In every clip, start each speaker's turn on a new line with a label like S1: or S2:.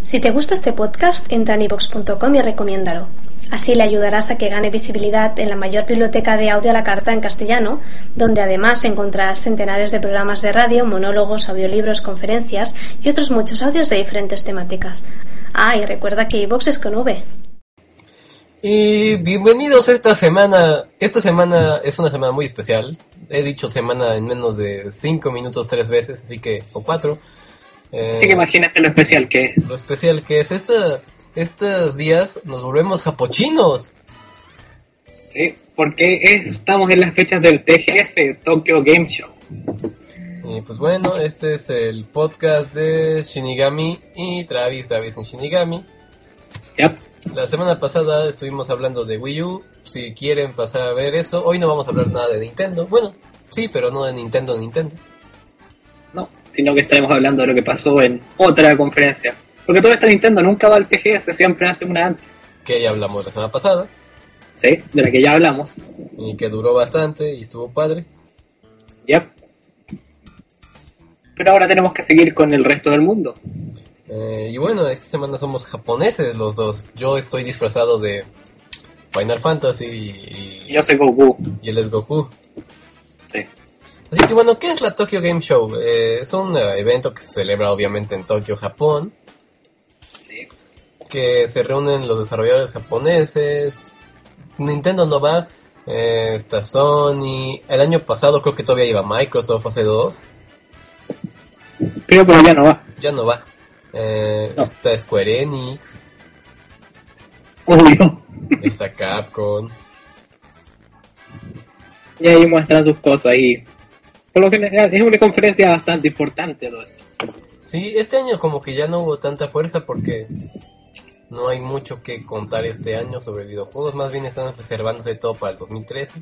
S1: Si te gusta este podcast, entra en ivox.com y recomiéndalo. Así le ayudarás a que gane visibilidad en la mayor biblioteca de audio a la carta en castellano, donde además encontrarás centenares de programas de radio, monólogos, audiolibros, conferencias y otros muchos audios de diferentes temáticas. Ah, y recuerda que iVox es con V.
S2: Y bienvenidos a esta semana. Esta semana es una semana muy especial. He dicho semana en menos de 5 minutos tres veces, así que, o 4.
S3: Así que imagínate lo especial que es.
S2: Lo especial que es esta estos días nos volvemos japochinos.
S3: Sí, porque estamos en las fechas del TGS, Tokyo Game Show.
S2: Y pues bueno, este es el podcast de Shinigami y Travis, Travis en Shinigami.
S3: Yep.
S2: La semana pasada estuvimos hablando de Wii U, si quieren pasar a ver eso. Hoy no vamos a hablar nada de Nintendo. Bueno, sí, pero no de Nintendo, Nintendo.
S3: No, sino que estaremos hablando de lo que pasó en otra conferencia. Porque todo está Nintendo, nunca va al TGS, siempre hace una antes.
S2: Que ya hablamos la semana pasada
S3: Sí, de la que ya hablamos.
S2: y que duró bastante y estuvo padre.
S3: Yep. Pero ahora tenemos que seguir con el resto del mundo.
S2: Eh, y bueno, esta semana somos japoneses los dos. Yo estoy disfrazado de Final Fantasy y,
S3: Y Yo soy Goku.
S2: y él es Goku.
S3: Sí.
S2: Así que bueno, ¿qué es la Tokyo Game Show? Eh, es un eh, evento que se celebra obviamente en Tokio, Japón,
S3: sí.
S2: que se reúnen los desarrolladores japoneses. Nintendo no va, eh, está Sony. El año pasado creo que todavía iba Microsoft, hace dos.
S3: Creo que ya no va.
S2: Ya no va. Eh,
S3: No.
S2: Está Square Enix,
S3: Obvio.
S2: está Capcom.
S3: Y ahí muestran sus cosas y... Por lo general, es una conferencia bastante importante. ¿no?
S2: Sí, este año como que ya no hubo tanta fuerza porque no hay mucho que contar este año sobre videojuegos, más bien están reservándose todo para el 2013.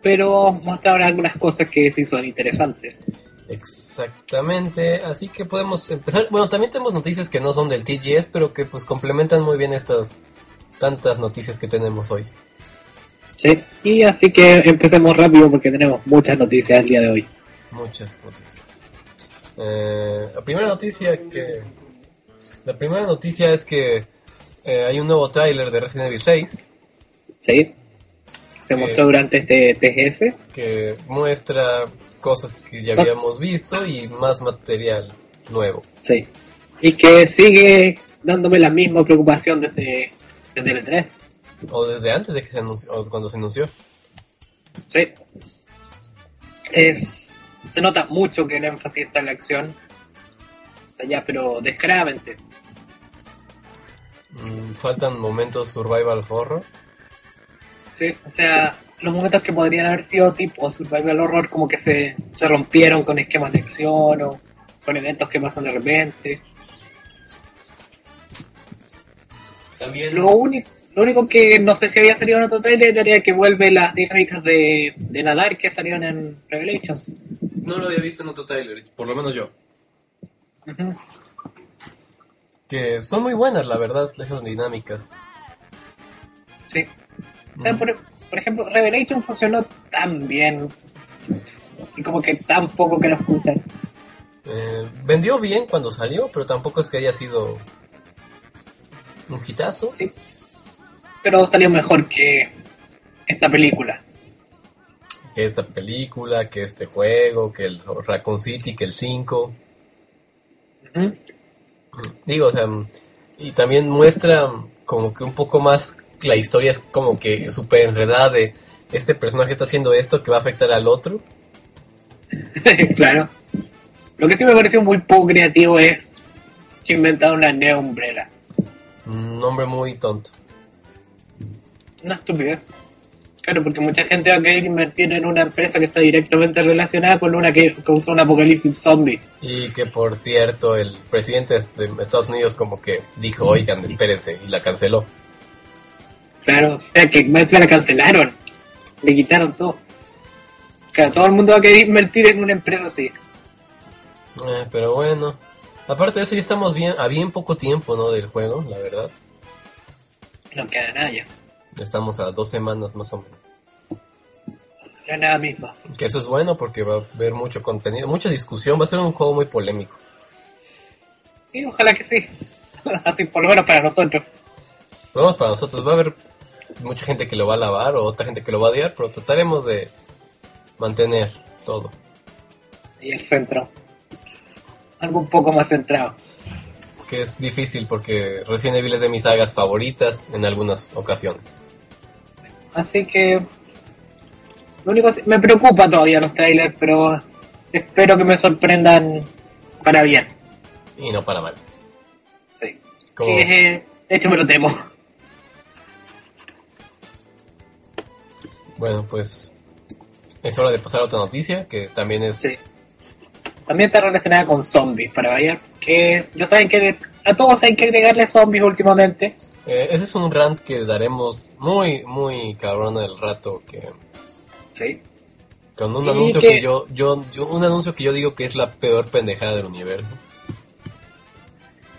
S3: Pero mostraron algunas cosas que sí son interesantes.
S2: Exactamente, así que podemos empezar. Bueno, también tenemos noticias que no son del TGS, pero que pues complementan muy bien estas tantas noticias que tenemos hoy.
S3: Sí, y así que empecemos rápido porque tenemos muchas noticias el día de hoy.
S2: Muchas noticias. Eh, la primera noticia que la primera noticia es que eh, hay un nuevo tráiler de Resident Evil 6
S3: Sí, se
S2: Eh.
S3: mostró durante este TGS.
S2: que muestra cosas que ya habíamos visto y más material nuevo.
S3: Sí, y que sigue dándome la misma preocupación desde, desde el E 3.
S2: O desde antes de que se anunció, o cuando se anunció.
S3: Sí, es, se nota mucho que el énfasis está en la acción. O sea, ya, pero descaradamente.
S2: Mm, Faltan momentos survival horror.
S3: Sí, o sea, los momentos que podrían haber sido tipo survival horror, como que se, se rompieron con esquemas de acción o con eventos que pasan de repente.
S2: También
S3: Lo único, lo único que no sé si había salido en otro trailer era que vuelve las dinámicas de, de nadar que salieron en Revelations.
S2: no lo había visto en otro trailer, por lo menos yo.
S3: Ujú.
S2: Que son muy buenas, la verdad, esas dinámicas.
S3: Sí. O sea, por, por ejemplo, Revelation funcionó tan bien. Y como que tan poco que nos gustan.
S2: Eh, vendió bien cuando salió, pero tampoco es que haya sido un hitazo.
S3: Sí. Pero salió mejor que esta película.
S2: Que esta película, que este juego, que el Raccoon City, que el 5.
S3: Ujú.
S2: Digo, o sea, y también muestra como que un poco más la historia es como que súper enredada de este personaje está haciendo esto que va a afectar al otro.
S3: claro. Lo que sí me pareció muy poco creativo es que inventaron una neo umbrella.
S2: Un nombre muy tonto.
S3: Una estupidez. Claro, porque mucha gente va a querer invertir en una empresa que está directamente relacionada con una que causó un apocalipsis zombie.
S2: Y que por cierto, el presidente de Estados Unidos como que dijo, oigan, espérense, y la canceló.
S3: Claro, o sea que más la cancelaron. Le quitaron todo. Claro, todo el mundo va a querer invertir en una empresa así.
S2: Eh, pero bueno, aparte de eso ya estamos bien a bien poco tiempo, ¿no? Del juego, la verdad.
S3: No queda nada ya.
S2: Estamos a dos semanas más o menos.
S3: No queda nada mismo.
S2: Que eso es bueno porque va a haber mucho contenido, mucha discusión, va a ser un juego muy polémico.
S3: Sí, ojalá que sí. Así por lo menos para nosotros.
S2: Por lo menos para nosotros. Va a haber mucha gente que lo va a alabar o otra gente que lo va a odiar, pero trataremos de mantener todo.
S3: Y el centro. Algo un poco más centrado.
S2: Que es difícil porque recién Evil es de mis sagas favoritas en algunas ocasiones.
S3: Así que. Lo único que me preocupa todavía los trailers, pero espero que me sorprendan para bien.
S2: Y no para mal.
S3: Sí.
S2: Como-
S3: Que, eh, de hecho, me lo temo.
S2: Bueno, pues es hora de pasar a otra noticia que también es
S3: Sí. También está relacionada con zombies, para variar. Que ya saben que a todos hay que agregarle zombies últimamente.
S2: Eh, ese es un rant que daremos muy, muy cabrón del rato. Que,
S3: Sí.
S2: con un
S3: Y
S2: anuncio
S3: que-
S2: que, yo, yo, yo- un anuncio que yo digo que es la peor pendejada del universo.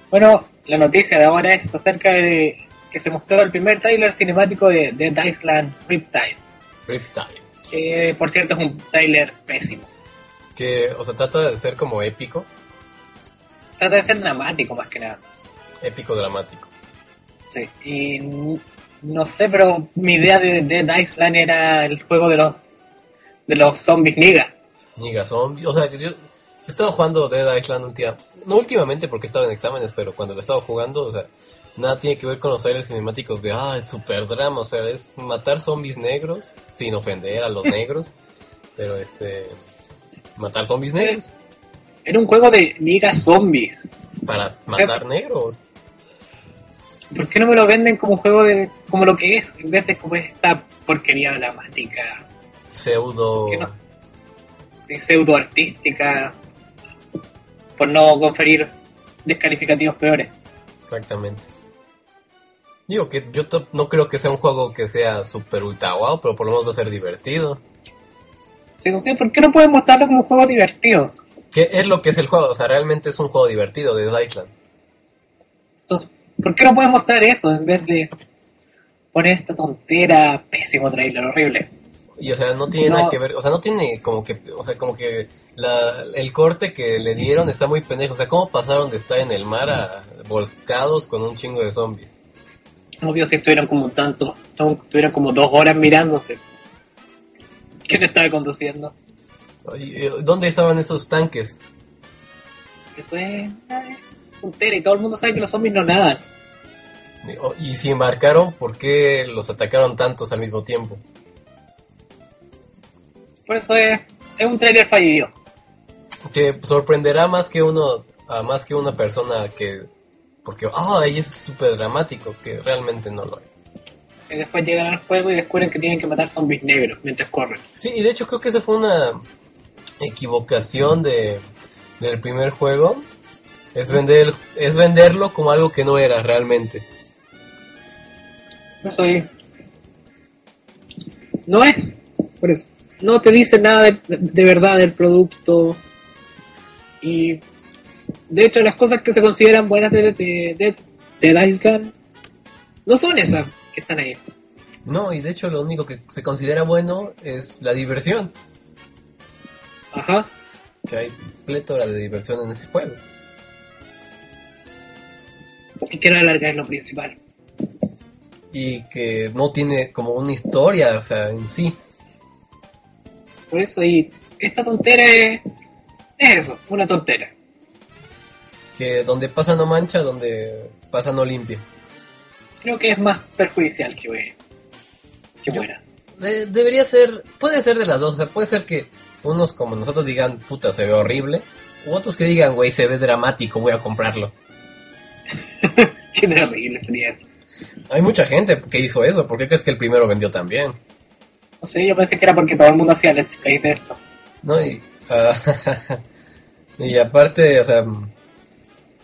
S3: Bueno, la noticia de ahora es acerca de que se mostró el primer tráiler cinemático de Dead Island Riptide.
S2: Riptide.
S3: Que, por cierto, es un tráiler pésimo.
S2: Que, o sea, trata de ser como épico,
S3: Trata de ser dramático, más que nada.
S2: épico dramático.
S3: Sí. Y n- no sé, pero mi idea de Dead Island era el juego de los de los zombies niggas.
S2: Niga zombie. O sea, que yo he estado jugando Dead Island un día. No últimamente porque estaba en exámenes, pero cuando lo he estado jugando, o sea, nada tiene que ver con los trailers cinemáticos de, ah, es super drama. O sea, es matar zombies negros, sin ofender a los negros, pero este. Matar zombies negros.
S3: Era un juego de niggas zombies.
S2: para matar negros.
S3: ¿Por qué no me lo venden como juego de como lo que es, en vez de como esta porquería dramática,
S2: Pseudo.
S3: Que no. pseudo artística, por no conferir descalificativos peores?
S2: Exactamente. Digo que yo to- no creo que sea un juego que sea super ultra wow, pero por lo menos va a ser divertido.
S3: Sí, no sé, ¿Por qué no pueden mostrarlo como un juego divertido?
S2: Que es lo que es el juego, o sea, realmente es un juego divertido de Dead Island.
S3: Entonces, ¿por qué no pueden mostrar eso en vez de poner esta tontera, pésimo trailer, horrible?
S2: Y o sea, no tiene
S3: No.
S2: nada que ver, o sea, no tiene como que, o sea, como que la- el corte que le dieron está muy pendejo. O sea, ¿cómo pasaron de estar en el mar a volcados con un chingo de zombies?
S3: Obvio si estuvieron como un tanto, estuvieron como dos horas mirándose. ¿Quién estaba conduciendo?
S2: Y- y- ¿Dónde estaban esos tanques?
S3: Eso es una tontera y todo el mundo sabe que los zombies no nadan.
S2: O- Y si embarcaron, ¿por qué los atacaron tantos al mismo tiempo?
S3: Por eso es, es un trailer fallido.
S2: que sorprenderá más que uno a más que una persona que porque ah ahí es súper dramático que realmente no lo es
S3: Y después llegan al juego y descubren que tienen que matar zombies negros mientras corren.
S2: sí y de hecho creo que esa fue una equivocación de del primer juego es vender es venderlo como algo que no era realmente
S3: Por Eso es. No es. Por eso. No te dice nada de, de verdad del producto. Y. De hecho, las cosas que se consideran buenas de, de, de, de Dead Island no son esas que están ahí.
S2: no y de hecho lo único que se considera bueno es la diversión
S3: Ajá.
S2: que hay plétora de diversión en ese juego
S3: Y que no alargar lo principal.
S2: y que no tiene como una historia o sea en sí
S3: Por eso, y esta tontera es. Es eso, una tontera.
S2: que donde pasa no mancha donde pasa no limpia
S3: creo que es más perjudicial que, bue- que
S2: Yo-
S3: buena.
S2: De- debería ser, puede ser de las dos, o sea, puede ser que unos como nosotros digan, puta, se ve horrible, u otros que digan, güey, se ve dramático, voy a comprarlo.
S3: Qué terrible sería eso.
S2: Hay mucha gente que hizo eso, ¿por qué crees que el primero vendió también?
S3: No sé, yo pensé que era porque todo el mundo hacía let's play de esto.
S2: ¿No? Y, ah, y aparte, o sea,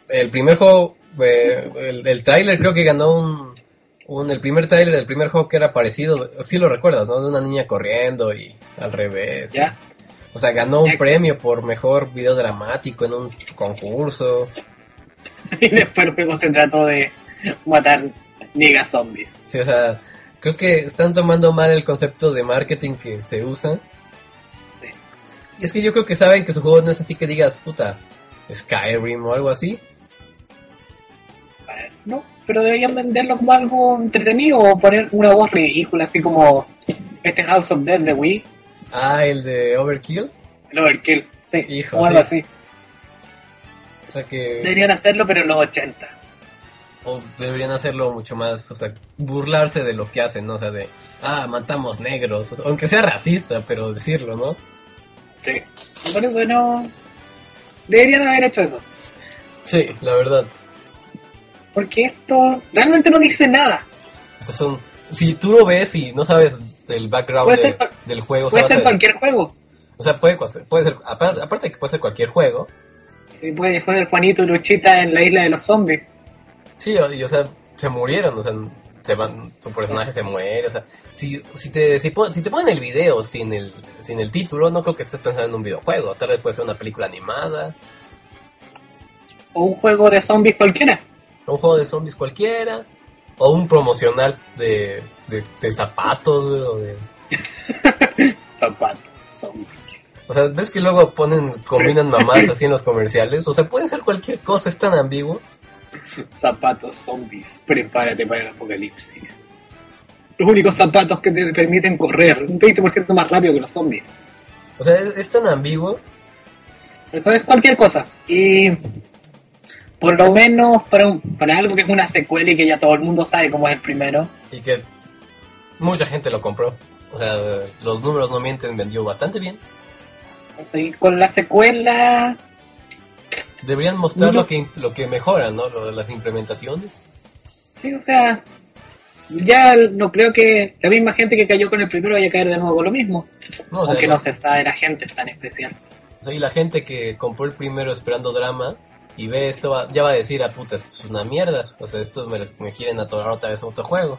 S2: el primer juego, eh, el, el tráiler creo que ganó un, un- el primer tráiler del primer juego que era parecido, sí lo recuerdas, ¿no? De una niña corriendo y al revés.
S3: ¿Ya?
S2: O sea, ganó un
S3: Ya-
S2: premio por mejor video dramático en un concurso.
S3: Y después luego se trató de matar niggas zombies.
S2: Sí, o sea, creo que están tomando mal el concepto de marketing que se usa.
S3: Sí.
S2: Y es que yo creo que saben que su juego no es así que digas, puta, Skyrim o algo así.
S3: eh, no, pero deberían venderlo como algo entretenido o poner una voz ridícula, así como este House of Dead de Wii,
S2: Ah, el de Overkill.
S3: el Overkill, sí,
S2: Hijo,
S3: o algo así.
S2: O sea que
S3: Deberían hacerlo, pero en los 80.
S2: o deberían hacerlo mucho más, o sea, burlarse de lo que hacen, ¿no? O sea, de, ah, matamos negros, aunque sea racista, pero decirlo, ¿no?
S3: Sí. Por eso no. Deberían haber hecho eso.
S2: Sí, la verdad.
S3: Porque esto realmente no dice nada.
S2: O sea, son, si tú lo ves y no sabes del background
S3: Puede
S2: de-
S3: ser cual-
S2: del juego, o sea,
S3: puede
S2: vas
S3: ser
S2: a-
S3: cualquier juego.
S2: o sea, puede, cos- puede ser, apar- aparte de que puede ser cualquier juego,
S3: Sí, puede jugar Juanito y Luchita en la isla de los zombies.
S2: sí, o- y, o sea, se murieron, o sea, se van, su personaje se muere, o sea, si, si, te, si, pon- si te ponen el video sin el, sin el título, no creo que estés pensando en un videojuego, tal vez puede ser una película animada,
S3: O un juego de zombies cualquiera.
S2: o un juego de zombies cualquiera, o un promocional de, de, de zapatos, güey, o de...
S3: Zapatos, zombies.
S2: O sea, ¿ves que luego ponen, combinan mamás así en los comerciales? O sea, puede ser cualquier cosa, es tan ambiguo.
S3: Zapatos, zombies. Prepárate para el apocalipsis. Los únicos zapatos que te permiten correr un 20% más rápido que los zombies.
S2: O sea, es, es tan ambiguo.
S3: Eso es cualquier cosa. Y por lo menos para, un- para algo que es una secuela y que ya todo el mundo sabe cómo es el primero.
S2: y que mucha gente lo compró. O sea, los números no mienten, vendió bastante bien.
S3: O sea, y con la secuela,
S2: Deberían mostrar
S3: Ujú.
S2: lo que lo que mejoran, ¿no? Lo- las implementaciones.
S3: sí, o sea, ya no creo que la misma gente que cayó con el primero vaya a caer de nuevo con lo mismo.
S2: No, o sea,
S3: aunque
S2: la-
S3: no se sabe la gente es tan especial.
S2: o sea, y la gente que compró el primero esperando drama y ve esto, va- ya va a decir, ah, puta, esto es una mierda. O sea, esto me, me quieren atorar otra vez a otro juego.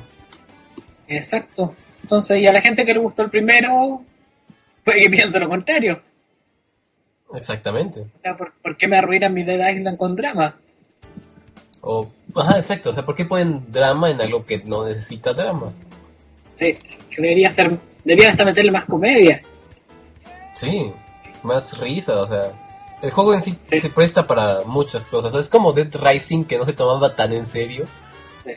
S3: Exacto. Entonces, y a la gente que le gustó el primero, puede que piense lo contrario.
S2: Exactamente.
S3: O sea, ¿por, por qué me arruinan mi Dead Island con drama?
S2: O, ajá, exacto. O sea, ¿por qué ponen drama en algo que no necesita drama?
S3: Sí, yo debería ser, debería hasta meterle más comedia.
S2: Sí, más risa, o sea. El juego en sí,
S3: Sí.
S2: se presta para muchas cosas. es como Dead Rising que no se tomaba tan en serio.
S3: Sí.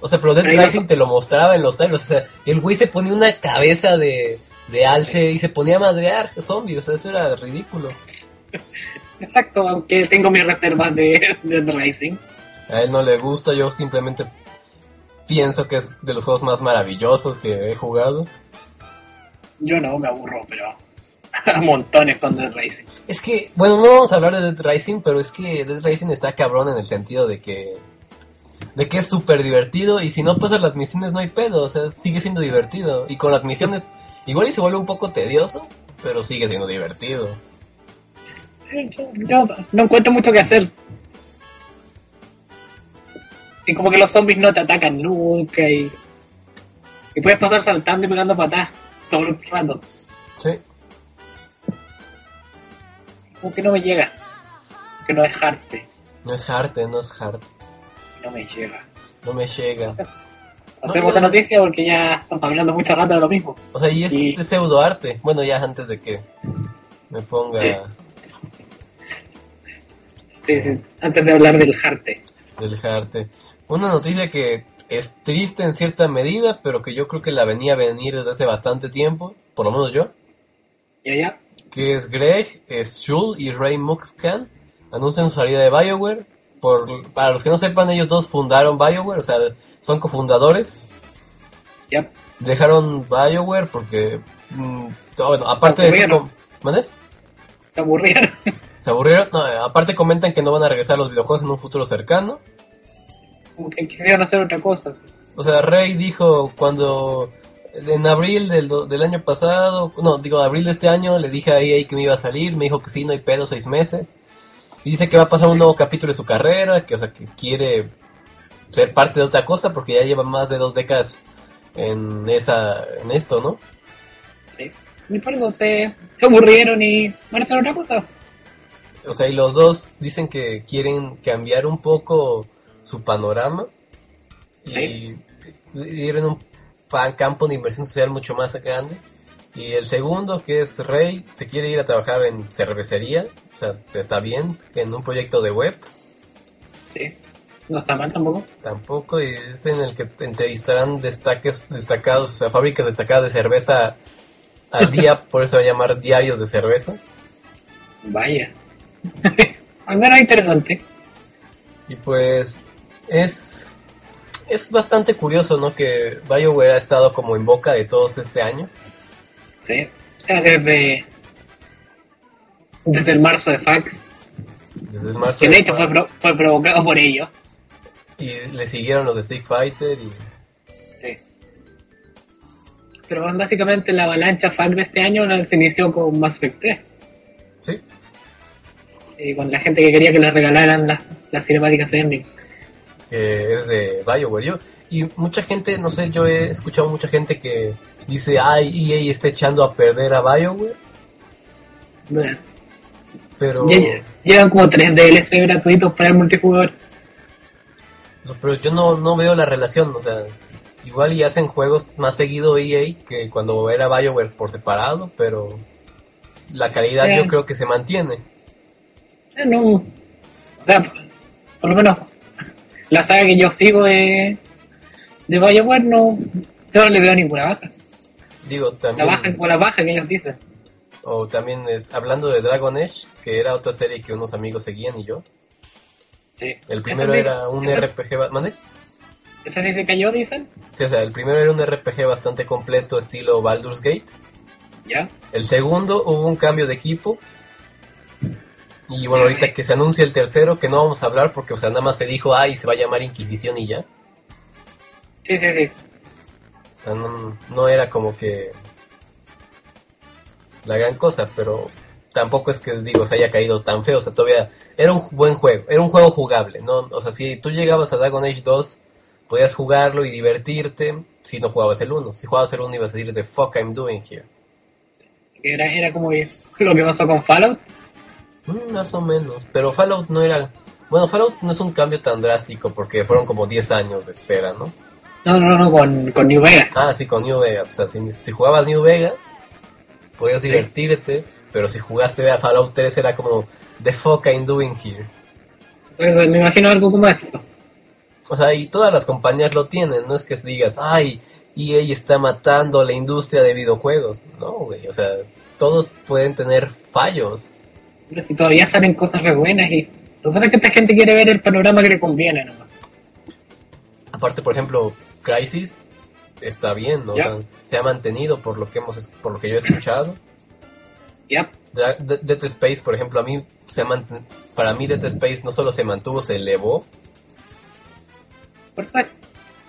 S2: O sea, pero Dead
S3: Pero iba-
S2: Rising te lo mostraba en los trailers. O sea, el güey se ponía una cabeza de, de alce y se ponía a madrear zombies. O sea, eso era ridículo.
S3: Exacto, aunque tengo mis reservas de, de Racing.
S2: A él no le gusta, yo simplemente pienso que es de los juegos más maravillosos que he jugado.
S3: Yo no, me aburro, pero a montones con Dead Racing.
S2: Es que, bueno, no vamos a hablar de Dead Rising, pero es que Dead Rising está cabrón en el sentido de que. De que es súper divertido y si no pasas las misiones no hay pedo, o sea, sigue siendo divertido. Y con las misiones, igual y se vuelve un poco tedioso, pero sigue siendo divertido.
S3: Sí, yo, yo no encuentro mucho que hacer. Y como que los zombies no te atacan nunca y, y puedes pasar saltando y pegando patadas todo el rato.
S2: Sí.
S3: Como que no me llega. Que no es arte.
S2: No es hard, eh, no es hard.
S3: No me llega.
S2: No me llega.
S3: Hacemos otra noticia porque ya estamos hablando mucho rato de lo mismo.
S2: O sea, y este,
S3: Y-
S2: este pseudo arte. Bueno, ya antes de que me ponga
S3: Sí, sí, Antes de hablar del arte.
S2: del arte. Una noticia que es triste en cierta medida, pero que yo creo que la venía a venir desde hace bastante tiempo, por lo menos yo.
S3: Y allá,
S2: que es Greg, es Shul y Ray Muxcan, anuncian su salida de BioWare. Por, para los que no sepan, ellos dos fundaron BioWare, o sea, son cofundadores.
S3: ya.
S2: Dejaron BioWare porque, mm, no, bueno, aparte de
S3: Se
S2: eso,
S3: aburrieron.
S2: com- ¿mande?
S3: Se aburrieron.
S2: ¿Se aburrieron? No, eh, aparte comentan que no van a regresar a los videojuegos en un futuro cercano.
S3: como que quisieron hacer otra cosa.
S2: O sea, Rey dijo cuando en abril del, do- del año pasado, no, digo, abril de este año, le dije a EA que me iba a salir, me dijo que sí, no hay pedo, seis meses. Y dice que va a pasar un nuevo capítulo de su carrera, que, o sea, que quiere ser parte de otra cosa porque ya lleva más de dos décadas en, esa, en esto, ¿no?
S3: Sí. Y por eso se, se aburrieron y van a hacer otra cosa.
S2: O sea, y los dos dicen que quieren cambiar un poco su panorama y
S3: Sí.
S2: ir en un pa- campo de inversión social mucho más grande. Y el segundo, que es Rey, se quiere ir a trabajar en cervecería, o sea, está bien, en un proyecto de web.
S3: Sí. No está mal tampoco.
S2: Tampoco y es en el que te entrevistarán destaques destacados, o sea, fábricas destacadas de cerveza al día, por eso va a llamar diarios de cerveza.
S3: Vaya. Al menos interesante.
S2: Y pues es es bastante curioso, ¿no? Que BioWare ha estado como en boca de todos este año.
S3: Sí. O sea, desde, desde el marzo de Fax.
S2: Desde el marzo
S3: Que de
S2: del
S3: hecho fue,
S2: Fax,
S3: pro- fue provocado por ello.
S2: y le siguieron los de Street Fighter y
S3: Sí. Pero básicamente la avalancha Fax de este año la- se inició con Mass Effect 3.
S2: sí,
S3: Y con la gente que quería que les regalaran las, las cinemáticas de Ending.
S2: que es de BioWare. Yo, y mucha gente, no sé, yo he escuchado mucha gente que dice, ay, EA está echando a perder a BioWare,
S3: Bueno,
S2: pero,
S3: lle- Llevan como 3 DLC gratuitos para el multijugador.
S2: pero yo no, no veo la relación, o sea, igual y hacen juegos más seguido EA que cuando era BioWare por separado, pero la calidad
S3: Sí.
S2: yo creo que se mantiene.
S3: Eh, no. O sea, por lo menos la saga que yo sigo de, de BioWare no, yo no le veo ninguna baja.
S2: Digo,
S3: La
S2: también...
S3: baja como la baja que ellos dicen.
S2: O también es- hablando de Dragon Age, que era otra serie que unos amigos seguían y yo.
S3: Sí.
S2: El primero
S3: Ese sí-
S2: era un
S3: ese-
S2: RPG, ba- ¿mande?
S3: Ese sí se cayó, dicen.
S2: Sí, o sea, el primero era un RPG bastante completo estilo Baldur's Gate.
S3: Ya.
S2: El segundo hubo un cambio de equipo. Y bueno, ahorita que se anuncia el tercero, que no vamos a hablar porque, o sea, nada más se dijo, ay, se va a llamar Inquisición y ya.
S3: Sí, sí, sí.
S2: O sea, no, no era como que la gran cosa, pero tampoco es que digo se haya caído tan feo. O sea, todavía era un buen juego, era un juego jugable, ¿no? O sea, si tú llegabas a Dragon Age 2, podías jugarlo y divertirte si no jugabas el 1. Si jugabas el 1 ibas a decir, the fuck I'm doing here.
S3: Que Era, era como lo que pasó con Fallout.
S2: Mm, más o menos, pero Fallout no era... Bueno, Fallout no es un cambio tan drástico porque fueron como 10 años de espera, ¿no?
S3: No, no, no, con, con New Vegas.
S2: Ah, sí, con New Vegas. O sea, si, si jugabas New Vegas, podías divertirte, pero si jugaste a Fallout 3 era como, the fuck I'm doing here.
S3: Entonces, me imagino algo como esto.
S2: O sea, y todas las compañías lo tienen, no es que digas, ay, EA está matando la industria de videojuegos. No, güey, o sea, todos pueden tener fallos.
S3: Pero si todavía salen cosas re buenas y... Lo que pasa es que esta gente quiere ver el panorama que le conviene nomás.
S2: Aparte, por ejemplo, Crisis está bien, ¿no? O
S3: Ya.
S2: sea, se ha mantenido por lo que hemos, es- por lo que yo he escuchado.
S3: Ya.
S2: Dra- De- Dead Space, por ejemplo, a mí se manten- para mí Dead Space no solo se mantuvo, se elevó.
S3: Por eso,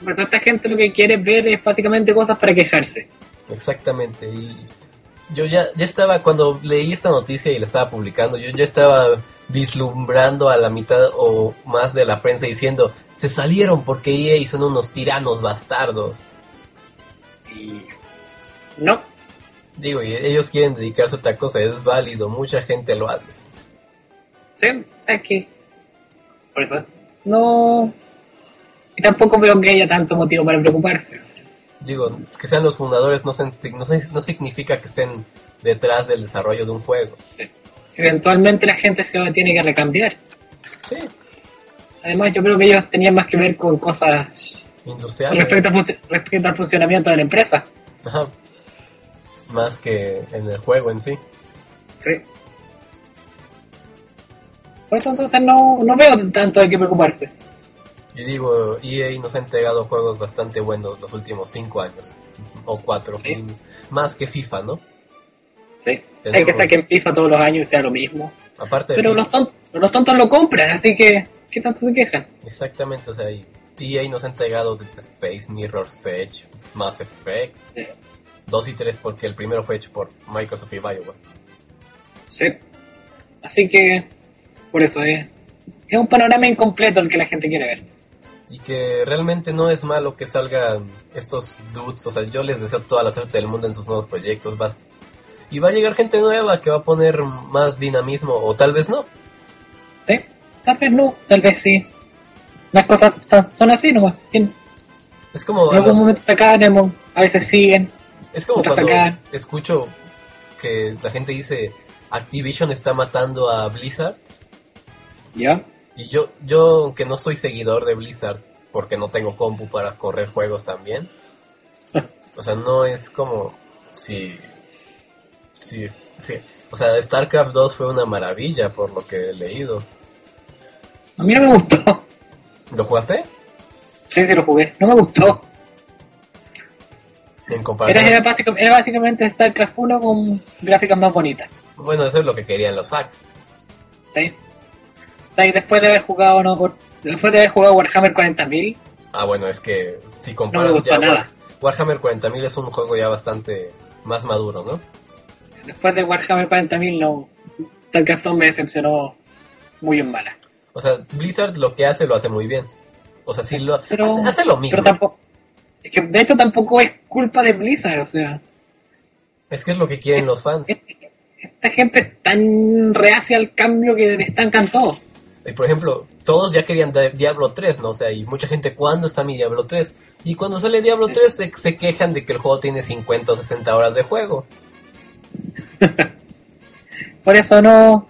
S3: por eso esta gente lo que quiere ver es básicamente cosas para quejarse.
S2: Exactamente. Y yo ya, ya estaba, cuando leí esta noticia y la estaba publicando, yo ya estaba vislumbrando a la mitad o más de la prensa diciendo, se salieron porque EA son unos tiranos bastardos.
S3: Y... No.
S2: Digo, y ellos quieren dedicarse a otra cosa, es válido, mucha gente lo hace.
S3: Sí, o sea que... Por eso. No... Y tampoco veo que haya tanto motivo para preocuparse.
S2: Digo, que sean los fundadores no, sen- no, sen- no significa que estén detrás del desarrollo de un juego.
S3: Eventualmente la gente se va- tiene que recambiar.
S2: Sí,
S3: Además, yo creo que ellos tenían más que ver con cosas
S2: industrial.
S3: respecto, a funci- respecto al funcionamiento de la empresa.
S2: Ajá. Más que en el juego en sí.
S3: Sí. Por eso entonces no, no veo tanto de qué preocuparse.
S2: Y digo, EA nos ha entregado juegos bastante buenos los últimos cinco años, o cuatro,
S3: Sí.
S2: mm, más que FIFA, ¿no?
S3: Sí. O sea, que
S2: Tenemos-
S3: saquen FIFA todos los años y sea lo mismo.
S2: Aparte de
S3: Pero
S2: FIFA,
S3: los tontos, los tontos lo compran, así que ¿qué tanto se quejan?
S2: exactamente, o sea, y EA nos ha entregado Dead Space, Mirror's Edge, Mass Effect,
S3: Sí.
S2: dos y tres porque el primero fue hecho por Microsoft y BioWare.
S3: Sí. Así que por eso es, es un panorama incompleto el que la gente quiere ver.
S2: Y que realmente no es malo que salgan estos dudes. O sea, yo les deseo toda la suerte del mundo en sus nuevos proyectos. Vas. Y va a llegar gente nueva que va a poner más dinamismo, o tal vez no.
S3: Sí. Tal vez no, tal vez sí. Las cosas tan- son así nomás. En
S2: Es como, a
S3: algún
S2: los-
S3: momento sacan, en algún- a veces siguen.
S2: es como
S3: otra
S2: cuando
S3: sacada.
S2: escucho que la gente dice Activision está matando a Blizzard.
S3: Ya.
S2: Y yo, yo, aunque no soy seguidor de Blizzard, porque no tengo compu para correr juegos también, o sea, no es como si... si, si o sea, StarCraft 2 fue una maravilla por lo que he leído.
S3: A mí no me gustó.
S2: ¿Lo jugaste?
S3: Sí, sí, lo jugué. No me gustó.
S2: En
S3: Era,
S2: comparación.
S3: era, básica- era básicamente StarCraft 1 con gráficas más bonitas.
S2: Bueno, eso es lo que querían los fans.
S3: ¿sí? O sea, y después de haber jugado, no, Por- después de haber jugado Warhammer 40.000,
S2: Ah, bueno, es que si
S3: no me
S2: comparas
S3: gustó
S2: ya War-
S3: nada.
S2: Warhammer 40.000 es un juego ya bastante más maduro, ¿no?
S3: Después de Warhammer 40.000, no. StarCraft 2 me decepcionó muy en mala.
S2: O sea, Blizzard lo que hace lo hace muy bien. O sea, sí lo
S3: Pero-
S2: hace, hace lo
S3: Pero
S2: mismo.
S3: tampoco. Es que de hecho tampoco es culpa de Blizzard, o sea.
S2: Es que es lo que quieren los fans.
S3: Esta gente es tan reacia al cambio que le estancan todo.
S2: Y Eh, por ejemplo, todos ya querían Di- Diablo 3, ¿no? O sea, y mucha gente, ¿cuándo está mi Diablo 3? Y cuando sale Diablo 3 se, se quejan de que el juego tiene 50 o 60 horas de juego.
S3: Por eso no.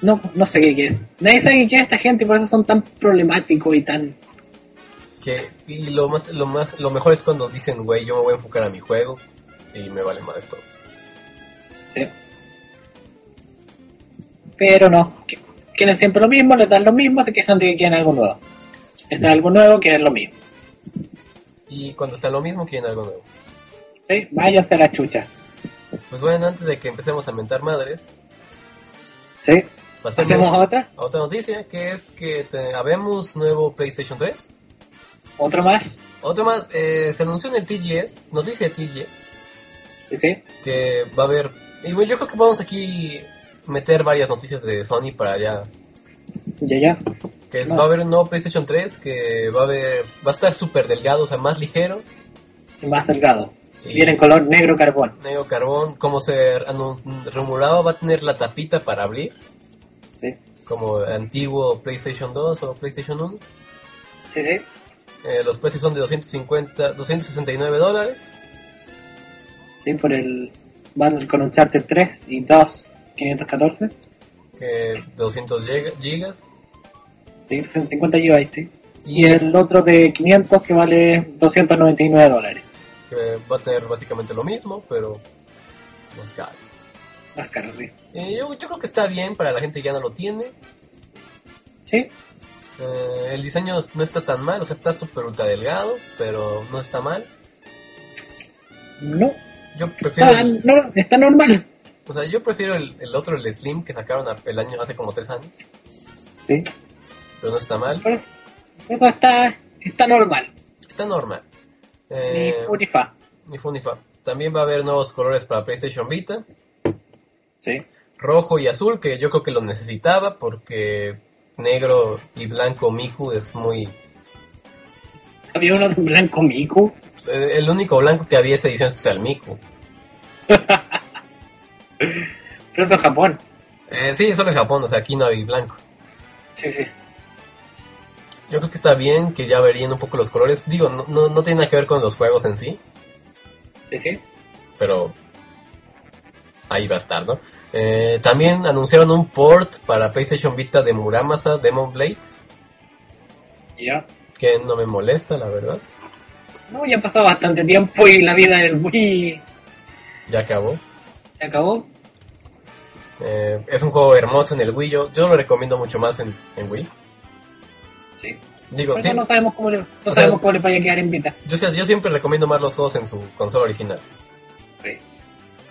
S3: No, no sé qué quiere. Nadie sabe qué quiere esta gente y por eso son tan problemáticos y tan.
S2: Que, y lo más, lo más, lo mejor es cuando dicen, güey, yo me voy a enfocar a mi juego y me vale más esto.
S3: sí. Pero no. que- Quieren siempre lo mismo, les dan lo mismo, se quejan de que quieren algo nuevo. Les dan algo nuevo, quieren lo mismo.
S2: Y cuando está lo mismo quieren algo nuevo.
S3: ¿sí? Váyanse a la chucha.
S2: Pues bueno, antes de que empecemos a mentar madres,
S3: ¿sí?
S2: pasemos
S3: ¿Pasemos a otra?
S2: a otra noticia, que es que te- habemos nuevo PlayStation 3.
S3: Otro más.
S2: Otro más, eh, se anunció en el TGS, noticia de TGS,
S3: ¿sí? ¿sí?
S2: que va a haber... Y bueno, yo creo que vamos aquí meter varias noticias de Sony para allá.
S3: Ya, ya.
S2: Que es,
S3: No.
S2: va a haber un nuevo PlayStation 3 que va a haber... Va a estar súper delgado, o sea, más ligero.
S3: Y más delgado.
S2: Y-
S3: Viene en color negro carbón.
S2: Negro carbón, como se anun- rumoraba, va a tener la tapita para abrir.
S3: Sí,
S2: Como el antiguo PlayStation 2 o PlayStation 1.
S3: sí, sí.
S2: Eh, los precios son de 250, 269 dólares.
S3: sí por el bundle con un charter 3 y 2 514.
S2: que 200 giga- gigas.
S3: Sí, 50 GB. sí. Y el otro de 500 que vale 299 dólares.
S2: que va a tener básicamente lo mismo, pero más caro.
S3: Más caro, sí.
S2: Eh, yo, yo creo que está bien para la gente que ya no lo tiene.
S3: Sí,
S2: Eh, el diseño no está tan mal, o sea, está súper ultra delgado, pero no está mal.
S3: no.
S2: Yo prefiero,
S3: Está,
S2: el,
S3: no, está normal.
S2: o sea, yo prefiero el, el otro, el Slim, que sacaron a- el año hace como tres años,
S3: Sí,
S2: pero no está mal.
S3: pero eso está, está normal.
S2: Está normal.
S3: Ni
S2: Eh,
S3: Unifa.
S2: ni fu ni fa. También va a haber nuevos colores para PlayStation Vita.
S3: Sí,
S2: rojo y azul, que yo creo que lo necesitaba porque negro y blanco Miku es muy...
S3: había uno de blanco Miku.
S2: eh, El único blanco que había es edición especial Miku.
S3: Pero eso en Japón.
S2: Eh, sí, solo en Japón, o sea, aquí no hay blanco.
S3: Sí, sí.
S2: Yo creo que está bien que ya verían un poco los colores. Digo, no, no, no tiene nada que ver con los juegos en sí,
S3: Sí, sí.
S2: pero ahí va a estar, ¿no? Eh, también anunciaron un port para PlayStation Vita de Muramasa Demon Blade,
S3: Y ya.
S2: que no me molesta, la verdad.
S3: No, ya ha pasado bastante tiempo y la vida del Wii
S2: Ya acabó.
S3: se acabó.
S2: Eh, es un juego hermoso en el Wii. Yo, yo lo recomiendo mucho más en, en Wii.
S3: Sí.
S2: Digo,
S3: Por
S2: sí,
S3: eso no sabemos cómo le, no
S2: sea-
S3: sabemos cómo le vaya a quedar en Vita.
S2: yo, sé- yo siempre recomiendo más los juegos en su consola original.
S3: Sí.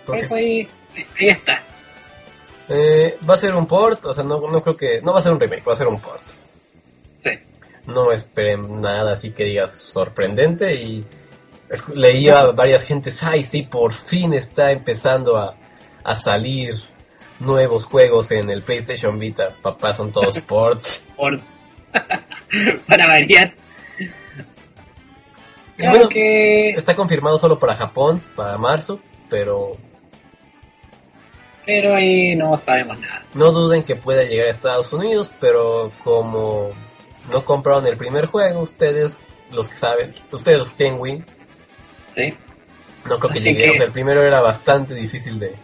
S2: Porque
S3: Eso ahí, ahí está.
S2: eh, va a ser un port, o sea, no, no creo que. No va a ser un remake, va a ser un port.
S3: Sí.
S2: No esperen nada así que digas sorprendente. Y es- leía a varias gentes, ay, sí, por fin está empezando a, a salir nuevos juegos en el PlayStation Vita. Papá, son todos ports.
S3: Por, para variar.
S2: Y
S3: Claro
S2: bueno,
S3: que
S2: Está confirmado solo para Japón, para marzo, pero
S3: pero ahí no sabemos nada.
S2: no duden que pueda llegar a Estados Unidos, pero como no compraron el primer juego, ustedes los que saben, ustedes los que tienen Wii,
S3: Sí.
S2: no creo que
S3: Así
S2: llegue.
S3: que-
S2: O sea, el primero era bastante difícil de...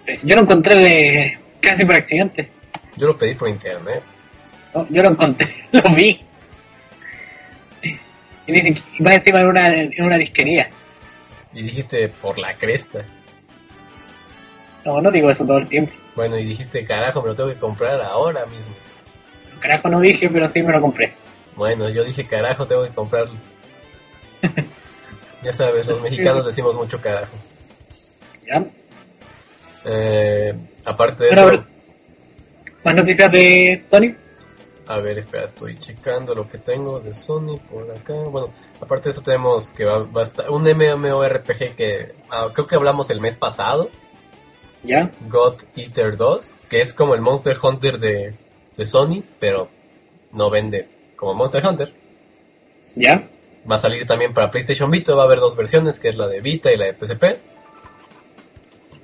S3: sí. Yo lo encontré de- casi por accidente.
S2: Yo lo pedí por internet.
S3: No, yo lo encontré, lo vi. Y dicen que va encima en una, en una disquería.
S2: Y dijiste por la cresta.
S3: No, no digo eso todo el tiempo.
S2: Bueno, y dijiste, carajo, me lo tengo que comprar ahora mismo.
S3: Carajo no dije, pero sí me lo compré.
S2: Bueno, yo dije, carajo, tengo que comprarlo. ya sabes, los mexicanos decimos mucho carajo.
S3: ¿Ya?
S2: Eh, aparte de
S3: Pero,
S2: eso,
S3: ¿Más noticias de Sony?
S2: a ver, espera, estoy checando lo que tengo de Sony por acá. Bueno, aparte de eso tenemos que va, va a estar un MMORPG que ah, creo que hablamos el mes pasado,
S3: ¿Ya?
S2: God Eater 2, que es como el Monster Hunter de, de Sony, pero no vende como Monster Hunter.
S3: ¿Ya?
S2: Va a salir también para PlayStation Vita, va a haber dos versiones, que es la de Vita y la de PSP.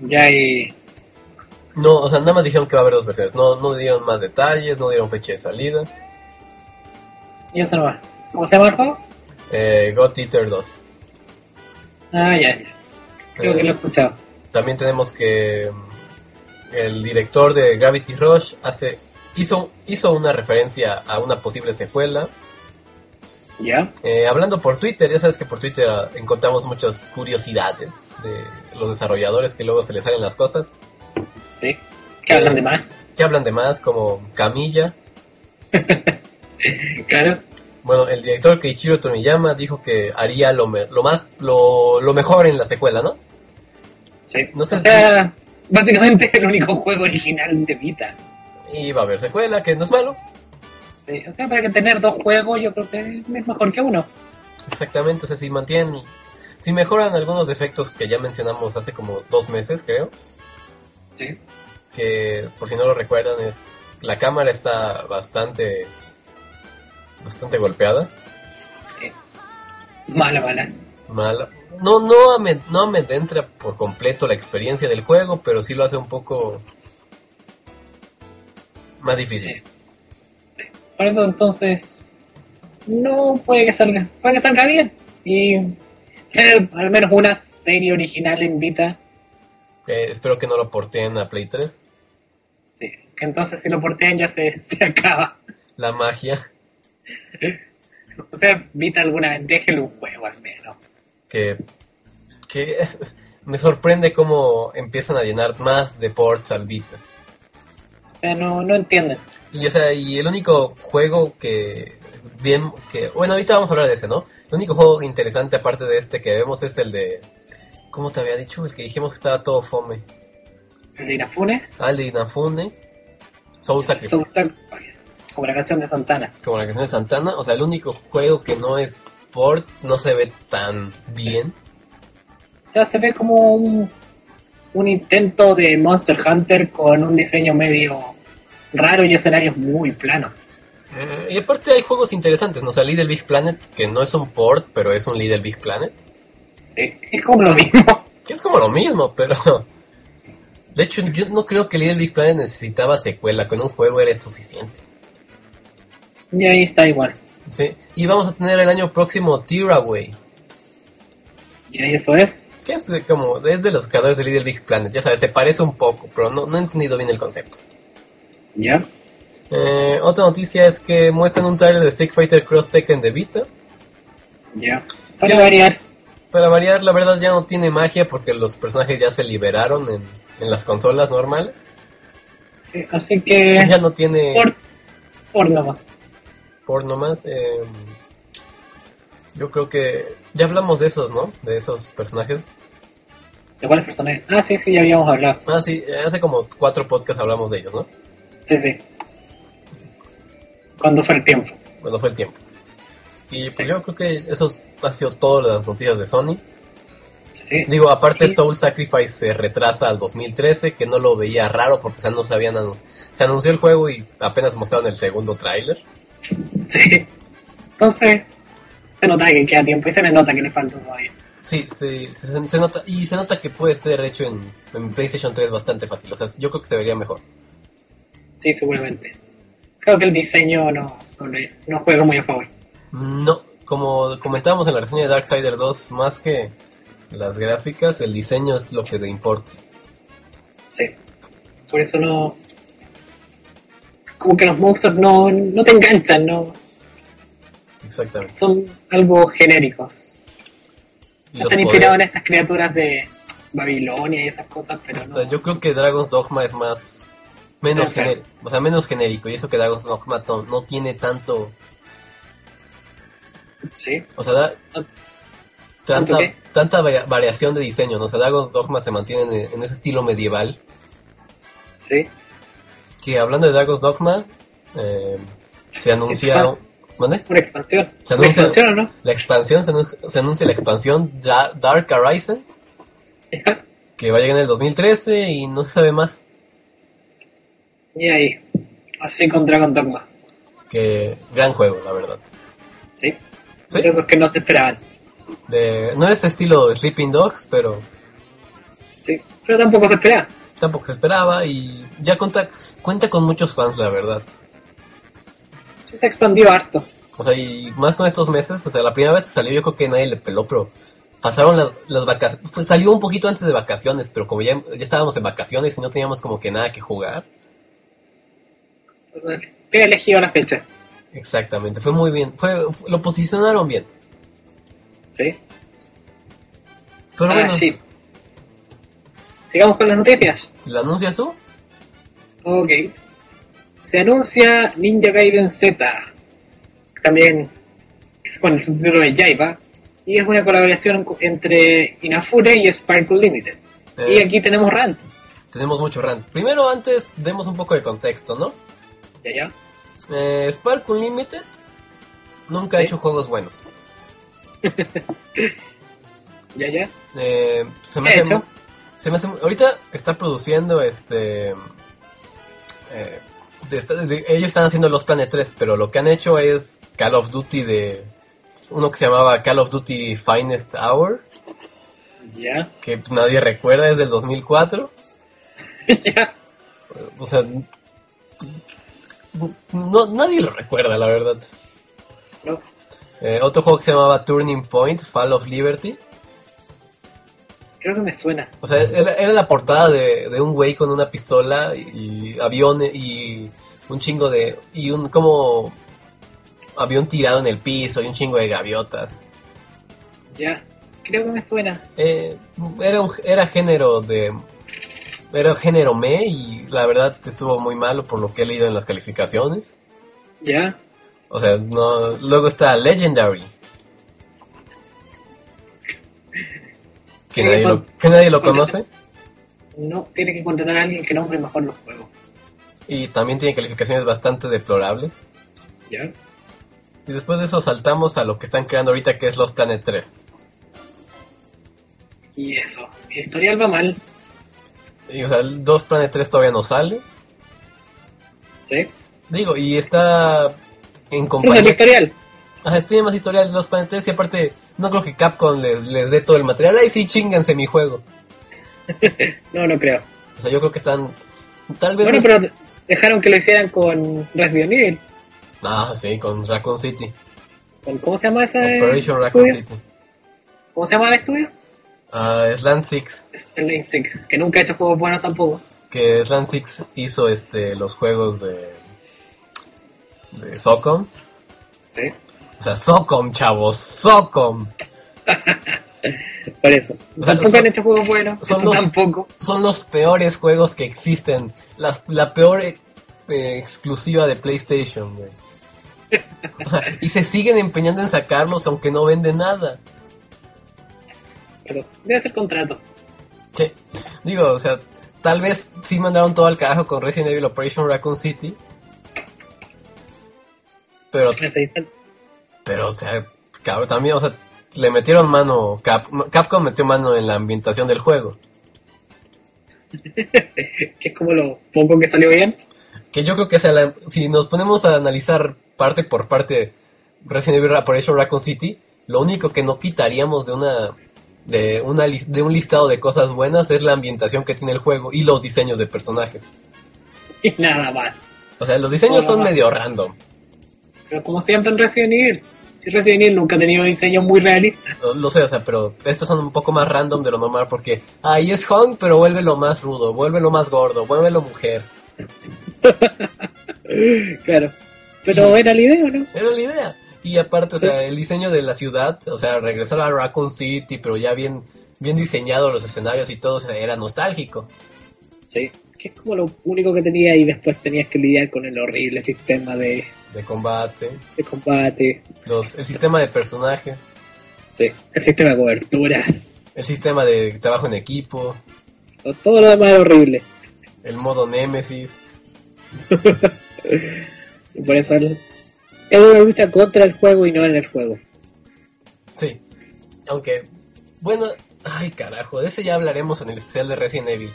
S3: Ya y...
S2: No, o sea, nada más dijeron que va a haber dos versiones. No, no dieron más detalles, no dieron fecha de salida.
S3: y eso nomás. ¿Cómo se llama el juego?
S2: Eh, God Eater 2.
S3: Ah, ya, ya. Creo
S2: Eh,
S3: que lo he escuchado.
S2: También tenemos que mm, el director de Gravity Rush hace, hizo, hizo una referencia a una posible secuela.
S3: ¿Ya?
S2: Eh, hablando por Twitter, ya sabes que por Twitter ah, encontramos muchas curiosidades de los desarrolladores que luego se les salen las cosas.
S3: Sí. ¿Qué hablan de más?
S2: Que hablan de más, como Camilla,
S3: Claro.
S2: Bueno, el director Keiichiro Tomiyama dijo que haría lo, me- lo más lo, lo mejor en la secuela, ¿no?
S3: Sí.
S2: No sé
S3: o sea, básicamente el único juego original de Vita.
S2: Y va a haber secuela, que no es malo.
S3: Sí. O sea, para que tener dos juegos yo creo que es mejor que uno.
S2: Exactamente, o sea, si mantienen, si mejoran algunos defectos que ya mencionamos hace como dos meses, creo,
S3: Sí.
S2: que por si no lo recuerdan es la cámara está bastante bastante golpeada,
S3: Mala, mala.
S2: mala. No no ame- no amedrenta por completo la experiencia del juego, pero sí lo hace un poco más difícil.
S3: Sí. Por eso entonces no puede que salga, puede que salga bien. Y tener al menos una serie original en Vita,
S2: Eh, espero que no lo porteen a Play 3.
S3: sí, que entonces si lo portean ya se, se acaba.
S2: La magia
S3: O sea, Vita alguna vez, déjelo un juego al menos.
S2: que, que me sorprende cómo empiezan a llenar más de ports al Vita.
S3: O sea, no, no entienden.
S2: Y o sea, y el único juego que bien que bueno, ahorita vamos a hablar de ese, ¿no? El único juego interesante aparte de este que vemos es el de ¿Cómo te había dicho? El que dijimos que estaba todo fome.
S3: El de Inafune,
S2: Ah, el de Inafune. Soul Sacrifice.
S3: Soul Sacrifice, pues, como la canción de Santana.
S2: Como la canción de Santana. O sea, el único juego que no es port, no se ve tan bien.
S3: O sea, se ve como un, un intento de Monster Hunter con un diseño medio raro y escenarios muy planos.
S2: Eh, y aparte hay juegos interesantes, ¿no? O sea, Little Big Planet, que no es un port, pero es un Little Big Planet.
S3: Sí, es como lo mismo.
S2: Que es como lo mismo, pero... De hecho, yo no creo que Little Big Planet necesitaba secuela. Con un juego era suficiente.
S3: Y ahí está igual.
S2: ¿Sí? Y vamos a tener el año próximo Tearaway.
S3: Y ahí eso es.
S2: Que es de- como... Es de los creadores de Little Big Planet. Ya sabes, se parece un poco, pero no, no he entendido bien el concepto.
S3: Ya.
S2: Eh, otra noticia es que muestran un trailer de Street Fighter Cross Tekken de Vita.
S3: Ya. Para
S2: Ya.
S3: variar.
S2: Para variar, la verdad ya no tiene magia porque los personajes ya se liberaron en, en las consolas normales.
S3: Sí, así que.
S2: ya no tiene
S3: Por, por nomás.
S2: por nomás. eh, yo creo que ya hablamos de esos, ¿no? De esos personajes.
S3: ¿De cuáles personajes? Ah, sí, sí, ya habíamos hablado.
S2: Ah, sí, eh, hace como cuatro podcasts hablamos de ellos, ¿no?
S3: Sí, sí. Cuando fue el tiempo.
S2: Cuando fue el tiempo. Y pues yo creo que eso ha sido todas las noticias de Sony.
S3: Sí.
S2: Digo, aparte
S3: Sí.
S2: Soul Sacrifice se retrasa al 2013, que no lo veía raro porque ya no sabían... anu- Se anunció el juego y apenas mostraron el segundo tráiler. Mm.
S3: Sí. Entonces. Se nota que queda tiempo y se me nota que le falta todavía.
S2: Sí, sí, se, se nota, y se nota que puede ser hecho en, en PlayStation 3 bastante fácil. O sea, yo creo que se vería mejor.
S3: Sí, seguramente. Creo que el diseño no, no, le- no juega muy a favor. Mm.
S2: No, como comentábamos en la reseña de Darksider 2, más que las gráficas, el diseño es lo que te importa.
S3: Sí. Por eso no. como que los monstruos no, no te enganchan, no
S2: Exactamente.
S3: son algo genéricos.
S2: Y los
S3: Están inspirados en
S2: poderes.
S3: estas criaturas de Babilonia y esas cosas, pero
S2: Hasta
S3: no.
S2: Yo creo que Dragon's Dogma es más. Menos,
S3: Ajá.
S2: gener- o sea, menos genérico. Y eso que Dragon's Dogma no, no tiene tanto.
S3: Sí.
S2: O sea, da-
S3: ¿Tanto
S2: tanta,
S3: qué?
S2: tanta varia- variación de diseño. ¿no? O sea, Dragon's Dogma se mantiene en, en ese estilo medieval.
S3: Sí.
S2: Que hablando de Dragon's Dogma, eh, se anuncia.
S3: Expans-
S2: ¿Mande?
S3: Una expansión.
S2: Se
S3: ¿Una
S2: anuncia-
S3: expansión o no?
S2: La expansión se, anu- se anuncia la expansión Da- Dark Horizon,
S3: Ya.
S2: que va a llegar en el 2013 y no se sabe más.
S3: Y ahí. Así con Dragon Dogma.
S2: Que gran juego, la verdad.
S3: Sí.
S2: Sí.
S3: De esos que no se esperaban.
S2: De- no es estilo Sleeping Dogs, pero
S3: Sí. Pero tampoco se esperaba.
S2: tampoco se esperaba y ya cuenta, cuenta con muchos fans, la verdad.
S3: Sí se expandió harto.
S2: O sea, y más con estos meses, o sea, la primera vez que salió yo creo que nadie le peló, pero pasaron las, las vacaciones. salió un poquito antes de vacaciones, pero como ya, ya estábamos en vacaciones y no teníamos como que nada que jugar.
S3: He elegido la fecha.
S2: Exactamente, fue muy bien. Fue, fue- lo posicionaron bien.
S3: Sí.
S2: Pero
S3: Ah,
S2: bueno,
S3: sí. Sigamos con las noticias.
S2: ¿lo anuncias tú?
S3: Ok. Se anuncia Ninja Gaiden Z. También es con el subtítulo de Jaiba. Y es una colaboración co- entre Inafune y Sparkle Limited.
S2: Eh.
S3: Y aquí tenemos Rant.
S2: Tenemos mucho rant. Primero, antes, demos un poco de contexto, ¿no?
S3: Ya, ya.
S2: Eh, Spark Unlimited nunca ha
S3: Sí.
S2: hecho juegos buenos.
S3: Ya, ya.
S2: Eh, se me
S3: ¿Qué ha
S2: hace
S3: hecho?
S2: mu- se me hace mu- ahorita está produciendo este eh, de esta- de- ellos están haciendo los Planet 3 pero lo que han hecho es Call of Duty de uno que se llamaba Call of Duty Finest Hour
S3: Ya.
S2: que nadie recuerda es del 2004
S3: ya.
S2: Eh, o sea n- no, nadie lo recuerda la verdad
S3: No.
S2: Eh, otro juego que se llamaba Turning Point Fall of Liberty
S3: Creo que me suena.
S2: O sea, era, era la portada de, de un güey con una pistola y, y aviones y un chingo de... Y un como avión tirado en el piso y un chingo de gaviotas.
S3: Ya. Creo que me suena.
S2: Eh, era, un- era género de... Era género me y la verdad estuvo muy malo por lo que he leído en las calificaciones.
S3: Ya.
S2: O sea, no, luego está Legendary. Que nadie, lo, que nadie lo conoce.
S3: No, tiene que contratar a alguien que nombre mejor los juegos.
S2: Y también tiene calificaciones bastante deplorables.
S3: Ya.
S2: Y después de eso saltamos a lo que están creando ahorita, que es los Planet 3.
S3: Y eso. Mi historial va mal.
S2: Y, o sea, el 2 Planet 3 todavía no sale.
S3: Sí.
S2: Digo, y está en
S3: Cruza el
S2: compañía...
S3: historial.
S2: Ajá, tiene más historial los Planet 3 y aparte no creo que Capcom les, les dé todo el material. Ahí sí, chinganse mi juego.
S3: No, no creo.
S2: O sea, yo creo que están... Tal vez...
S3: Bueno,
S2: Pues no-
S3: pero dejaron que lo hicieran con Resident Evil.
S2: Ah, sí, con Raccoon City.
S3: ¿Con cómo se llama esa?
S2: Operation Raccoon
S3: estudio?
S2: City.
S3: ¿Cómo se llama el estudio?
S2: Ah, Slant Six.
S3: Stanley Six, que nunca ha hecho juegos buenos tampoco.
S2: Que Slant Six hizo este, los juegos de... De Socom.
S3: Sí.
S2: O sea, Socom, chavos. Socom.
S3: Por eso. Tampoco
S2: son-
S3: han hecho juegos buenos.
S2: son
S3: esto
S2: los-
S3: tampoco.
S2: son los peores juegos que existen. Las- la peor eh, eh, exclusiva de PlayStation, güey. O sea, y se siguen empeñando en sacarlos aunque no venden nada.
S3: Pero debe ser contrato.
S2: Que, digo, o sea, tal vez sí mandaron todo al carajo con Resident Evil Operation Raccoon City. Pero,
S3: Eso dicen.
S2: pero, o sea, cab- también, o sea, le metieron mano, Cap- Capcom metió mano en la ambientación del juego.
S3: Que es como lo poco que salió bien.
S2: Que yo creo que o sea, la- si nos ponemos a analizar parte por parte Resident Evil Operation Raccoon City, lo único que no quitaríamos de una de una lis- de un listado de cosas buenas es la ambientación que tiene el juego y los diseños de personajes.
S3: Y nada más.
S2: O sea, los diseños son
S3: Ah.
S2: medio random.
S3: Pero como siempre en Resident Evil. Si Resident Evil nunca ha tenido diseños muy realistas.
S2: Lo, lo sé, o sea, pero estos son un poco más random de lo normal porque ahí es Hong, pero vuelve lo más rudo, vuelve lo más gordo, vuelve lo mujer.
S3: claro. Pero era la idea, ¿no?
S2: Era la idea. Y aparte, o sea, el diseño de la ciudad, o sea, regresar a Raccoon City, pero ya bien, bien diseñado los escenarios y todo, o sea, era nostálgico.
S3: Sí. Que es como lo único que tenía y después tenías que lidiar con el horrible sistema de,
S2: De combate,
S3: de combate.
S2: los, el sistema de personajes,
S3: Sí. El sistema de coberturas.
S2: el sistema de trabajo en equipo,
S3: to- Todo lo demás era horrible.
S2: el modo Némesis.
S3: Y por eso el- era una lucha contra el juego y no en el juego.
S2: Sí. Aunque, bueno, ay carajo, de ese ya hablaremos en el especial de Resident Evil.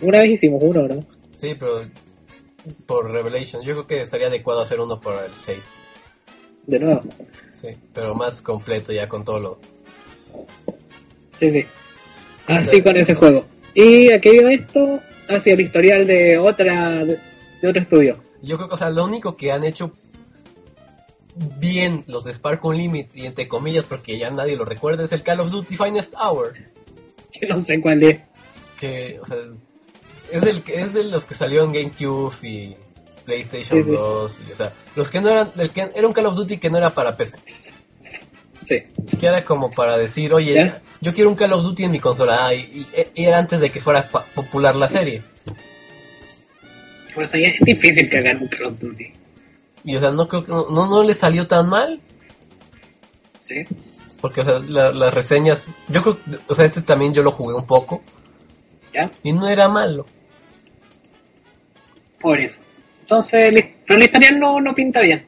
S3: Una vez hicimos uno, ¿no?
S2: Sí, pero por Revelation, yo creo que estaría adecuado hacer uno por el 6.
S3: De nuevo.
S2: Sí, pero más completo ya con todo lo...
S3: Sí, sí. Así con ese juego. ¿Y a qué iba esto? Hacia el historial de otra de, de otro estudio.
S2: Yo creo que, o sea, lo único que han hecho bien los de Spark Unlimited, y entre comillas, porque ya nadie lo recuerda, es el Call of Duty Finest Hour.
S3: Que no sé cuál es.
S2: Que, o sea, es, del, es de los que salió en GameCube y PlayStation
S3: Sí, sí.
S2: 2. Y, o sea, los que no eran... el que, era un Call of Duty que no era para PC.
S3: Sí.
S2: Que era como para decir, oye,
S3: ¿Ya?
S2: yo quiero un Call of Duty en mi consola. Ah, y, y- y era antes de que fuera pa- popular la serie.
S3: Por eso ya es difícil cagar un Call of Duty.
S2: Y o sea, no creo que no, no, no le salió tan mal.
S3: Sí.
S2: Porque, o sea, la- las reseñas. Yo creo. O sea, este también yo lo jugué un poco.
S3: ¿Ya?
S2: Y no era malo.
S3: Por eso. Entonces, li- pero el historial no, no pinta bien.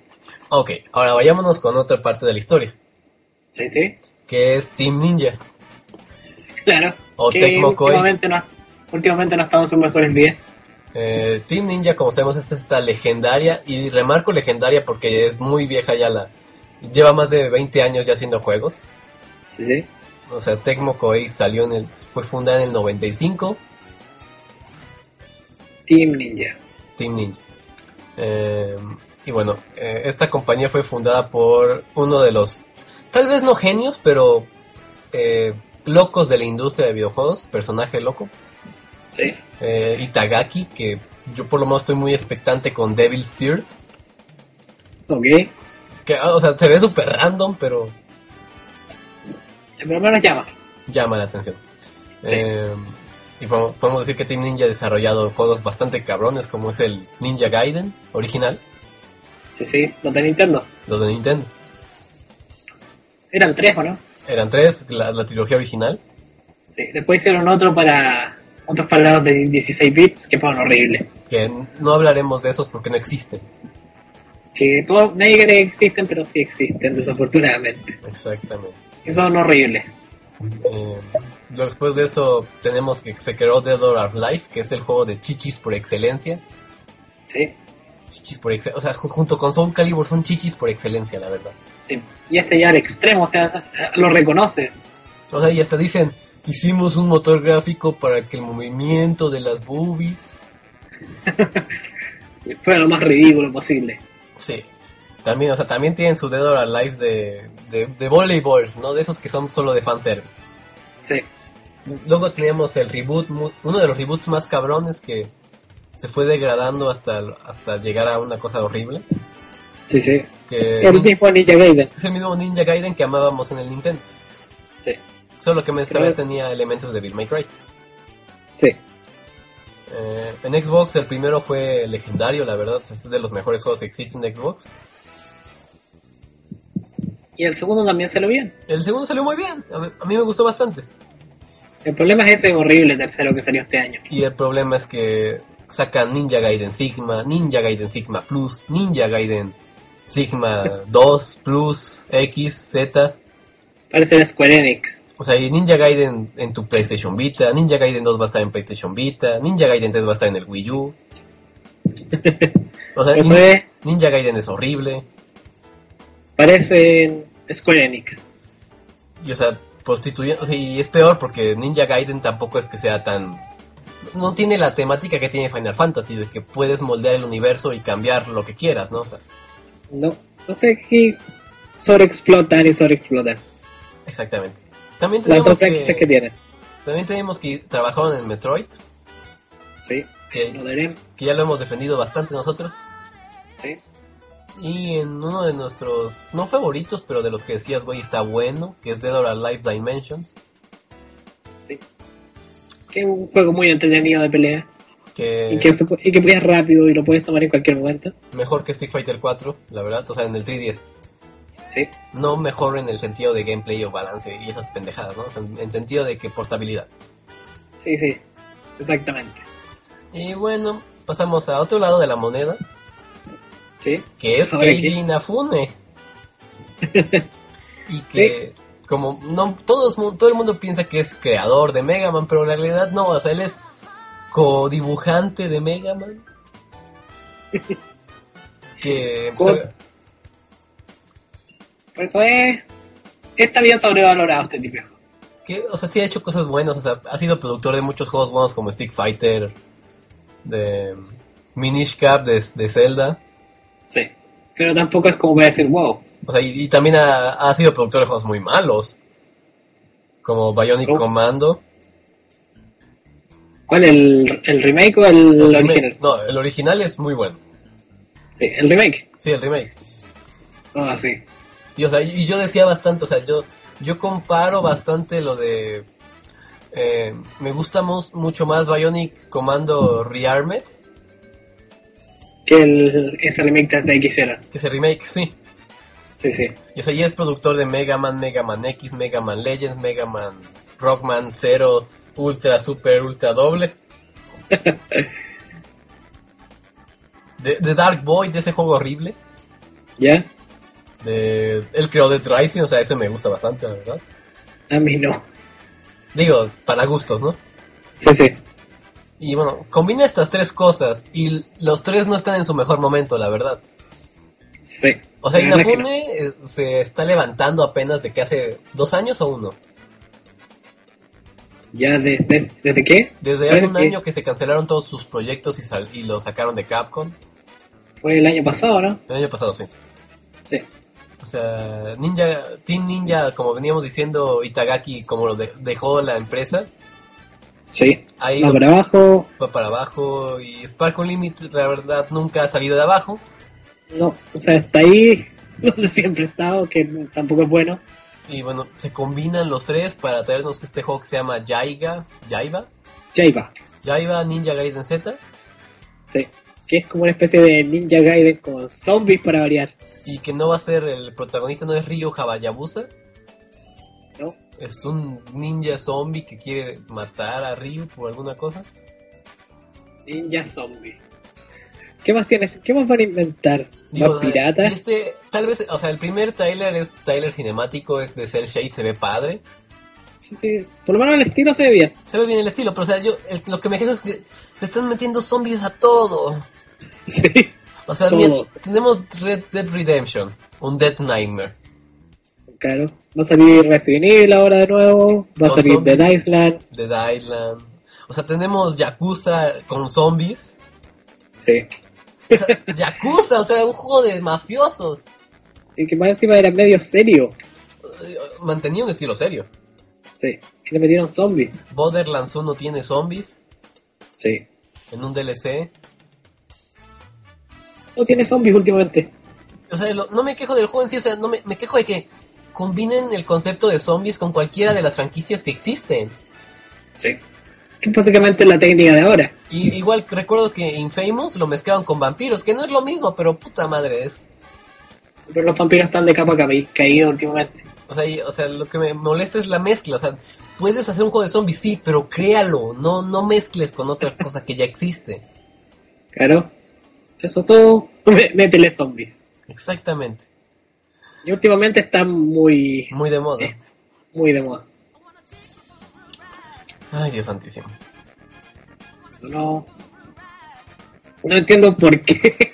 S2: Ok, ahora vayámonos con otra parte de la historia.
S3: Sí, sí.
S2: Que es Team Ninja.
S3: Claro.
S2: O
S3: que
S2: Tecmo Koi.
S3: últimamente no, ha- últimamente no ha estado en sus mejores días.
S2: Eh, Team Ninja, como sabemos, es esta legendaria. Y remarco legendaria porque es muy vieja ya la. Lleva más de 20 años ya haciendo juegos.
S3: Sí, sí.
S2: O sea, Tecmo Koei salió en el. Fue fundada en el 95.
S3: Team Ninja.
S2: Team Ninja. Eh, y bueno, eh, esta compañía fue fundada por uno de los, tal vez no genios, pero eh, locos de la industria de videojuegos, personaje loco,
S3: Sí.
S2: eh, Itagaki, que yo por lo menos estoy muy expectante con Devil's Third,
S3: Ok.
S2: que ah, o sea, se ve súper random, pero
S3: Pero menos llama.
S2: llama la atención.
S3: Sí.
S2: Eh, y podemos podemos decir que Team Ninja ha desarrollado juegos bastante cabrones, como es el Ninja Gaiden original,
S3: Sí, sí. Los de Nintendo.
S2: los de Nintendo.
S3: Eran tres, ¿o no?
S2: Eran tres, la- la trilogía original.
S3: Sí. Después hicieron otro para... Otros para los de 16 bits que fueron horribles.
S2: que no hablaremos de esos porque no existen.
S3: Que todo, nadie cree que existen, pero sí existen, desafortunadamente.
S2: Exactamente.
S3: Que son horribles.
S2: Eh, luego, después de eso tenemos que se creó Dead or Alive, Life, que es el juego de chichis por excelencia.
S3: Sí.
S2: Chichis por excelencia. O sea, ju- junto con Soul Calibur son chichis por excelencia, la verdad.
S3: Sí. Y este ya al extremo, o sea, lo reconoce.
S2: O sea, y hasta dicen, hicimos un motor gráfico para que el movimiento de las boobies...
S3: Fue lo más ridículo posible.
S2: Sí. También, o sea, también tienen su Dead or Alive de, de, de voleibol, ¿no? De esos que son solo de fanservice.
S3: Sí.
S2: Luego teníamos el reboot, mu- uno de los reboots más cabrones que se fue degradando hasta, hasta llegar a una cosa horrible.
S3: Sí, sí.
S2: Que
S3: El mismo Ninja Gaiden.
S2: es el mismo Ninja Gaiden que amábamos en el Nintendo.
S3: Sí.
S2: Solo que esta
S3: Pero-
S2: vez tenía elementos de Bill May Cry.
S3: Sí.
S2: Eh, en Xbox el primero fue legendario, la verdad. o sea, Es de los mejores juegos que existen en Xbox.
S3: Y el segundo también se lo bien.
S2: El segundo salió muy bien. A mí, a mí me gustó bastante.
S3: El problema es ese horrible tercero que salió este año.
S2: Y el problema es que sacan Ninja Gaiden Sigma, Ninja Gaiden Sigma Plus, Ninja Gaiden Sigma 2 Plus, X, Z.
S3: Parece el Square Enix.
S2: O sea, y Ninja Gaiden en tu PlayStation Vita, Ninja Gaiden 2 va a estar en PlayStation Vita, Ninja Gaiden 3 va a estar en el Wii U. O sea,
S3: Eso
S2: Nin-
S3: es,
S2: Ninja Gaiden es horrible.
S3: parece Square Enix.
S2: Y, o sea, prostituye, o sea, y es peor porque Ninja Gaiden tampoco es que sea tan... No tiene la temática que tiene Final Fantasy, de que puedes moldear el universo y cambiar lo que quieras, ¿no? O sea,
S3: No, no sé qué sobreexplotar y sobreexplotar.
S2: Exactamente. También
S3: Las
S2: tenemos
S3: dos franquicias
S2: que,
S3: que tienen.
S2: también tenemos que trabajaron en Metroid,
S3: Sí.
S2: que,
S3: lo veremos.
S2: que ya lo hemos defendido bastante nosotros.
S3: Sí.
S2: Y en uno de nuestros, no favoritos, pero de los que decías, güey, está bueno, que es Dead or Alive Dimensions,
S3: Que es un juego muy entretenido de pelea.
S2: que,
S3: Y, que se pu- y que peleas rápido y lo puedes tomar en cualquier momento.
S2: mejor que Street Fighter 4, la verdad, o sea, en el 3DS.
S3: Sí.
S2: No mejor en el sentido de gameplay o balance y esas pendejadas, ¿no? O sea, en, en sentido de que portabilidad.
S3: Sí, sí. Exactamente.
S2: Y bueno, pasamos a otro lado de la moneda,
S3: Sí.
S2: que es
S3: Ahora
S2: Keiji
S3: qué.
S2: Inafune. y que como no todos mu- todo el mundo piensa que es creador de Mega Man, pero en realidad no, o sea, él es codibujante de Mega Man. que pues, o sea,
S3: Por eso es. Está bien sobrevalorado este tipo.
S2: que, o sea, sí ha hecho cosas buenas, o sea, ha sido productor de muchos juegos buenos como Stick Fighter, de Minish Cap de, de Zelda.
S3: Sí. Pero tampoco es como para decir, wow.
S2: O sea, y, y también ha, ha sido productor de juegos muy malos. Como Bionic
S3: Oh.
S2: Commando.
S3: ¿Cuál? ¿El, el remake o el,
S2: El remake-
S3: original?
S2: no, el original es muy bueno.
S3: Sí, el remake.
S2: Sí, el remake.
S3: Ah, sí.
S2: Y, o sea, y yo decía bastante, o sea, yo, yo comparo bastante lo de... eh, me gusta mus- mucho más Bionic Commando Rearmed
S3: Que el, ese remake de que hicieron.
S2: que ese remake, sí.
S3: Sí, sí.
S2: Y o sea, y es productor de Mega Man, Mega Man X, Mega Man Legends, Mega Man Rockman Zero, Ultra, Super, Ultra Doble. De, de Dark Boy, de ese juego horrible.
S3: ¿Ya?
S2: De, él creó Dead Rising, o sea, ese me gusta bastante, la verdad.
S3: A mí no.
S2: Digo, para gustos, ¿no?
S3: Sí, sí.
S2: Y bueno, combina estas tres cosas y l- los tres no están en su mejor momento, la verdad.
S3: Sí.
S2: O sea,
S3: La verdad que no.
S2: Inafune eh, se está levantando apenas de que hace dos años o uno.
S3: ¿Ya desde, desde qué?
S2: Desde hace
S3: Bueno,
S2: un
S3: que
S2: año que se cancelaron todos sus proyectos y, sal- y los sacaron de Capcom.
S3: Fue el año pasado, ¿no?
S2: El año pasado, sí.
S3: Sí.
S2: O sea, Ninja, Team Ninja, como veníamos diciendo, Itagaki, como lo de- dejó la empresa,
S3: Sí.
S2: ha ido
S3: Más para abajo.
S2: pa- para abajo. Y Spark Unlimited, la verdad, nunca ha salido de abajo.
S3: No. O sea, está ahí donde siempre he estado, que no- tampoco es bueno.
S2: Y bueno, se combinan los tres para traernos este juego que se llama Jaiga, Jaiba,
S3: Ya iba.
S2: Jaiba Ninja Gaiden Z.
S3: Sí. Que es como una especie de Ninja Gaiden con zombies para variar.
S2: Y que no va a ser, el protagonista no es Ryo Habayabusa,
S3: ¿No?
S2: es un ninja zombie que quiere matar a Ryu por alguna cosa.
S3: Ninja Zombie. ¿Qué más tienes? ¿Qué más van a inventar?
S2: Digo,
S3: ¿Más
S2: o sea, y
S3: piratas?
S2: este, tal vez, o sea, el primer trailer es trailer cinemático, es de Cell Shade, se ve padre.
S3: Sí, sí. Por lo menos el estilo se ve bien.
S2: Se ve bien el estilo, pero o sea, yo, el- lo que me quedo es que le están metiendo zombies a todo.
S3: Sí.
S2: O sea,
S3: Todo.
S2: mira, tenemos Red Dead Redemption, un Dead Nightmare,
S3: Claro. Va a salir Resident Evil ahora de nuevo. Va a
S2: Con
S3: salir
S2: zombies.
S3: Dead Island.
S2: Dead Island. O sea, tenemos Yakuza con zombies.
S3: Sí.
S2: O sea, Yakuza, o sea, un juego de mafiosos.
S3: Así que más encima era medio serio.
S2: Eh, Mantenía un estilo serio.
S3: Sí. Y le metieron zombies.
S2: Borderlands 1 tiene zombies
S3: Sí.
S2: en un DLC.
S3: No tiene zombies últimamente.
S2: O sea, lo- no me quejo del juego en sí, o sea, no me, me quejo de que combinen el concepto de zombies con cualquiera de las franquicias que existen.
S3: Sí. Que es básicamente la técnica de ahora.
S2: Y, igual que recuerdo que Infamous lo mezclaron con vampiros, que no es lo mismo, pero puta madre es.
S3: Pero los vampiros están de capa caí- caída últimamente.
S2: O sea, y- o sea, lo que me molesta es la mezcla. O sea, puedes hacer un juego de zombies, sí, pero créalo, no, no mezcles con otra cosa que ya existe.
S3: Claro. Eso todo. Me- Métele zombies.
S2: Exactamente,
S3: Y últimamente están muy,
S2: muy de moda.
S3: Eh. muy de moda.
S2: Ay, Dios santísimo.
S3: No. No entiendo por qué.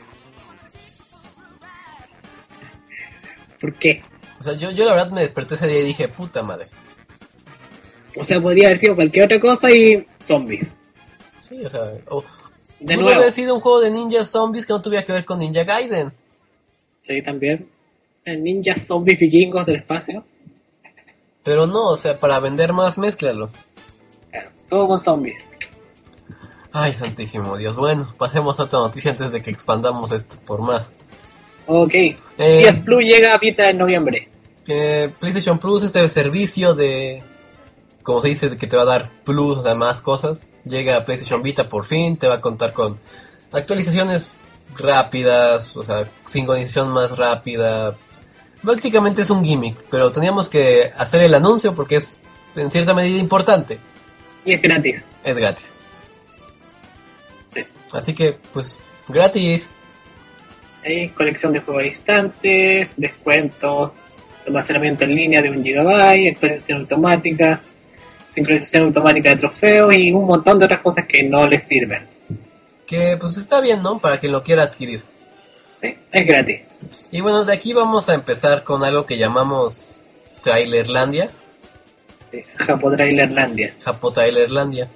S3: ¿Por qué?
S2: O sea, yo, yo la verdad me desperté ese día y dije, puta madre.
S3: O sea, podría haber sido cualquier otra cosa y zombies.
S2: Sí, o sea, o-
S3: De
S2: pudo
S3: nuevo.
S2: haber sido un juego de ninja zombies que no tuviera que ver con Ninja Gaiden.
S3: Sí, también. El ninja zombies vikingos del espacio.
S2: Pero no, o sea, para vender más, mézclalo.
S3: Claro, todo con zombies.
S2: Ay, santísimo Dios. Bueno, pasemos a otra noticia antes de que expandamos esto por más.
S3: Ok.
S2: Eh.
S3: PS Plus llega a Vita en noviembre.
S2: Eh, PlayStation Plus, este servicio de, como se dice, que te va a dar plus, o sea, más cosas. Llega a PlayStation Vita por fin, te va a contar con actualizaciones rápidas, o sea, sincronización más rápida. Prácticamente es un gimmick, pero teníamos que hacer el anuncio porque es en cierta medida importante.
S3: Y es gratis.
S2: Es gratis.
S3: Sí.
S2: Así que, pues, gratis.
S3: Hay colección de juegos a instante, descuentos, almacenamiento en línea de un gigabyte, actualización automática, sincronización automática de trofeos y un montón de otras cosas que no les sirven.
S2: Que, pues, está bien, ¿no? Para quien lo quiera adquirir.
S3: Sí, es gratis.
S2: Y bueno, de aquí vamos a empezar con algo que llamamos Trailerlandia,
S3: Sí, Japo Trailerlandia.
S2: Japo Trailerlandia.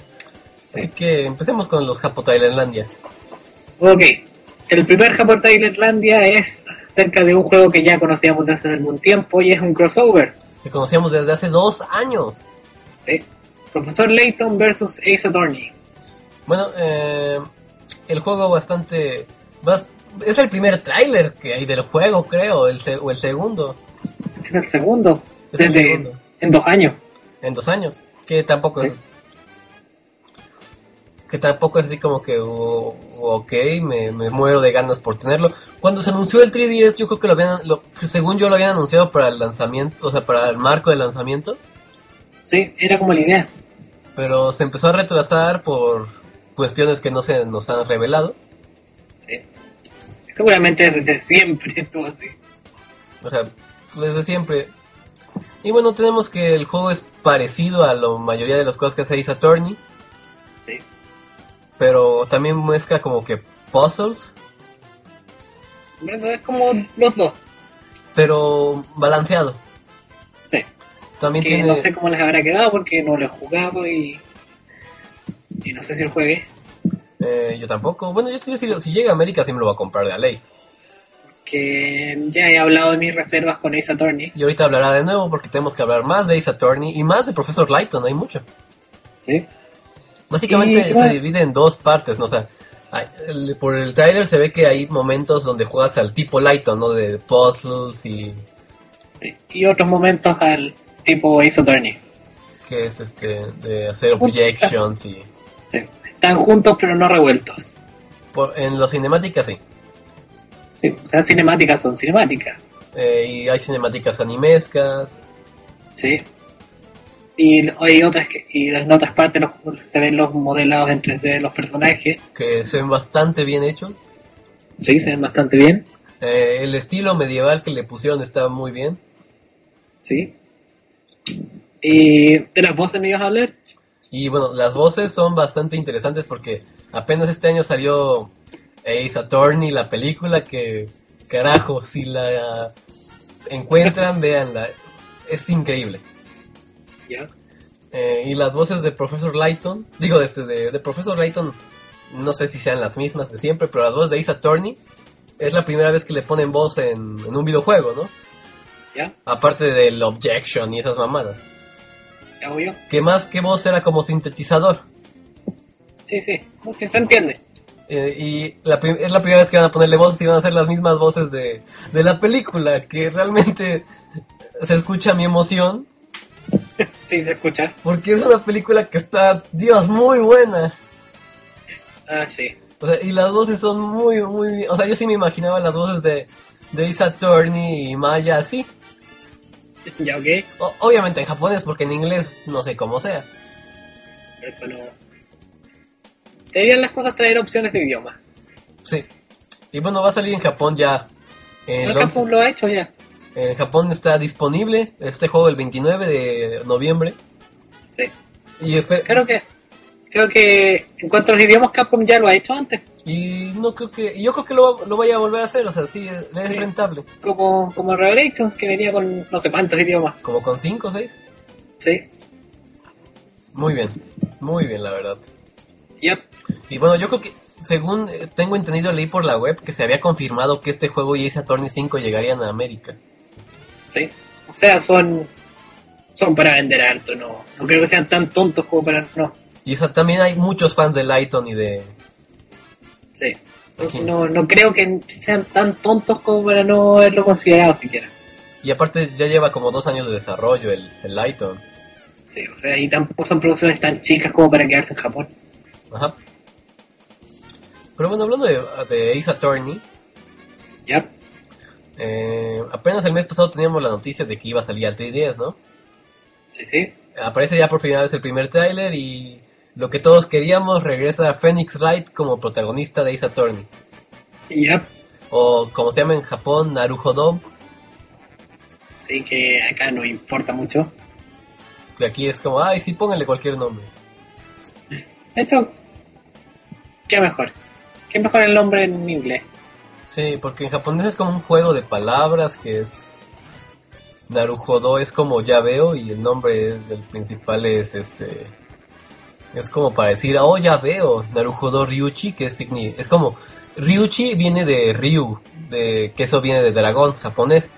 S2: Así que empecemos con los Japo Trailerlandia.
S3: Ok, el primer Japo Trailerlandia es acerca de un juego que ya conocíamos desde hace algún tiempo y es un crossover.
S2: Que conocíamos desde hace dos años.
S3: Sí. Profesor Layton versus Ace Attorney.
S2: Bueno, eh, el juego bastante... bas- es el primer tráiler que hay del juego, creo, el se- o el segundo,
S3: Este Es el segundo.
S2: Este Es el
S3: desde
S2: segundo.
S3: en dos años.
S2: en dos años. Que tampoco es... Que tampoco es así como que, oh, ok, me, me muero de ganas por tenerlo. Cuando se anunció el 3DS, yo creo que lo habían, lo- según yo lo habían anunciado para el lanzamiento, o sea, para el marco de lanzamiento.
S3: Sí, era como la idea.
S2: pero se empezó a retrasar por cuestiones que no se nos han revelado.
S3: Sí. Seguramente desde siempre estuvo así.
S2: O sea, desde siempre. Y bueno, tenemos que el juego es parecido a la mayoría de las cosas que hace Ace Attorney,
S3: Sí.
S2: pero también mezcla como que puzzles,
S3: Bueno, es como los dos.
S2: pero balanceado.
S3: Sí.
S2: También
S3: Que
S2: tiene...
S3: no sé cómo les habrá quedado porque no lo he jugado y. Y no sé si lo juegue.
S2: eh, yo tampoco. Bueno, yo, sí- yo sí- si llega a América sí me lo voy a comprar de la ley.
S3: Que ya he hablado de mis reservas con Ace Attorney.
S2: Y ahorita hablará de nuevo porque tenemos que hablar más de Ace Attorney y más de Professor Lighton, hay mucho.
S3: Sí.
S2: Básicamente
S3: Y,
S2: se
S3: bueno.
S2: divide en dos partes, ¿no? O sea, hay- el- por el tráiler se ve que hay momentos donde juegas al tipo Lighton, ¿no? De puzzles y
S3: Y otros momentos al tipo Ace Attorney.
S2: que es este de hacer objections y
S3: Sí. Están juntos pero no revueltos.
S2: por- en las cinemáticas sí.
S3: Sí. O sea, cinemáticas son cinemáticas.
S2: Eh, y hay cinemáticas animescas.
S3: Sí. Y hay otras que, y en otras partes los- se ven los modelados en 3D de los personajes.
S2: que se ven bastante bien hechos.
S3: Sí, se ven bastante bien.
S2: Eh, el estilo medieval que le pusieron está muy bien.
S3: Sí. Y de las voces me ibas a hablar.
S2: Y bueno, las voces son bastante interesantes porque apenas este año salió Ace Attorney, la película que, carajo, si la encuentran, véanla. Es increíble.
S3: Ya.
S2: Eh, y las voces de Professor Layton, digo, de, este, de, de Professor Layton, no sé si sean las mismas de siempre, pero las voces de Ace Attorney es la primera vez que le ponen voz en, en un videojuego, ¿no?
S3: Ya,
S2: Aparte del Objection y esas mamadas.
S3: ya voy yo.
S2: Que más que voz era como sintetizador.
S3: Sí, sí. No, sí se entiende.
S2: Eh, y la prim- es la primera vez que van a ponerle voces y van a hacer las mismas voces de, de la película, que realmente se escucha mi emoción,
S3: Sí, se escucha.
S2: porque es una película que está, Dios, muy buena.
S3: Ah, sí.
S2: O sea, y las voces son muy, muy bien. O sea, yo sí me imaginaba las voces de, de Ace Attorney y Maya así.
S3: Ya, ok.
S2: O- obviamente en japonés, porque en inglés no sé cómo sea.
S3: Pero eso no. Deberían las cosas traer opciones de idioma.
S2: Sí. Y bueno, va a salir en Japón ya. El
S3: El
S2: 11
S3: campo lo ha hecho ya.
S2: en Japón está disponible este juego el 29 de noviembre.
S3: Sí.
S2: Y espero...
S3: Creo que. Creo que en cuanto a los idiomas, Capcom ya lo ha hecho antes.
S2: Y no creo que, y yo creo que lo, va- lo vaya a volver a hacer, o sea, sí, es, es
S3: Sí.
S2: rentable.
S3: Como, como Revelations, que venía con no sé cuántos idiomas.
S2: Como con 5 o 6.
S3: Sí.
S2: Muy bien, muy bien, la verdad.
S3: Yep.
S2: Y bueno, yo creo que, según eh, tengo entendido, leí por la web que se había confirmado que este juego y ese Attorney 5 llegarían a América.
S3: Sí. O sea, son. Son para vender harto, no. No creo que sean tan tontos como para no
S2: Y o sea, también hay muchos fans de Lighton y de...
S3: Sí. Entonces no, no creo que sean tan tontos como para no haberlo considerado siquiera.
S2: Y aparte ya lleva como dos años de desarrollo el, el Lighton.
S3: Sí, o sea, y tampoco son producciones tan chicas como para quedarse en Japón.
S2: Ajá. Pero bueno, hablando de, de Ace Attorney,
S3: Ya.
S2: eh, apenas el mes pasado teníamos la noticia de que iba a salir al 3DS, ¿no?
S3: Sí, sí.
S2: Aparece ya por primera vez el primer tráiler y lo que todos queríamos regresa a Phoenix Wright como protagonista de Ace Attorney.
S3: Ya.
S2: O como se llama en Japón, Naruhodo,
S3: Así que acá no importa mucho.
S2: que aquí es como, ay, sí, póngale cualquier nombre.
S3: Esto. ¿Qué mejor? ¿Qué mejor el nombre en inglés?
S2: Sí, porque en japonés es como un juego de palabras que es... Naruhodo es como ya veo y el nombre del principal es este... Es como para decir, oh ya veo, Naruhodo Ryuchi, que significa... Es como, Ryuchi viene de Ryu, de, que eso viene de dragón japonés.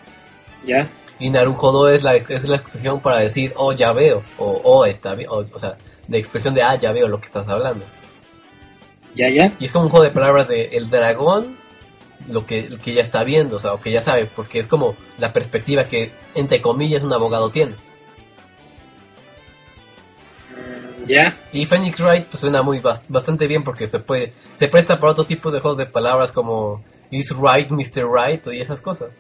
S3: Ya.
S2: Y Naruhodo es la, es la expresión para decir, oh ya veo, o oh está bien, o, o sea, de expresión de, ah ya veo lo que estás hablando.
S3: Ya, ya.
S2: Y es como un juego de palabras de el dragón, lo que, el que ya está viendo, o sea, o que ya sabe, porque es como la perspectiva que, entre comillas, un abogado tiene.
S3: Mm, Ya.
S2: Y Phoenix Wright pues suena muy bas- bastante bien porque se puede, se presta para otros tipos de juegos de palabras como Is Right, Mr. Right y esas cosas.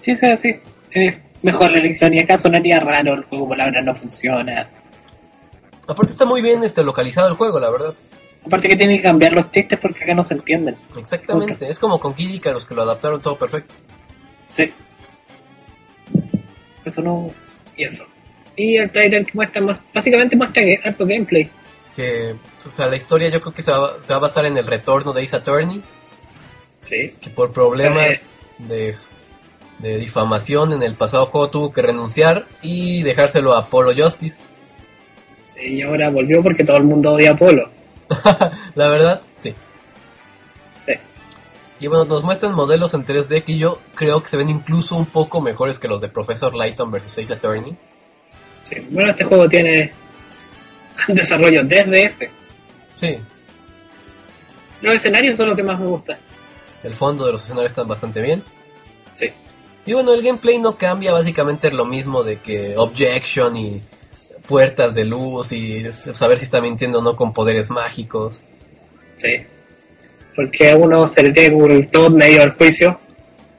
S3: Sí, o sea, sí. Eh, mejor la elección. Y acá sonaría raro el juego, palabras no funciona.
S2: Aparte está muy bien este localizado el juego, la verdad.
S3: Aparte que tienen que cambiar los chistes porque acá no se entienden.
S2: Exactamente, es como con Kid Icarus que lo adaptaron todo perfecto.
S3: Sí. Eso no. Y eso. Y el trailer que muestra más. Básicamente muestra que harto gameplay.
S2: Que, o sea, la historia yo creo que se va, se va a basar en el retorno de Ace Attorney,
S3: Sí.
S2: que por problemas de, de difamación en el pasado juego tuvo que renunciar y dejárselo a Polo Justice.
S3: Y ahora volvió porque todo el mundo odia a Polo.
S2: La verdad, sí.
S3: Sí.
S2: Y bueno, nos muestran modelos en 3D que yo creo que se ven incluso un poco mejores que los de Professor Lighton vs. Ace Attorney.
S3: Sí. Bueno, este juego tiene desarrollo desde ese.
S2: Sí,
S3: Los escenarios son lo que más me gusta.
S2: el fondo de los escenarios están bastante bien.
S3: Sí.
S2: Y bueno, el gameplay no cambia, básicamente es lo mismo de que Objection y puertas de luz y s- saber si está mintiendo o no con poderes mágicos.
S3: Sí. Porque a uno se le tiene como el todo medio al juicio.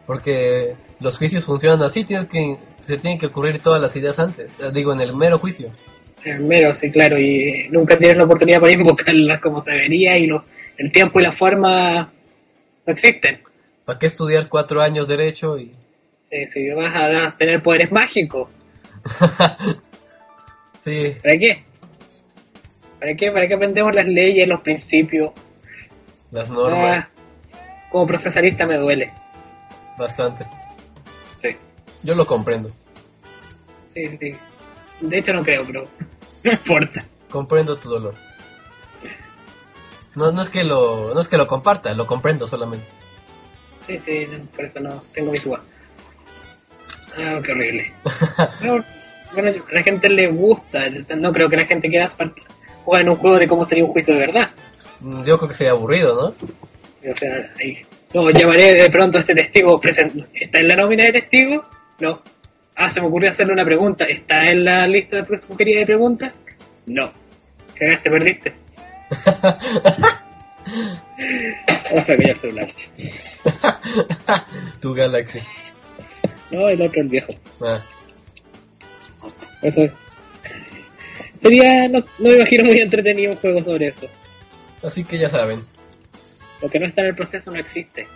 S2: Porque los juicios funcionan así, tienes que, se tienen que ocurrir todas las ideas antes, eh, digo, en el mero juicio.
S3: El mero, sí, claro. Y nunca tienes la oportunidad para invocarlas como se debería. Y lo- el tiempo y la forma no existen.
S2: ¿Para qué estudiar cuatro años derecho y
S3: Sí, si vas a, vas a tener poderes mágicos,
S2: Sí,
S3: ¿para qué? ¿Para qué? ¿Para qué aprendemos las leyes, los principios?
S2: las normas,
S3: Ah, como procesalista me duele.
S2: bastante.
S3: Sí,
S2: Yo lo comprendo.
S3: sí, sí. De hecho no creo, pero no importa.
S2: Comprendo tu dolor. No, no es que lo, no es que lo comparta, lo comprendo solamente.
S3: Sí, sí, no, por eso no tengo mi duda. Ah, qué horrible. No, bueno, a la gente le gusta. No creo que la gente quiera par- jugar en un juego de cómo sería un juicio de verdad.
S2: Mm, Yo creo que sería aburrido, ¿no?
S3: O sea, ahí. No, llamaré de pronto a este testigo. presen- ¿Está en la nómina de testigo? No. Ah, se me ocurrió hacerle una pregunta. ¿Está en la lista de sugerida de preguntas? No. Cagaste, perdiste. Vamos a cambiar el celular.
S2: Tu Galaxy.
S3: No, el otro, el viejo.
S2: Ah,
S3: Eso es. Sería, no, no me imagino muy entretenido un juego sobre eso.
S2: Así que ya saben.
S3: Lo que no está en el proceso no existe.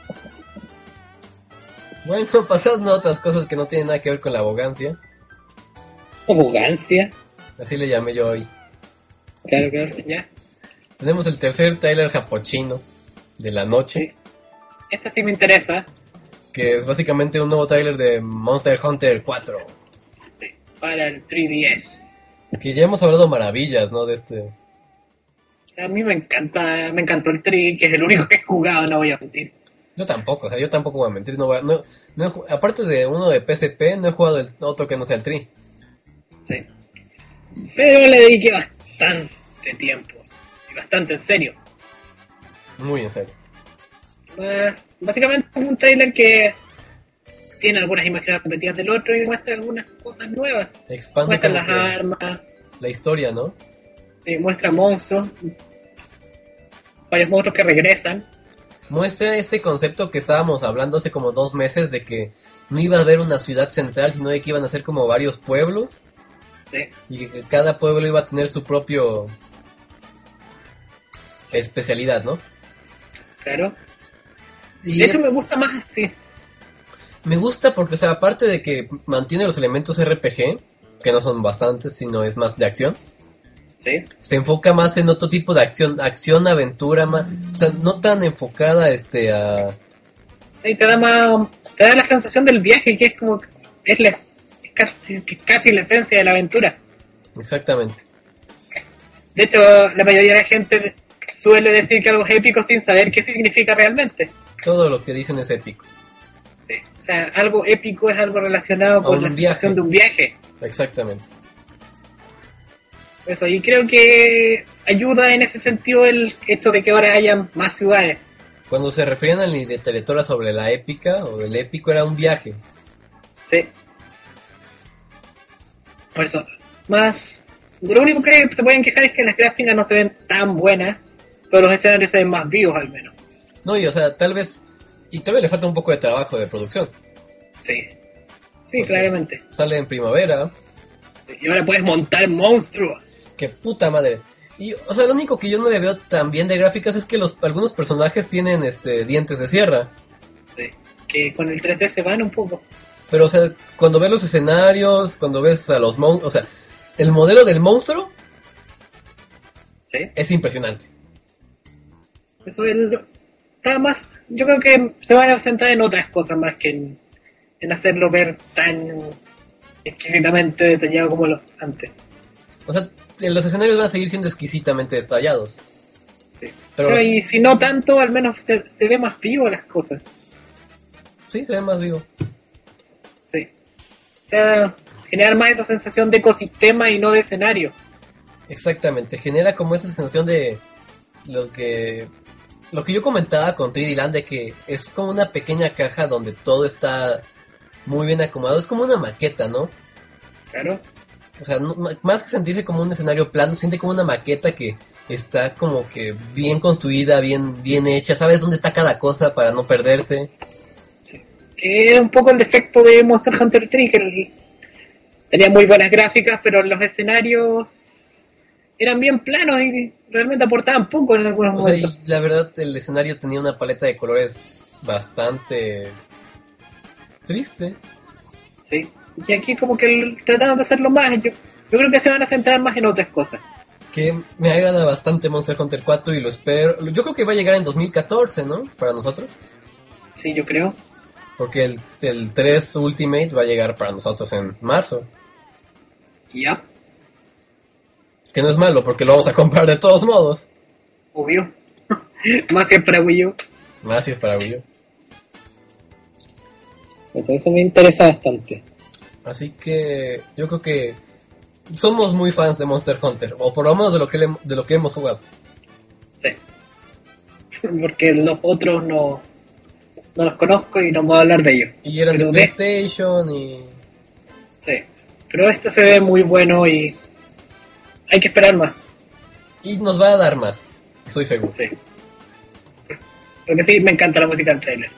S2: Bueno, pasando a otras cosas que no tienen nada que ver con la abogancia.
S3: Arrogancia.
S2: Así le llamé yo hoy.
S3: Claro, claro, ya.
S2: Tenemos el tercer trailer japochino de la noche,
S3: Esta sí me interesa.
S2: que es básicamente un nuevo trailer de Monster Hunter 4.
S3: Sí. Para el 3DS.
S2: Que ya hemos hablado maravillas, ¿no? De este.
S3: O sea, a mí me encanta, me encantó el tri, que es el único que he jugado, no voy a mentir.
S2: Yo tampoco, o sea, yo tampoco voy a mentir. No voy a- no- no he ju- aparte de uno de PSP, no he jugado el otro que no sea el Tri.
S3: Sí. Pero le dediqué bastante de tiempos. Y bastante en serio.
S2: Muy en serio.
S3: Pues, básicamente es un trailer que tiene algunas imágenes repetidas del otro y muestra algunas cosas nuevas.
S2: Expande
S3: muestra
S2: como
S3: las
S2: que
S3: armas,
S2: la historia, ¿no?
S3: eh, muestra monstruos, varios monstruos que regresan.
S2: Muestra este concepto que estábamos hablando hace como dos meses de que no iba a haber una ciudad central, sino de que iban a ser como varios pueblos.
S3: Sí.
S2: Y que cada pueblo iba a tener su propio especialidad, ¿no?
S3: Claro.
S2: Y
S3: De hecho, me gusta más así.
S2: me gusta porque, o sea, aparte de que mantiene los elementos RPG, que no son bastantes, sino es más de acción,
S3: Sí.
S2: se enfoca más en otro tipo de acción, acción, aventura, más, o sea, no tan enfocada este, a...
S3: Sí, te da más. Te da la sensación del viaje, que es como. Es, la, es casi, que es casi la esencia de la aventura.
S2: Exactamente.
S3: De hecho, la mayoría de la gente suele decir que algo es épico sin saber qué significa realmente.
S2: Todo lo que dicen es épico.
S3: Sí. O sea, algo épico es algo relacionado
S2: A
S3: con
S2: un
S3: la
S2: viaje.
S3: sensación de un viaje.
S2: Exactamente.
S3: Eso, y creo que ayuda en ese sentido el esto de que ahora hayan más ciudades.
S2: Cuando se referían a la literatura sobre la épica o el épico era un viaje.
S3: Sí. Por eso, más. Lo único que se pueden quejar es que las gráficas no se ven tan buenas, pero los escenarios se ven más vivos al menos.
S2: No, y o sea, tal vez... Y todavía le falta un poco de trabajo de producción.
S3: Sí. Sí,
S2: Entonces,
S3: claramente.
S2: Sale en primavera.
S3: Y ahora puedes montar monstruos.
S2: Que puta madre. Y, o sea, lo único que yo no le veo tan bien de gráficas es que los, algunos personajes tienen este, dientes de sierra.
S3: Sí. Que con el 3D se van un poco.
S2: Pero, o sea, cuando ves los escenarios, cuando ves a los monstruos, o sea, el modelo del monstruo
S3: Sí.
S2: es impresionante.
S3: Eso el, está más. Yo creo que se van a centrar en otras cosas más que en, en hacerlo ver tan exquisitamente detallado como lo antes.
S2: O sea, los escenarios van a seguir siendo exquisitamente detallados.
S3: Sí.
S2: Pero
S3: O sea,
S2: los-
S3: y si no tanto, al menos se, se ve más vivo las cosas.
S2: Sí, se ve más vivo.
S3: Sí. O sea, generar más esa sensación de ecosistema y no de escenario.
S2: Exactamente, genera como esa sensación de lo que lo que yo comentaba con 3D Land de que es como una pequeña caja donde todo está muy bien acomodado, es como una maqueta, ¿no?
S3: Claro.
S2: O sea, no- ma- más que sentirse como un escenario plano, siente como una maqueta que está como que bien construida, bien bien hecha, sabes dónde está cada cosa para no perderte.
S3: Que es un poco el defecto de Monster Hunter 3, que el- tenía muy buenas gráficas, pero los escenarios eran bien planos y realmente aportaban poco en algunos
S2: O sea,
S3: momentos.
S2: y la verdad el escenario tenía una paleta de colores bastante triste.
S3: Sí. Y aquí como que el- trataron de hacerlo más. Yo, yo creo que se van a centrar más en otras cosas.
S2: que me agrada bastante Monster Hunter 4 y lo espero. Yo creo que va a llegar en 2014, ¿no? Para nosotros.
S3: Sí, yo creo.
S2: Porque el, el 3 Ultimate va a llegar para nosotros en marzo.
S3: Ya,
S2: Que no es malo, porque lo vamos a comprar de todos modos.
S3: obvio. más siempre para Wii U.
S2: Más si es para Wii U.
S3: Eso me interesa bastante.
S2: Así que yo creo que somos muy fans de Monster Hunter. O por lo menos de lo que, le- de lo que hemos jugado.
S3: Sí. Porque los otros no, no los conozco y no puedo hablar de ellos.
S2: Y eran de
S3: Pero de-
S2: PlayStation y...
S3: Sí. Pero este se ve muy bueno y hay que esperar más.
S2: Y nos va a dar más. Estoy seguro.
S3: Sí. Porque sí, me encanta la música del trailer.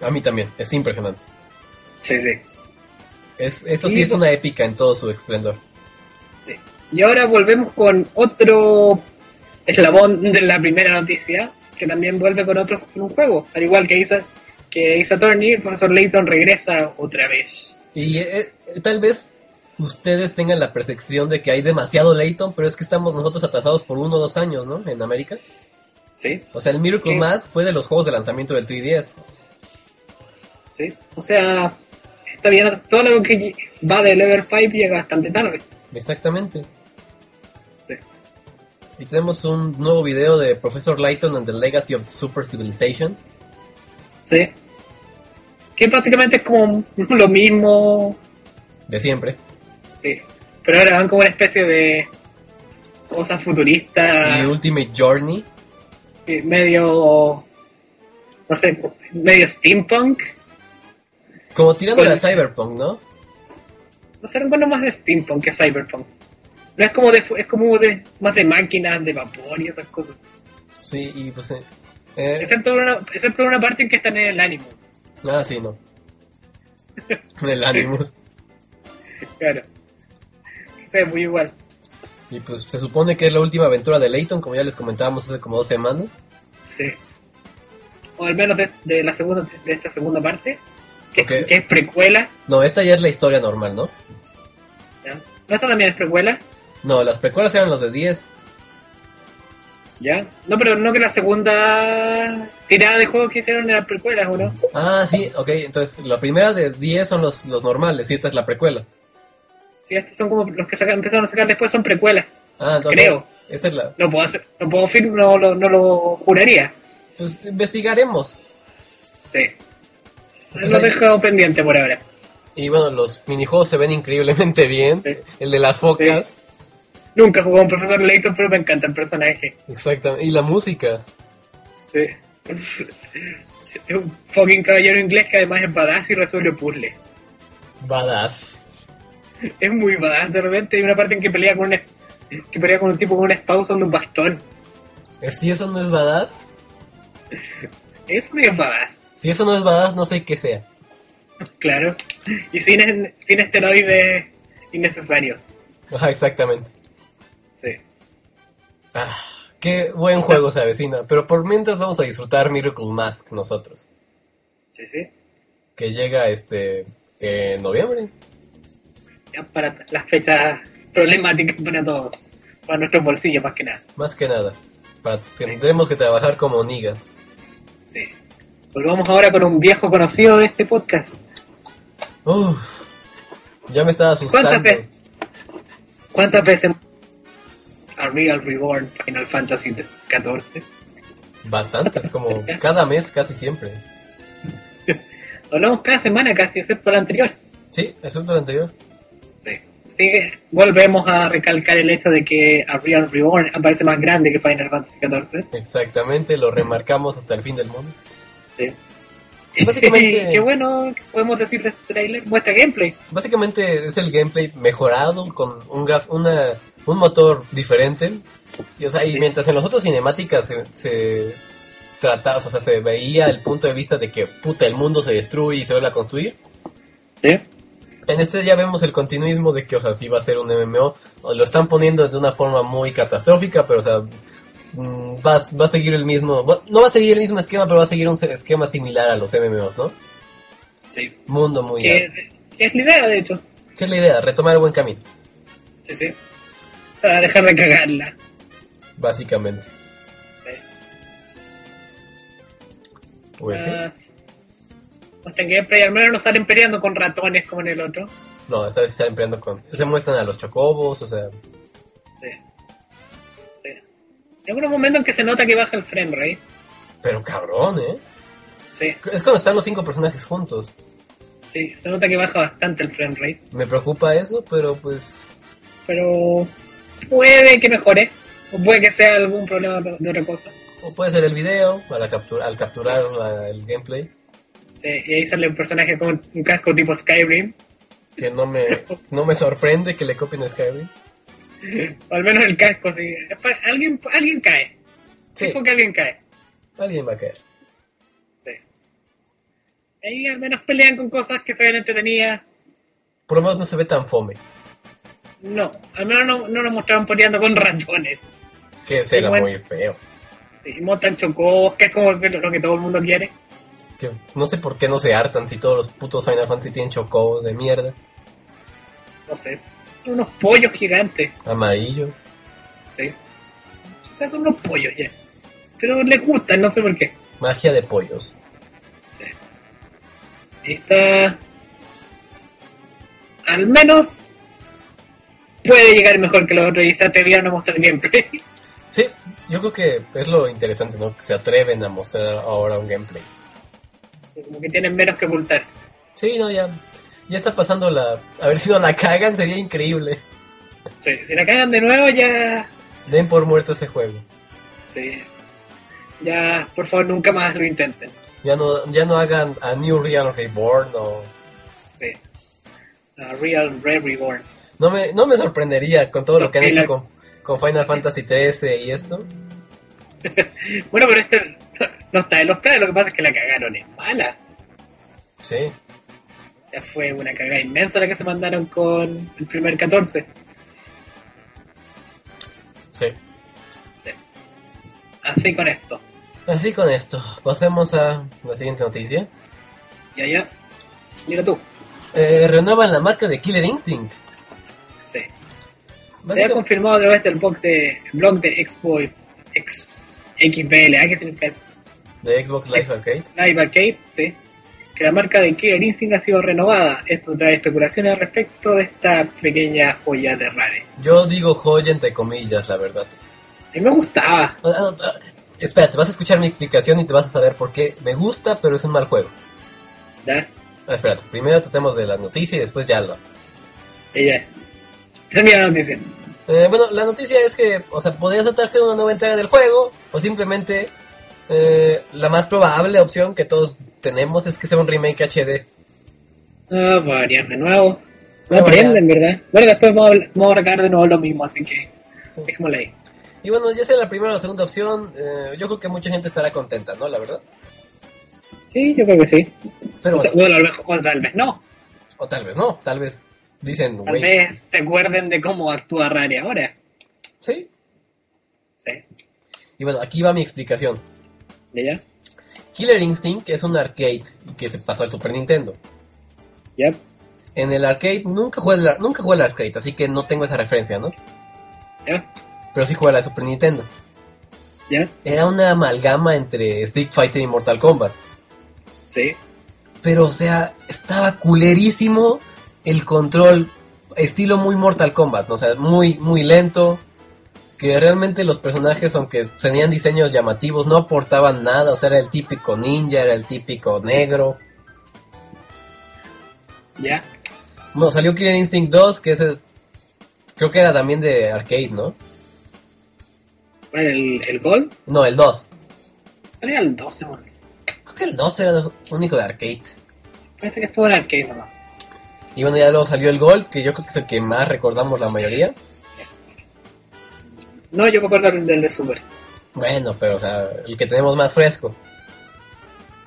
S2: A mí también. Es impresionante.
S3: Sí, sí.
S2: Es, esto
S3: Sí,
S2: sí es
S3: no-
S2: una épica en todo su esplendor.
S3: Sí. Y ahora volvemos con otro eslabón de la primera noticia, que también vuelve con otro con un juego. Al igual que Isa, que Isa Attorney, el profesor Layton regresa otra vez.
S2: Y eh, eh, tal vez ustedes tengan la percepción de que hay demasiado Layton, pero es que estamos nosotros atrasados por uno o dos años, ¿no? En América.
S3: Sí,
S2: O sea, el Miracle
S3: Sí.
S2: Más fue de los juegos de lanzamiento del 3DS.
S3: sí. O sea, está bien, todo lo que va de Level 5 llega bastante tarde.
S2: Exactamente.
S3: Sí.
S2: Y tenemos un nuevo video de Professor Layton and the Legacy of the Super Civilization.
S3: Sí. Que básicamente es como lo mismo,
S2: De siempre.
S3: sí. Pero ahora van como una especie de... cosas futuristas,
S2: Y Ultimate Journey.
S3: eh, medio, no sé, medio steampunk.
S2: Como tirando a
S3: Bueno.
S2: Cyberpunk, ¿no?
S3: No sé, recuerdo más de steampunk que cyberpunk. No es como de, fu- es como de, más de máquinas, de vapor y esas cosas.
S2: Sí, y pues... eh, eh,
S3: Excepto por una, excepto por una parte en que están en el ánimo,
S2: ah, sí, no. Del Animus.
S3: claro. Es muy igual.
S2: Y pues se supone que es la última aventura de Layton, como ya les comentábamos hace como dos semanas.
S3: Sí. O al menos de, de la segunda de esta segunda parte, que,
S2: Ok.
S3: que es precuela.
S2: No, esta ya es la historia normal, ¿no?
S3: ¿ya? ¿No esta también es precuela?
S2: No, las precuelas eran los de 10.
S3: ¿Ya? No, pero no que la segunda tirada de juegos que hicieron eran precuelas, ¿o no?
S2: Ah, sí, ok. Entonces, la primera de 10 son los, los normales y esta es la precuela.
S3: Sí, estos son como los que sacan, empezaron a sacar después son precuelas.
S2: Ah, ok.
S3: Creo.
S2: Esta es la...
S3: No puedo hacer, no puedo firmar, no, lo- no lo juraría.
S2: Pues investigaremos.
S3: Sí.
S2: Porque
S3: Lo he
S2: hay-
S3: dejado pendiente por ahora.
S2: Y bueno, los minijuegos se ven increíblemente bien.
S3: Sí.
S2: El de las focas.
S3: Nunca jugué a un profesor Layton, pero me encanta el personaje.
S2: Exactamente. Y la música.
S3: Sí. Es un fucking caballero inglés que además es badass y resuelve puzzles.
S2: Badass.
S3: Es muy badass de repente. Hay una parte en que pelea con un, que pelea con un tipo con una espada usando un bastón.
S2: Si eso no es badass,
S3: Eso sí es badass,
S2: si eso no es badass, no sé qué sea.
S3: claro. Y sin, sin esteroides innecesarios.
S2: Ajá, exactamente.
S3: Sí.
S2: Ah, qué buen juego se avecina. Pero por mientras vamos a disfrutar Miracle Mask nosotros.
S3: Sí, sí.
S2: Que llega este. En noviembre.
S3: Ya para t- las fechas problemáticas para todos. Para nuestros bolsillos más que nada.
S2: Más que nada. Para, tendremos que trabajar como nigas.
S3: Sí. Volvamos ahora con un viejo conocido de este podcast.
S2: Uf. Ya me estaba asustando.
S3: ¿Cuántas veces? ¿Cuántas veces Unreal Reborn Final Fantasy XIV?
S2: Bastantes, como cada mes, casi siempre.
S3: Lo hablamos cada semana casi, excepto la anterior.
S2: Sí, excepto el anterior.
S3: Sí. Sí, volvemos a recalcar el hecho de que Unreal Reborn aparece más grande que Final Fantasy XIV.
S2: Exactamente, lo remarcamos hasta el fin del mundo.
S3: Sí.
S2: Básicamente-
S3: Qué bueno que podemos decir de este trailer. Muestra gameplay.
S2: Básicamente es el gameplay mejorado con un graf una, un motor diferente. Y, o sea, y
S3: Sí.
S2: mientras en los otros cinemáticas se, se trataba, o sea, se veía el punto de vista de que puta el mundo se destruye y se vuelve a construir.
S3: Sí.
S2: En este ya vemos el continuismo de que, o sea, sí va a ser un MMO. O Lo están poniendo de una forma muy catastrófica, pero, o sea, mm, va, a- va a seguir el mismo. va- no va a seguir el mismo esquema, pero va a seguir un se- esquema similar a los MMOs, ¿no?
S3: Sí.
S2: Mundo muy.
S3: Que, que es la idea, de hecho.
S2: ¿Qué es la idea? Retomar el buen camino,
S3: Sí, sí. Para dejar de cagarla.
S2: básicamente. Pues sí.
S3: Ah, Muestra gameplay. Al menos no salen peleando con ratones como en el otro.
S2: No, esta vez están empleando con. Se muestran a los chocobos, o sea.
S3: Sí. Sí. Hay algunos momentos en que se nota que baja el frame rate.
S2: Pero cabrón, ¿eh?
S3: Sí,
S2: Es cuando están los cinco personajes juntos.
S3: sí, se nota que baja bastante el frame rate.
S2: Me preocupa eso, pero pues.
S3: Pero puede que mejore. O puede que sea algún problema de otra cosa.
S2: O puede ser el video, para captura, al capturar la- el gameplay.
S3: Sí, y ahí sale un personaje con un casco tipo Skyrim.
S2: Que no me, no me sorprende que le copien a Skyrim.
S3: O al menos el casco, sí. Es pa- Alguien, alguien cae.
S2: Sí.
S3: Es porque alguien cae.
S2: Alguien va a caer.
S3: Sí. Ahí al menos pelean con cosas que se ven entretenidas.
S2: Por lo menos no se ve tan fome.
S3: No, al menos no, no nos mostraron peleando con ratones.
S2: Que será
S3: bueno.
S2: muy feo.
S3: Sí, montan chocobos, que es como lo que todo el mundo quiere.
S2: Que no sé por qué no se hartan si todos los putos Final Fantasy tienen chocobos de mierda.
S3: No sé. Son unos pollos gigantes.
S2: Amarillos.
S3: Sí. O sea, son unos pollos ya. Pero les gustan, no sé por qué.
S2: Magia de pollos.
S3: Sí. Esta. Al menos. Puede llegar mejor que los otros. Y se atrevieron a mostrar gameplay.
S2: Sí, yo creo que es lo interesante, ¿no? Que se atreven a mostrar ahora un gameplay.
S3: Como que tienen menos que ocultar.
S2: Sí, no, ya. Ya está pasando la. A ver si no la cagan, sería increíble.
S3: Sí, si la cagan de nuevo, ya.
S2: Den por muerto ese juego.
S3: Sí. Ya, por favor, nunca más lo intenten.
S2: Ya no, ya no hagan a New Real Reborn o...
S3: Sí. No, Real Re Reborn.
S2: No me, no me sorprendería con todo lo que han
S3: Ok,
S2: hecho
S3: la-
S2: con, con Final Fantasy XIII y esto.
S3: bueno, pero este no está en los planes, lo que pasa es que la cagaron es mala.
S2: Sí.
S3: O sea, fue una cagada inmensa la que se mandaron con el primer 14.
S2: Sí.
S3: Así con esto.
S2: Así con esto, pasemos a la siguiente noticia.
S3: Y allá, mira tú.
S2: Eh, renuevan la marca de Killer Instinct.
S3: Sí. Se ha
S2: Básicamente-
S3: confirmado a través del blog de, blog de Expo X, XBL, ¿ah? que significa eso?
S2: de Xbox Live Arcade.
S3: Live Arcade, sí, que la marca de Killer Instinct ha sido renovada. Esto trae especulaciones respecto de esta pequeña joya de Rare.
S2: Yo digo joya entre comillas, la verdad.
S3: A mí me gustaba.
S2: Ah, ah, ah, Espérate, vas a escuchar mi explicación y te vas a saber por qué me gusta, pero es un mal juego.
S3: ¿ya?
S2: Ah, espérate, primero tratemos de la noticia y después ya lo.
S3: Ella. Termina la noticia.
S2: Eh, bueno, la noticia es que, o sea, podría tratarse de una nueva entrega del juego, o simplemente eh, la más probable opción que todos tenemos es que sea un remake HD.
S3: No, varían de nuevo. No
S2: Ah,
S3: aprenden, ¿verdad? Bueno, después vamos a, habl- vamos a recargar de nuevo lo mismo, así que
S2: Sí.
S3: dejémoslo ahí.
S2: Y bueno, ya sea la primera o la segunda opción, eh, yo creo que mucha gente estará contenta, ¿no? La verdad.
S3: Sí, yo creo que sí.
S2: Pero
S3: O sea,
S2: bueno,
S3: bueno, a lo mejor- o tal vez no.
S2: o tal vez no, tal vez dicen,
S3: Tal
S2: güey.
S3: vez se acuerden de cómo actúa Rare ahora.
S2: Sí.
S3: Sí,
S2: Y bueno, aquí va mi explicación.
S3: ¿ya? ya?
S2: Killer Instinct es un arcade que se pasó al Super Nintendo.
S3: Yep.
S2: En el arcade nunca jugué, al- nunca jugué al arcade, así que no tengo esa referencia, ¿no?
S3: ¿Ya?
S2: Pero sí jugué a la de Super Nintendo.
S3: ¿Ya?
S2: Era una amalgama entre Street Fighter y Mortal Kombat.
S3: Sí.
S2: Pero, o sea, estaba culerísimo el control. Estilo muy Mortal Kombat, ¿no? o sea, muy, muy lento. Que realmente los personajes, aunque tenían diseños llamativos, no aportaban nada. O sea, era el típico ninja, era el típico negro.
S3: ¿Ya?
S2: Bueno, salió Killer Instinct 2, que ese creo que era también de arcade, ¿no?
S3: Bueno, el, el Gold
S2: No, el 2.
S3: era el 12, bueno.
S2: Creo que el 2 era el único de arcade.
S3: Parece que estuvo en arcade nomás.
S2: Y bueno, ya luego salió el Gold, que yo creo que es el que más recordamos la mayoría.
S3: No, yo me acuerdo del del de Super.
S2: Bueno, pero o sea, el que tenemos más fresco.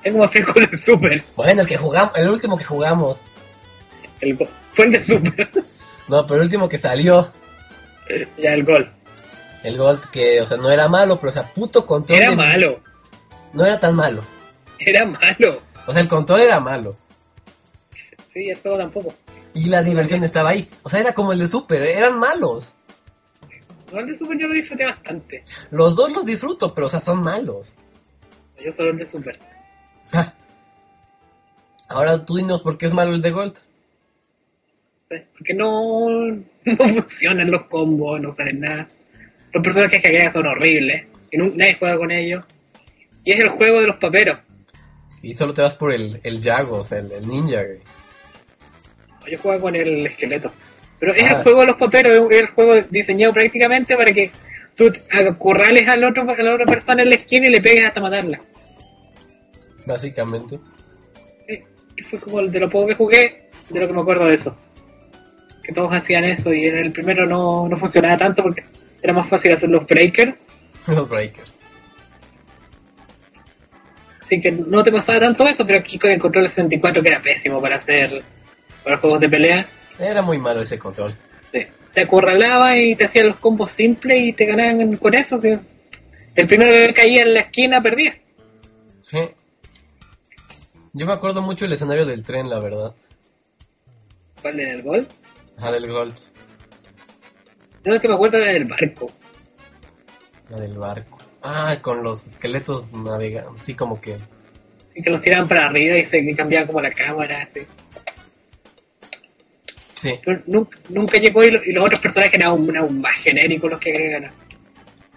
S3: Tengo más fresco el de Super.
S2: Bueno, el que jugamos, el último que jugamos.
S3: El Go- Fue el de Super.
S2: No, pero el último que salió,
S3: ya, el Gold.
S2: el Gold, que, o sea, no era malo, pero, o sea, puto control.
S3: Era
S2: de-
S3: malo.
S2: No era tan malo.
S3: Era malo.
S2: O sea, el control era malo.
S3: Sí, el juego tampoco.
S2: Y la diversión estaba ahí. O sea, era como el de Super, eran malos.
S3: No, el de Super yo lo disfruté bastante.
S2: Los dos los disfruto, pero, o sea, son malos.
S3: Yo solo el de Super.
S2: Ja. Ahora tú dinos por qué es malo el de Gold.
S3: Sí, Porque no, no funcionan los combos, no salen nada. Los personajes que agregan son horribles. Que nu- nadie juega con ellos. Y es el juego de los paperos.
S2: Y solo te vas por el, el Yago, o sea, el, el ninja, güey.
S3: Yo jugaba con el esqueleto. Pero es
S2: Ah.
S3: el juego de los paperos, es el juego diseñado prácticamente para que tú acurrales al otro, a la otra persona en la esquina y le pegues hasta matarla.
S2: Básicamente.
S3: Sí, que fue como el de lo poco que jugué, de lo que me acuerdo de eso. Que todos hacían eso y en el primero no, no funcionaba tanto porque era más fácil hacer los breakers,
S2: Los Breakers.
S3: así que no te pasaba tanto eso, pero aquí con el control 64 que era pésimo para hacer para juegos de pelea,
S2: Era muy malo ese control.
S3: Sí. Te acorralaba y te hacían los combos simples y te ganaban con eso. sí. El primero que caía en la esquina perdía.
S2: Sí. Yo me acuerdo mucho el escenario del tren, la verdad.
S3: ¿Cuál era el gol?
S2: La del Gold.
S3: Yo lo que me acuerdo era del barco.
S2: La del barco. Ah, con los esqueletos navegando. Sí, como que.
S3: Así que los tiraban para arriba y se cambiaba como la cámara. Así.
S2: Sí,
S3: Pero nunca, nunca llegó y, lo- y los otros personajes eran aún, aún más genéricos los que agregan.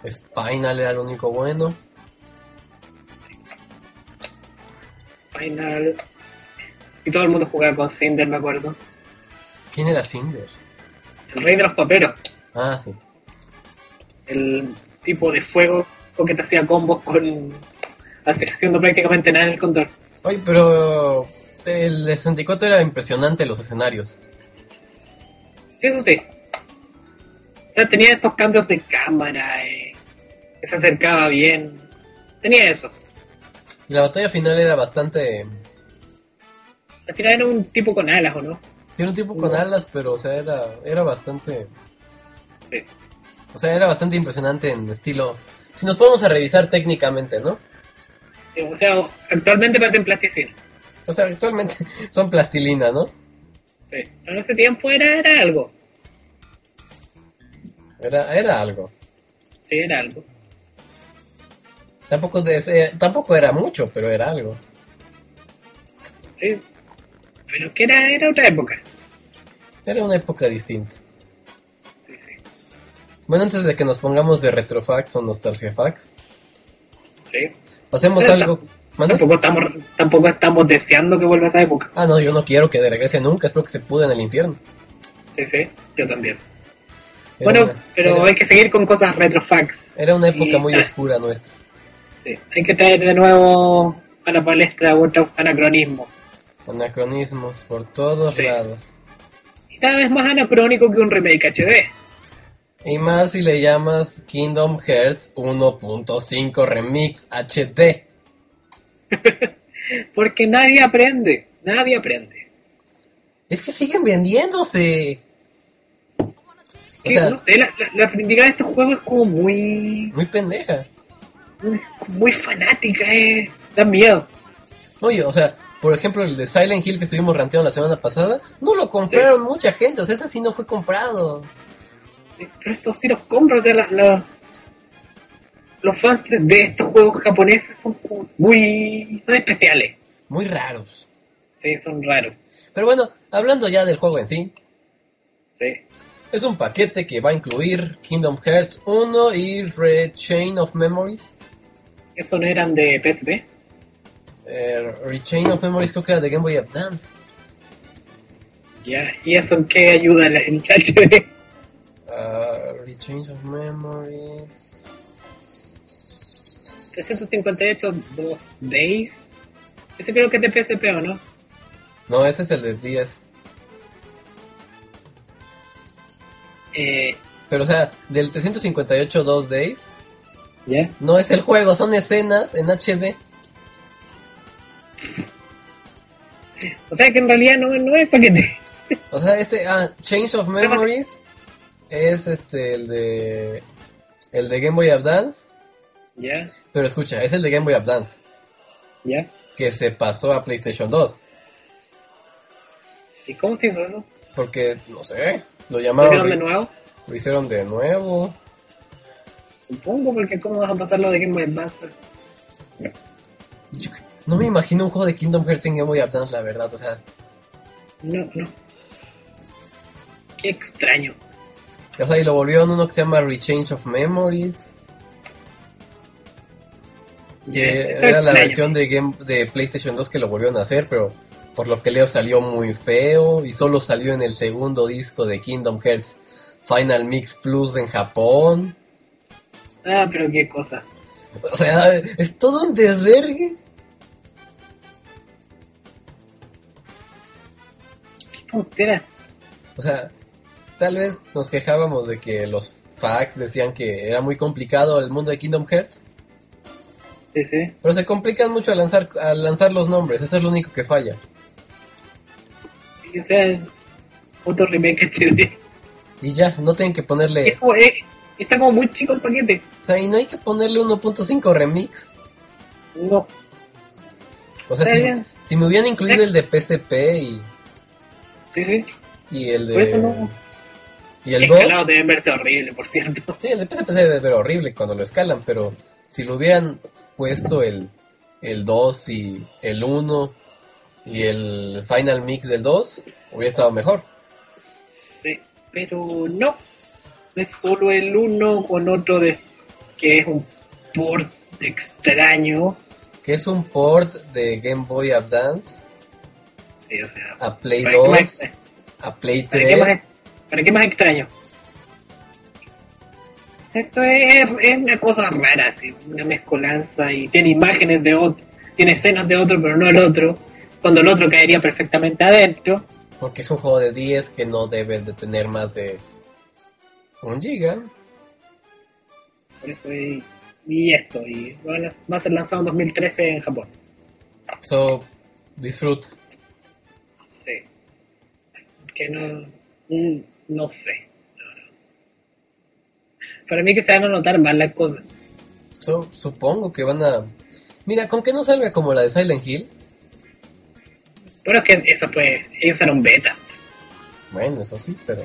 S2: Spinal era el único bueno.
S3: Spinal. Y todo el mundo jugaba con Cinder, me acuerdo.
S2: ¿Quién era Cinder?
S3: El rey de los paperos.
S2: Ah, sí.
S3: el tipo de fuego que te hacía combos con así, haciendo prácticamente nada en el control.
S2: Oye, pero el 64 era impresionante los escenarios.
S3: Sí, eso sí. O sea, tenía estos cambios de cámara, eh, que se acercaba bien. Tenía eso.
S2: Y la batalla final era bastante...
S3: Al final era un tipo con alas, ¿o no?
S2: Sí, era un tipo con
S3: No.
S2: alas, pero o sea, era, era bastante...
S3: Sí.
S2: O sea, era bastante impresionante en estilo... Si nos vamos a revisar técnicamente, ¿no?
S3: Eh, O sea, actualmente parten plasticina.
S2: O sea, actualmente son plastilina, ¿no?
S3: Sí. Pero en ese tiempo era, era algo.
S2: Era, era algo.
S3: Sí, era algo.
S2: Tampoco, de ese- tampoco era mucho, pero era algo.
S3: Sí. Pero que era, era otra época.
S2: Era una época distinta.
S3: Sí, sí.
S2: Bueno, antes de que nos pongamos de retrofax o nostalgiafax,
S3: Sí.
S2: pasemos
S3: Pero
S2: algo... ¿Mande?
S3: Tampoco estamos, tampoco estamos deseando que vuelva esa época.
S2: Ah, no, yo no quiero que regrese nunca, espero que se pude en el infierno.
S3: Sí, sí, yo también.
S2: Era
S3: bueno,
S2: una-
S3: pero
S2: era-
S3: hay que seguir con cosas retrofax.
S2: Era una época
S3: Y-
S2: muy
S3: ah,
S2: oscura nuestra.
S3: sí, hay que traer de nuevo a la palestra otros anacronismos.
S2: Anacronismos por todos
S3: Sí.
S2: lados.
S3: Y cada vez más anacrónico que un remake HD.
S2: Y más si le llamas Kingdom Hearts 1.5 Remix HD.
S3: Porque nadie aprende, nadie aprende.
S2: Es que siguen vendiéndose. O
S3: Que,
S2: sea,
S3: no sé, la, la, la crítica de estos juegos es como muy,
S2: muy pendeja.
S3: muy, muy fanática, eh. da miedo.
S2: Oye, o sea, por ejemplo, el de Silent Hill que estuvimos ranteando la semana pasada, no lo compraron mucha gente, o sea, ese sí no fue comprado.
S3: Pero estos sí los compro, o sea, la- la- los fans de- de estos juegos japoneses son como muy, son especiales.
S2: Muy raros.
S3: Sí, son raros.
S2: Pero bueno, hablando ya del juego en sí,
S3: Sí.
S2: Es un paquete que va a incluir Kingdom Hearts 1 y Red Chain of Memories.
S3: Eso no eran de PSP.
S2: Eh, Rechain of Memories creo que era de Game Boy Advance.
S3: Ya, ¿y eso en qué ayuda la- el HD?
S2: Ah, Rechain of Memories.
S3: 358 2 Days. Ese creo que es de PSP o no.
S2: No, ese es el de 10.
S3: Eh,
S2: Pero o sea, del 358 2 Days,
S3: ya.
S2: no es el juego, son escenas en HD.
S3: O sea que en realidad no, no es paquete.
S2: O sea, este, ah, Change of Memories es este, el de. El de Game Boy Advance.
S3: Ya,
S2: Pero escucha, es el de Game Boy Advance
S3: ya.
S2: que se pasó a PlayStation 2.
S3: ¿Y cómo se hizo eso?
S2: Porque, no sé, lo
S3: ¿Lo
S2: llamaron.
S3: hicieron de
S2: re-
S3: nuevo?
S2: Lo hicieron de nuevo.
S3: Supongo, porque ¿cómo vas a pasarlo de Game Boy Advance?
S2: Yo- no me imagino un juego de Kingdom Hearts en Game Boy Advance, la verdad. O sea,
S3: No, no. Qué extraño.
S2: o sea, y lo volvieron uno que se llama Rechange of Memories. Que
S3: Esto
S2: era la
S3: extraña.
S2: versión de, Game, de PlayStation 2 que lo volvieron a hacer, pero por lo que leo salió muy feo y solo salió en el segundo disco de Kingdom Hearts Final Mix Plus en Japón.
S3: Ah, pero qué cosa.
S2: O sea, es todo un desvergue.
S3: Qué tontera.
S2: O sea, tal vez nos quejábamos de que los fax decían que era muy complicado el mundo de Kingdom Hearts,
S3: Sí, sí.
S2: pero se complican mucho al lanzar, al lanzar los nombres, eso es lo único que falla.
S3: Y, O sea, otro remake HD.
S2: Y ya, no tienen que
S3: Es
S2: ponerle,
S3: como, eh, está como muy chico el paquete.
S2: o sea, y no hay que ponerle 1.5 remix.
S3: No.
S2: O sea,
S3: Está
S2: si,
S3: bien.
S2: si me hubieran incluido el de PSP y,
S3: Sí, sí.
S2: y el
S3: Por eso
S2: de...
S3: no.
S2: Y el 2...
S3: Escalado deben verse horrible, por cierto.
S2: Sí, el de PSP se debe ver horrible cuando lo escalan, pero si lo hubieran puesto el, el 2 y el 1 y el final mix del 2, hubiera estado mejor.
S3: Sí. Pero no. Es solo el uno con otro de que es un port extraño.
S2: Que es un port de Game Boy Advance
S3: Sí, o sea.
S2: a Play
S3: ¿Para qué
S2: 2,
S3: más-
S2: a Play
S3: ¿Para qué,
S2: 3.
S3: más, ¿Para qué más extraño? O sea, Esto es, es una cosa rara, así, una mezcolanza y tiene imágenes de otro, tiene escenas de otro, pero no el otro, cuando el otro caería perfectamente adentro.
S2: Porque es un juego de 10 que no debe de tener más de un giga.
S3: Por eso y, y esto, y bueno, va a ser lanzado en 2013 en Japón.
S2: So, disfruta.
S3: Sí. Que no, mm, no sé. No, no. Para mí que se van a notar mal las cosas.
S2: So, supongo que van a... Mira, con que no salga como la de Silent Hill.
S3: Bueno, es que eso fue, ellos eran beta.
S2: Bueno, eso sí, pero...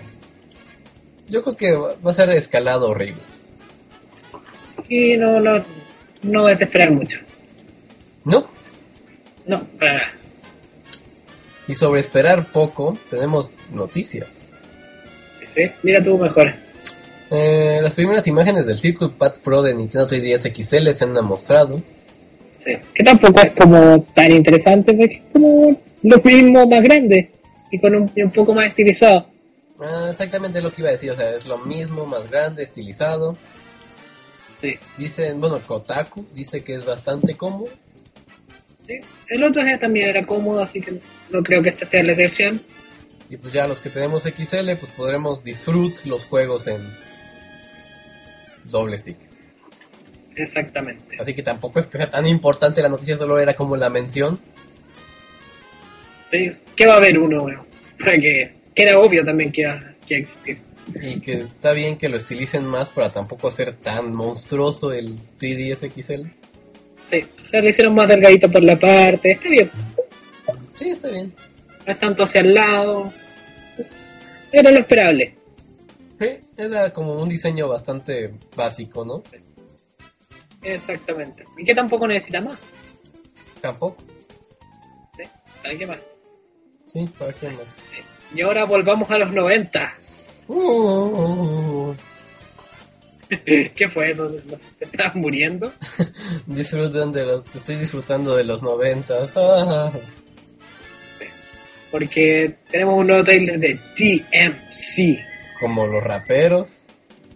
S2: Yo creo que va va a ser escalado horrible.
S3: Y no, no, no es de esperar mucho.
S2: No.
S3: No, para nada.
S2: Y sobre esperar poco, tenemos noticias.
S3: Sí, sí. Mira tú mejor.
S2: Eh, las primeras imágenes del Circuit Pad Pro de Nintendo 3DS XL se han mostrado.
S3: Sí. Que tampoco es como tan interesante, porque es como lo mismo más grande y con un, y un poco más estilizado.
S2: Ah, exactamente lo que iba a decir, o sea, es lo mismo, más grande, estilizado.
S3: Sí.
S2: Dicen, bueno, Kotaku dice que es bastante cómodo.
S3: Sí. El otro ya también era cómodo, así que no creo que esta sea la excepción.
S2: Y pues ya los que tenemos XL, pues podremos disfrutar los juegos en doble stick.
S3: Exactamente.
S2: Así que tampoco es que sea tan importante la noticia, solo era como la mención.
S3: Sí. ¿Qué va a haber uno, weón? Para que, que era obvio también que iba que iba a existir.
S2: Y que está bien que lo estilicen más para tampoco hacer tan monstruoso el 3DS XL.
S3: Sí. O sea, lo hicieron más delgadito por la parte. Está bien.
S2: Sí, está bien.
S3: No es tanto hacia el lado. Era lo esperable.
S2: Sí, era como un diseño bastante básico, ¿no?
S3: Exactamente. Y que tampoco necesita más.
S2: Tampoco.
S3: ¿Sí? ¿Para qué más?
S2: Sí, para qué no.
S3: Y ahora volvamos a los 90.
S2: Uh,
S3: ¿Qué fue eso? ¿Los- ¿Te estabas muriendo?
S2: disfrutan de los, estoy disfrutando de los noventas. Ah,
S3: Porque tenemos un nuevo trailer de TMC.
S2: como los raperos.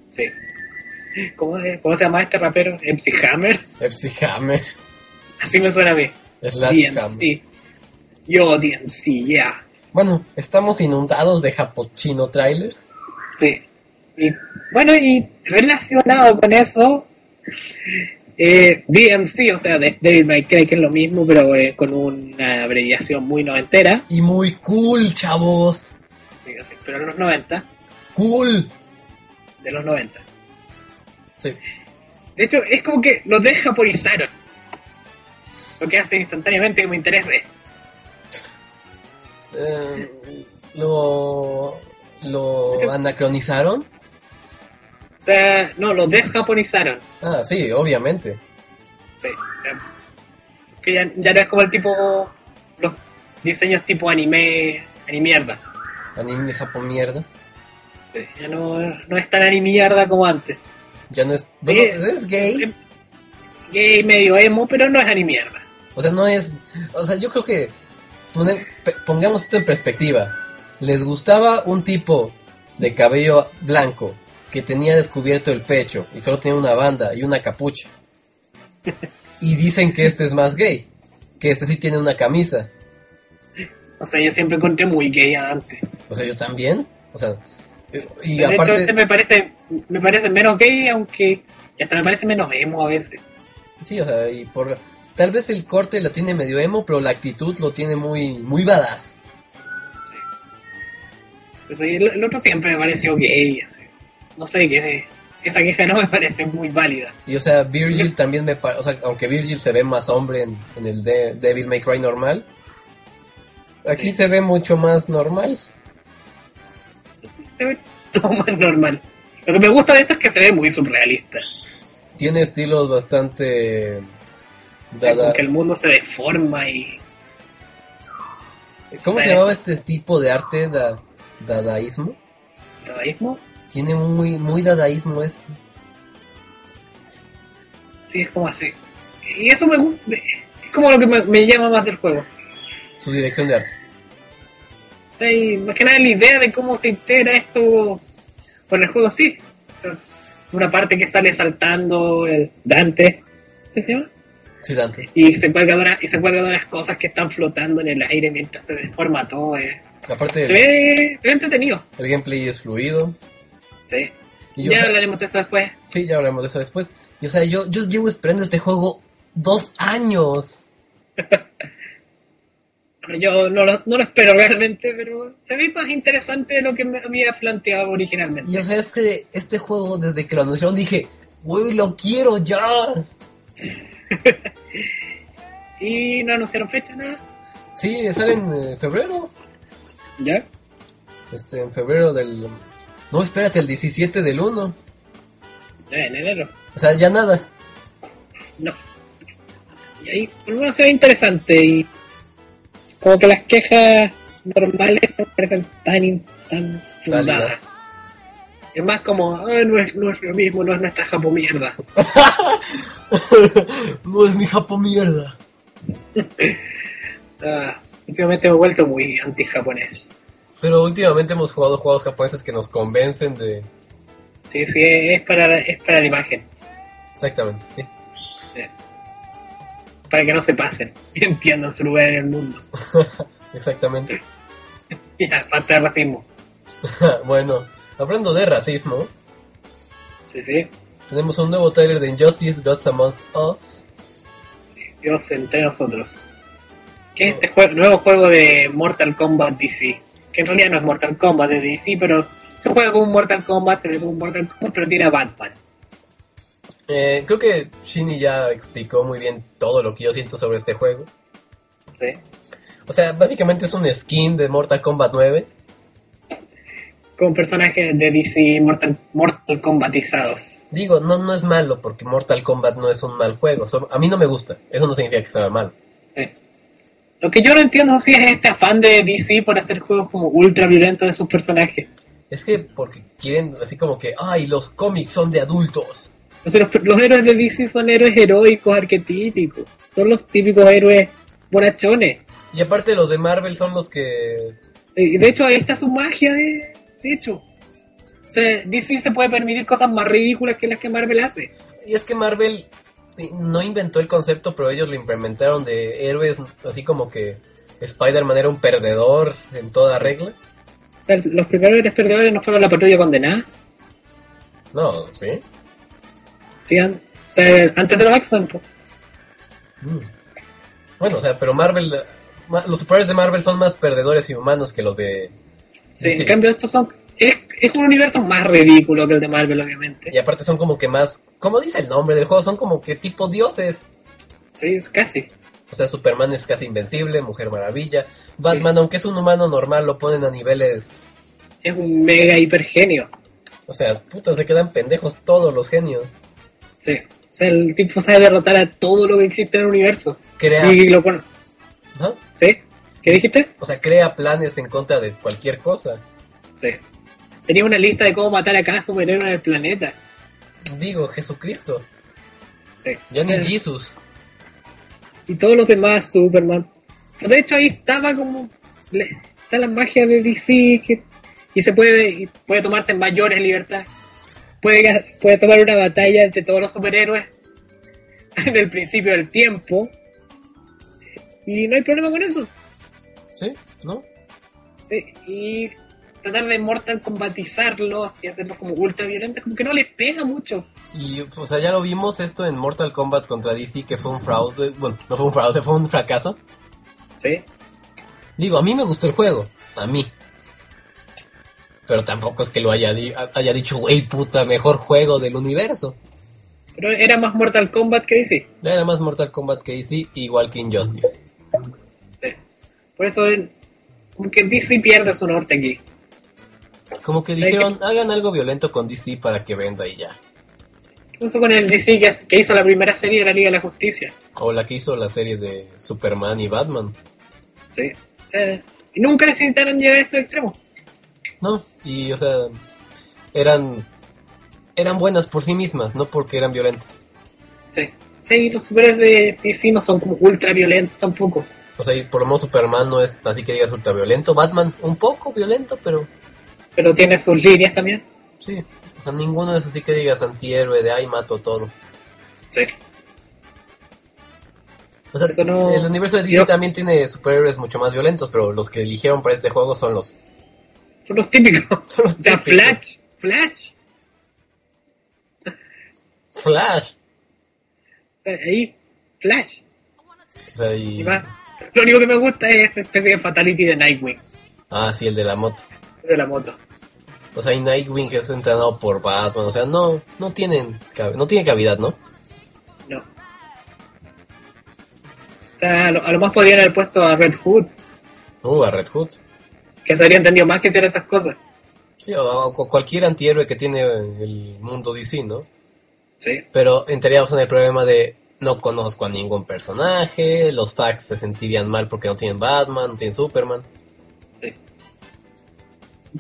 S3: Sí. ¿Cómo se, cómo se llama este rapero? MC Hammer.
S2: Pepsi Hammer.
S3: Así me suena a mí.
S2: Slash Hammer.
S3: DMC. Yo DMC, oh, yeah.
S2: Bueno, estamos inundados de japochino trailers.
S3: Sí. Y, bueno, y relacionado con eso, eh, DMC, o sea, de Devil May Cry, que es lo mismo, pero eh, con una abreviación muy noventera,
S2: Y muy cool, chavos.
S3: digo así, pero de los 90,
S2: Cool.
S3: de los 90.
S2: Sí.
S3: De hecho, es como que los desjaponizaron. Lo que hace instantáneamente que me interese.
S2: Eh, lo lo anacronizaron.
S3: O sea, no, los desjaponizaron.
S2: Ah, sí, obviamente.
S3: Sí, o sea, que ya, ya no es como el tipo, los diseños tipo anime, animierda.
S2: Anime japón mierda.
S3: Ya no, no es tan animierda como antes.
S2: Ya no es. bueno, es gay.
S3: Es Gay medio emo, pero no es ni mierda.
S2: O sea, no es. O sea, yo creo que. pone- pe- pongamos esto en perspectiva. Les gustaba un tipo de cabello blanco que tenía descubierto el pecho y solo tenía una banda y una capucha. Y dicen que este es más gay. Que este sí tiene una camisa.
S3: O sea, yo siempre encontré muy gay a Dante.
S2: O sea, yo también. O sea. eh, Y
S3: De hecho, este
S2: aparte.
S3: me parece, me parece menos gay, aunque y hasta me parece menos emo a veces.
S2: Sí, o sea, y por. Tal vez el corte lo tiene medio emo, pero la actitud lo tiene muy. muy badass.
S3: O sea, el, el otro siempre me pareció gay. así. No sé, qué esa queja no me parece muy válida.
S2: Y o sea, Virgil también me parece, o sea, aunque Virgil se ve más hombre en, en el de Devil May Cry normal, aquí
S3: Sí.
S2: se ve mucho más normal.
S3: Se ve todo más normal. Lo que me gusta de esto es que se ve muy surrealista.
S2: Tiene estilos bastante...
S3: O sea, como
S2: dada-
S3: que el mundo se deforma y...
S2: ¿Cómo se
S3: Sí.
S2: llamaba este tipo de arte? Da- dadaísmo.
S3: ¿Dadaísmo?
S2: Tiene muy, muy dadaísmo esto.
S3: Sí, es como así. Y eso me gusta. Es como lo que me, me llama más del juego.
S2: Su dirección de arte.
S3: O sea, y más que nada la idea de cómo se integra esto con el juego, sí. Pero una parte que sale saltando el Dante. ¿qué se llama?
S2: Sí, Dante.
S3: Y se cuelga de, una- y se cuelga de unas cosas que están flotando en el aire mientras se deforma todo. eh.
S2: Aparte, el,
S3: Se, ve, se ve entretenido.
S2: el gameplay es fluido.
S3: Sí.
S2: Y yo, o
S3: ya
S2: sea,
S3: hablaremos de eso después.
S2: sí, ya hablaremos de eso después. Y, o sea, yo, yo llevo esperando este juego dos años.
S3: Bueno, yo no lo, no lo espero realmente, pero se ve más interesante de lo que me había planteado originalmente.
S2: Y o sea, es que este juego, desde que lo anunciaron, dije, güey, lo quiero ya.
S3: Y no anunciaron fecha, nada.
S2: Sí, sale en eh, febrero.
S3: ¿Ya?
S2: Este, en febrero del. No, espérate, el 17 del 1.
S3: Ya, en enero.
S2: O sea, ya nada.
S3: No. Y ahí por lo menos se ve interesante y como que las quejas normales no parecen tan, in- tan fundadas.
S2: Válidas.
S3: Es más como, "Ah, no, es, no es lo mismo, no es nuestra japo mierda.
S2: no es mi japo mierda.
S3: Ah, últimamente me he vuelto muy anti-japonés.
S2: Pero últimamente hemos jugado juegos japoneses que nos convencen de.
S3: Sí, sí, es para, es para la imagen,
S2: Exactamente, sí.
S3: para que no se pasen y entiendan su lugar en el mundo.
S2: Exactamente.
S3: Y la falta de racismo.
S2: bueno, hablando de racismo,
S3: Sí, sí.
S2: tenemos un nuevo trailer de Injustice Gods Among Us.
S3: Dios entre nosotros. Que es este jue- nuevo juego de Mortal Kombat DC. Que en realidad no es Mortal Kombat de DC, pero se juega como un Mortal Kombat, se ve como un Mortal Kombat, pero tiene a Batman.
S2: Eh, creo que Shinny ya explicó muy bien todo lo que yo siento sobre este juego.
S3: ¿sí?
S2: O sea, básicamente es un skin de Mortal Kombat 9.
S3: Con personajes de DC Mortal, Mortal Kombatizados.
S2: Digo, no, no es malo porque Mortal Kombat no es un mal juego. Solo- a mí no me gusta. Eso no significa que sea malo.
S3: ¿sí? Lo que yo no entiendo sí es este afán de DC por hacer juegos como ultra violentos de sus personajes.
S2: Es que porque quieren así como que, ay, los cómics son de adultos.
S3: O sea, los, los héroes de DC son héroes heroicos, arquetípicos. Son los típicos héroes bonachones.
S2: Y aparte los de Marvel son los que...
S3: Eh, De hecho, ahí está su magia, de, de hecho. O sea, DC se puede permitir cosas más ridículas que las que Marvel hace.
S2: Y es que Marvel eh, no inventó el concepto, pero ellos lo implementaron de héroes, así como que Spider-Man era un perdedor en toda regla.
S3: O sea, los primeros héroes perdedores no fueron la patrulla condenada.
S2: No, ¿sí?
S3: ¿sí? An- O sea, antes de los X-Men. po.
S2: Mm. Bueno, o sea, pero Marvel... ma- Los superhéroes de Marvel son más perdedores y humanos que los de...
S3: Sí,
S2: Sí.
S3: En cambio, estos son. Es, es un universo más ridículo que el de Marvel, obviamente.
S2: Y aparte son como que más... Como dice el nombre del juego, son como que tipo dioses.
S3: Sí, es casi.
S2: O sea, Superman es casi invencible, Mujer Maravilla. Batman, aunque es un humano normal, lo ponen a niveles...
S3: Es un mega hipergenio.
S2: O sea, puta, se quedan pendejos todos los genios.
S3: Sí. O sea, el tipo sabe derrotar a todo lo que existe en el universo.
S2: Crea...
S3: Y lo pone.
S2: Ajá.
S3: ¿Sí? ¿Qué dijiste?
S2: O sea, crea planes en contra de cualquier cosa.
S3: Sí. Tenía una lista de cómo matar a cada superhéroe del planeta.
S2: Digo, Jesucristo.
S3: Sí.
S2: Ya ni
S3: Eh,
S2: Jesus.
S3: y todos los demás Superman. De hecho ahí estaba como le- está la magia de DC que, y se puede y puede tomarse mayores libertades. Puede ga- puede tomar una batalla entre todos los superhéroes en el principio del tiempo. Y no hay problema con eso.
S2: ¿Sí? ¿No?
S3: Sí, y tratar de Mortal combatizarlos y hacerlos como ultra violentos, como que no les pega mucho.
S2: Y, o sea, ya lo vimos esto en Mortal Kombat contra DC, que fue un fraude. Bueno, no fue un fraude, fue un fracaso.
S3: Sí.
S2: Digo, a mí me gustó el juego. A mí. Pero tampoco es que lo haya, di- haya dicho, wey, puta, mejor juego del universo.
S3: Pero era más Mortal Kombat que DC.
S2: Era más Mortal Kombat que DC, igual que Injustice.
S3: Sí. Por eso, el- como que DC pierde su norte aquí.
S2: Como que dijeron, hagan algo violento con DC para que venda y ya.
S3: Incluso con el DC que, que hizo la primera serie de la Liga de la Justicia.
S2: O la que hizo la serie de Superman y Batman.
S3: Sí. O sea, y nunca necesitaron llegar a este extremo.
S2: No, y o sea, eran eran buenas por sí mismas, no porque eran violentas.
S3: Sí. Sí, y los superhéroes de DC no son como ultra violentos tampoco.
S2: O sea, y por lo menos Superman no es así que digas ultra violento. Batman, un poco violento, pero
S3: Pero tiene sus líneas también.
S2: sí. O sea, ninguno es así que digas antihéroe de ay, mato todo.
S3: Sí.
S2: O sea,
S3: Eso no-
S2: el universo de DC
S3: Yo-
S2: también tiene superhéroes mucho más violentos, pero los que eligieron para este juego son los.
S3: Son los típicos.
S2: Son los
S3: O sea,
S2: típicos.
S3: Flash. Flash.
S2: Flash.
S3: eh, Ahí. Flash.
S2: O sea, y-
S3: Y más. Lo único que me gusta es esta especie de fatality de Nightwing.
S2: Ah, sí, el de la moto.
S3: De la moto.
S2: O sea, y Nightwing es entrenado por Batman. O sea, no, no tienen, cab- no tiene cavidad, ¿no?
S3: No. O sea, a lo, a lo más podrían haber puesto a Red Hood.
S2: Uh, a Red Hood.
S3: Que se habría entendido más que hicieran esas cosas.
S2: Sí, o, o cu- cualquier antihéroe que tiene el mundo DC, ¿no?
S3: Sí.
S2: Pero entraríamos en el problema de no conozco a ningún personaje, los facts se sentirían mal porque no tienen Batman, no tienen Superman.
S3: Sí.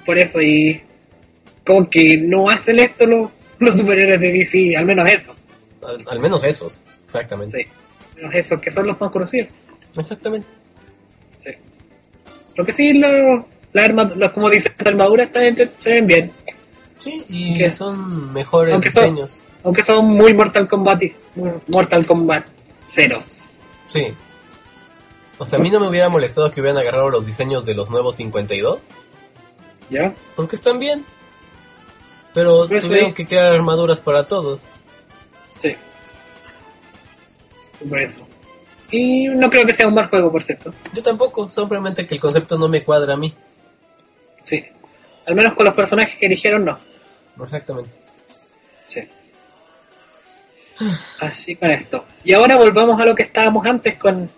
S3: Por eso, y como que no hacen esto los, los superhéroes de DC, al menos esos.
S2: Al, al menos esos, exactamente.
S3: Sí. Al menos esos que son los más conocidos.
S2: Exactamente.
S3: Sí. Lo que sí, los, las arma- los- como dicen, las armaduras están entre- se ven bien.
S2: Sí, y
S3: ¿Qué?
S2: son mejores
S3: Aunque son-
S2: diseños.
S3: Aunque son muy Mortal Kombat, muy Mortal Kombat ceros.
S2: Sí. O sea, a mí no me hubiera molestado que hubieran agarrado los diseños de los nuevos 52,
S3: ¿Ya?
S2: porque están bien. Pero
S3: Pues sí.
S2: tuvieron que crear armaduras para todos.
S3: Sí. Por eso. Y no creo que sea un mal juego, por cierto.
S2: Yo tampoco, simplemente que el concepto no me cuadra a mí.
S3: Sí. Al menos con los personajes que eligieron, no.
S2: Exactamente.
S3: Sí. Así con esto. Y ahora volvamos a lo que estábamos antes con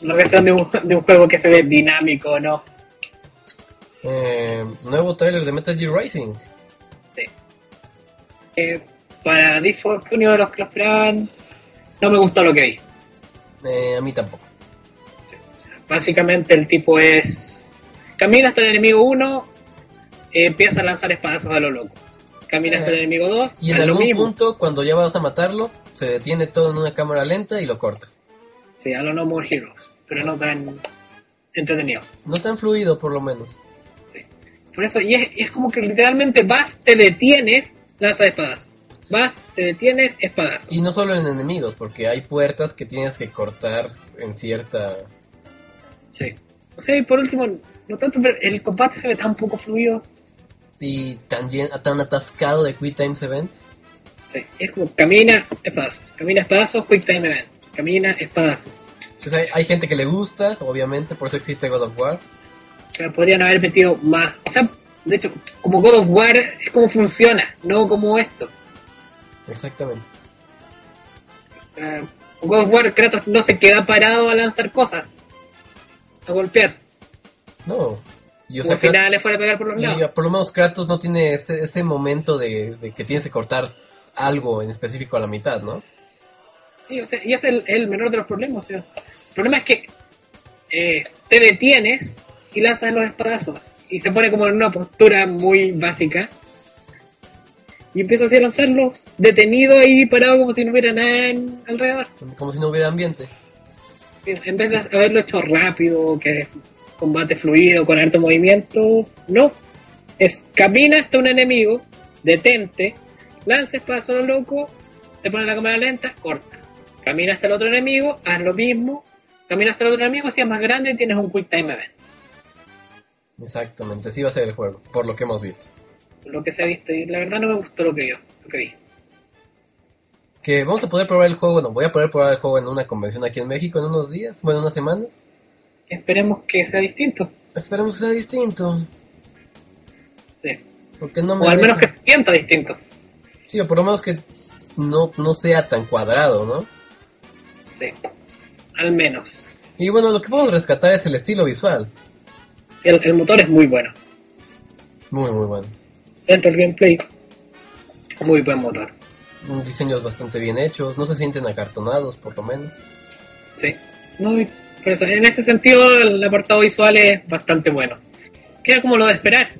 S3: la versión de un, de un juego que se ve dinámico, ¿no?
S2: Eh, nuevo trailer de Metal Gear Rising.
S3: Sí. Eh, para Default Junior, los que lo esperaban, no me gustó lo que vi.
S2: Eh, a mí tampoco.
S3: Básicamente el tipo es... Camina hasta el enemigo 1, empieza a lanzar espadazos a lo loco. Camina hasta el
S2: Eh,
S3: enemigo 2,
S2: Y en
S3: lo
S2: algún
S3: mismo.
S2: punto, cuando ya vas a matarlo, se detiene todo en una cámara lenta y lo cortas.
S3: Sí, a lo No More Heroes, pero no tan entretenido.
S2: No tan fluido, por lo menos.
S3: Por eso, y es, y es como que literalmente vas, te detienes, lanza espadazos. Vas, te detienes, espadazos.
S2: Y no solo en enemigos, porque hay puertas que tienes que cortar en cierta
S3: Sí. O sea, y por último, no tanto, pero el combate se ve tan poco fluido.
S2: y tan, llen- tan atascado de Quick Times Events.
S3: Sí. Es como camina, espadazos. Camina, espadazos, quick time event. Camina, espadazos.
S2: Entonces, hay, hay gente que le gusta, obviamente, por eso existe God of War.
S3: O sea, podrían haber metido más. O sea, de hecho, como God of War es como funciona, no como esto.
S2: Exactamente.
S3: O sea, God of War Kratos no se queda parado a lanzar cosas, a golpear.
S2: No. Y, o sea,
S3: como si
S2: Krat-
S3: nada le fuera a pegar por los lados.
S2: y, por lo menos Kratos no tiene ese, ese momento de, de que tienes que cortar algo en específico a la mitad, ¿no?
S3: Sí, o sea, y es el, el menor de los problemas. o sea, el problema es que eh, te detienes y lanzas los espadazos. Y se pone como en una postura muy básica. Y empieza así a lanzarlos, detenido ahí, parado como si no hubiera nada en- alrededor.
S2: Como si no hubiera ambiente.
S3: En vez de haberlo hecho rápido, que combate fluido, con alto movimiento, no. Es camina hasta un enemigo, detente, lanza espacio loco, te pone la cámara lenta, corta. Camina hasta el otro enemigo, haz lo mismo, camina hasta el otro enemigo, si es más grande tienes un quick time event.
S2: Exactamente, así va a ser el juego, por lo que hemos visto.
S3: Lo que se ha visto, y la verdad no me gustó lo que yo, lo que vi.
S2: Que vamos a poder probar el juego, bueno, voy a poder probar el juego en una convención aquí en México en unos días, bueno, unas semanas.
S3: Esperemos que sea distinto.
S2: Esperemos que sea distinto,
S3: sí.
S2: porque no me
S3: O al menos
S2: deja.
S3: que se sienta distinto.
S2: Sí, o por lo menos que no, no sea tan cuadrado, ¿no?
S3: Sí. Al menos.
S2: Y bueno, lo que podemos rescatar es el estilo visual.
S3: Sí, el- el motor es muy bueno.
S2: Muy, muy bueno.
S3: dentro del gameplay. Muy buen motor.
S2: Mm, Diseños bastante bien hechos, no se sienten acartonados, por lo menos.
S3: Sí. No, y- por eso, en ese sentido, el apartado visual es bastante bueno. Que era como lo de esperar.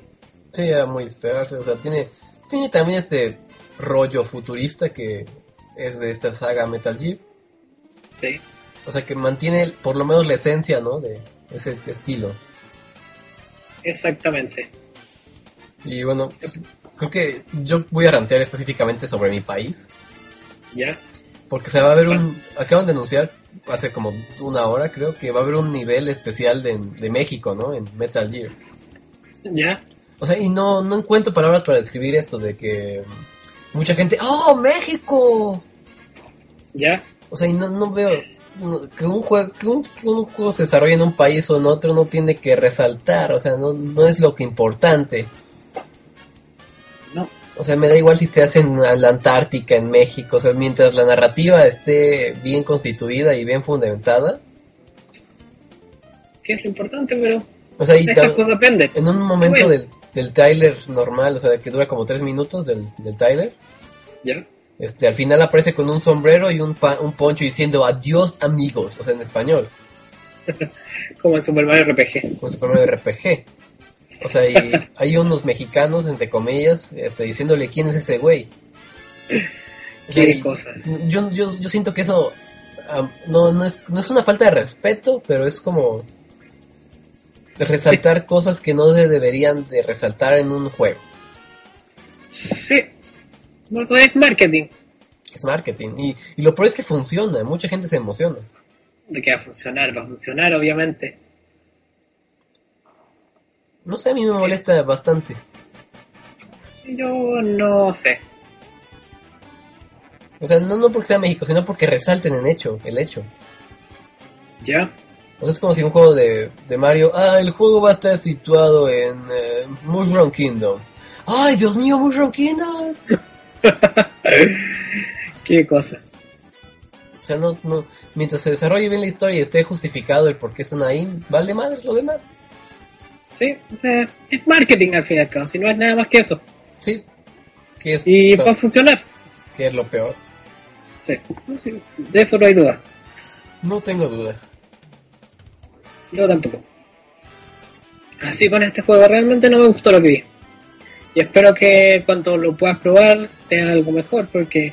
S2: Sí, era muy esperarse, o sea, tiene, tiene también este rollo futurista que es de esta saga Metal Gear.
S3: Sí.
S2: O sea, que mantiene por lo menos la esencia, ¿no? De ese estilo.
S3: Exactamente.
S2: Y bueno, pues, Creo que yo voy a rantear específicamente sobre mi país.
S3: ¿Ya?
S2: Porque se va a haber un. Acaban de anunciar hace como una hora, creo, que va a haber un nivel especial de, de México, ¿no? En Metal Gear.
S3: ¿Ya?
S2: O sea, y no, no encuentro palabras para describir esto de que mucha gente. ¡Oh, México!
S3: ¿Ya?
S2: O sea, y no, no veo. no- que, un juego, que, un, que un juego se desarrolle en un país o en otro no tiene que resaltar. O sea, no, no es lo que importante.
S3: No.
S2: O sea, me da igual si se hace en la Antártica, en México. O sea, mientras la narrativa esté bien constituida y bien fundamentada.
S3: Que es lo importante, pero
S2: O sea, y
S3: esas
S2: tam-
S3: cosas venden.
S2: en un momento
S3: Bueno.
S2: del, del tráiler normal, o sea, que dura como tres minutos del, del tráiler,
S3: ¿Ya?
S2: este, al final aparece con un sombrero y un, pa- un poncho diciendo adiós amigos, o sea, en español,
S3: Como en Super Mario RPG.
S2: como Super Mario RPG. O sea, y hay unos mexicanos, entre comillas, este, diciéndole quién es ese güey. O sea,
S3: Qué
S2: y-
S3: cosas.
S2: yo, yo, yo siento que eso ah, no, no, es, no es una falta de respeto, pero es como resaltar cosas que no se deberían de resaltar en un juego.
S3: Sí. No eso es marketing.
S2: Es marketing. Y, y lo peor es que funciona, mucha gente se emociona.
S3: De que va a funcionar, va a funcionar, obviamente.
S2: No sé, a mí me molesta bastante.
S3: Yo no sé.
S2: O sea, no, no porque sea México, sino porque resalten el hecho, el hecho.
S3: ¿Ya?
S2: O sea, Pues es como si un juego de, de Mario, ah, el juego va a estar situado en eh, Mushroom Kingdom. ¡Ay, Dios mío, Mushroom Kingdom!
S3: Qué cosa.
S2: O sea, no, no, mientras se desarrolle bien la historia y esté justificado el por qué están ahí, vale más lo demás.
S3: Sí, o sea, es marketing al fin y al cabo, si no es nada más que eso.
S2: Sí, que es,
S3: Y
S2: lo,
S3: va a funcionar.
S2: que es lo peor.
S3: Sí. No, sí, de eso no hay duda.
S2: No tengo dudas.
S3: Yo tampoco. Así con este juego realmente no me gustó lo que vi. Y espero que cuando lo puedas probar sea algo mejor porque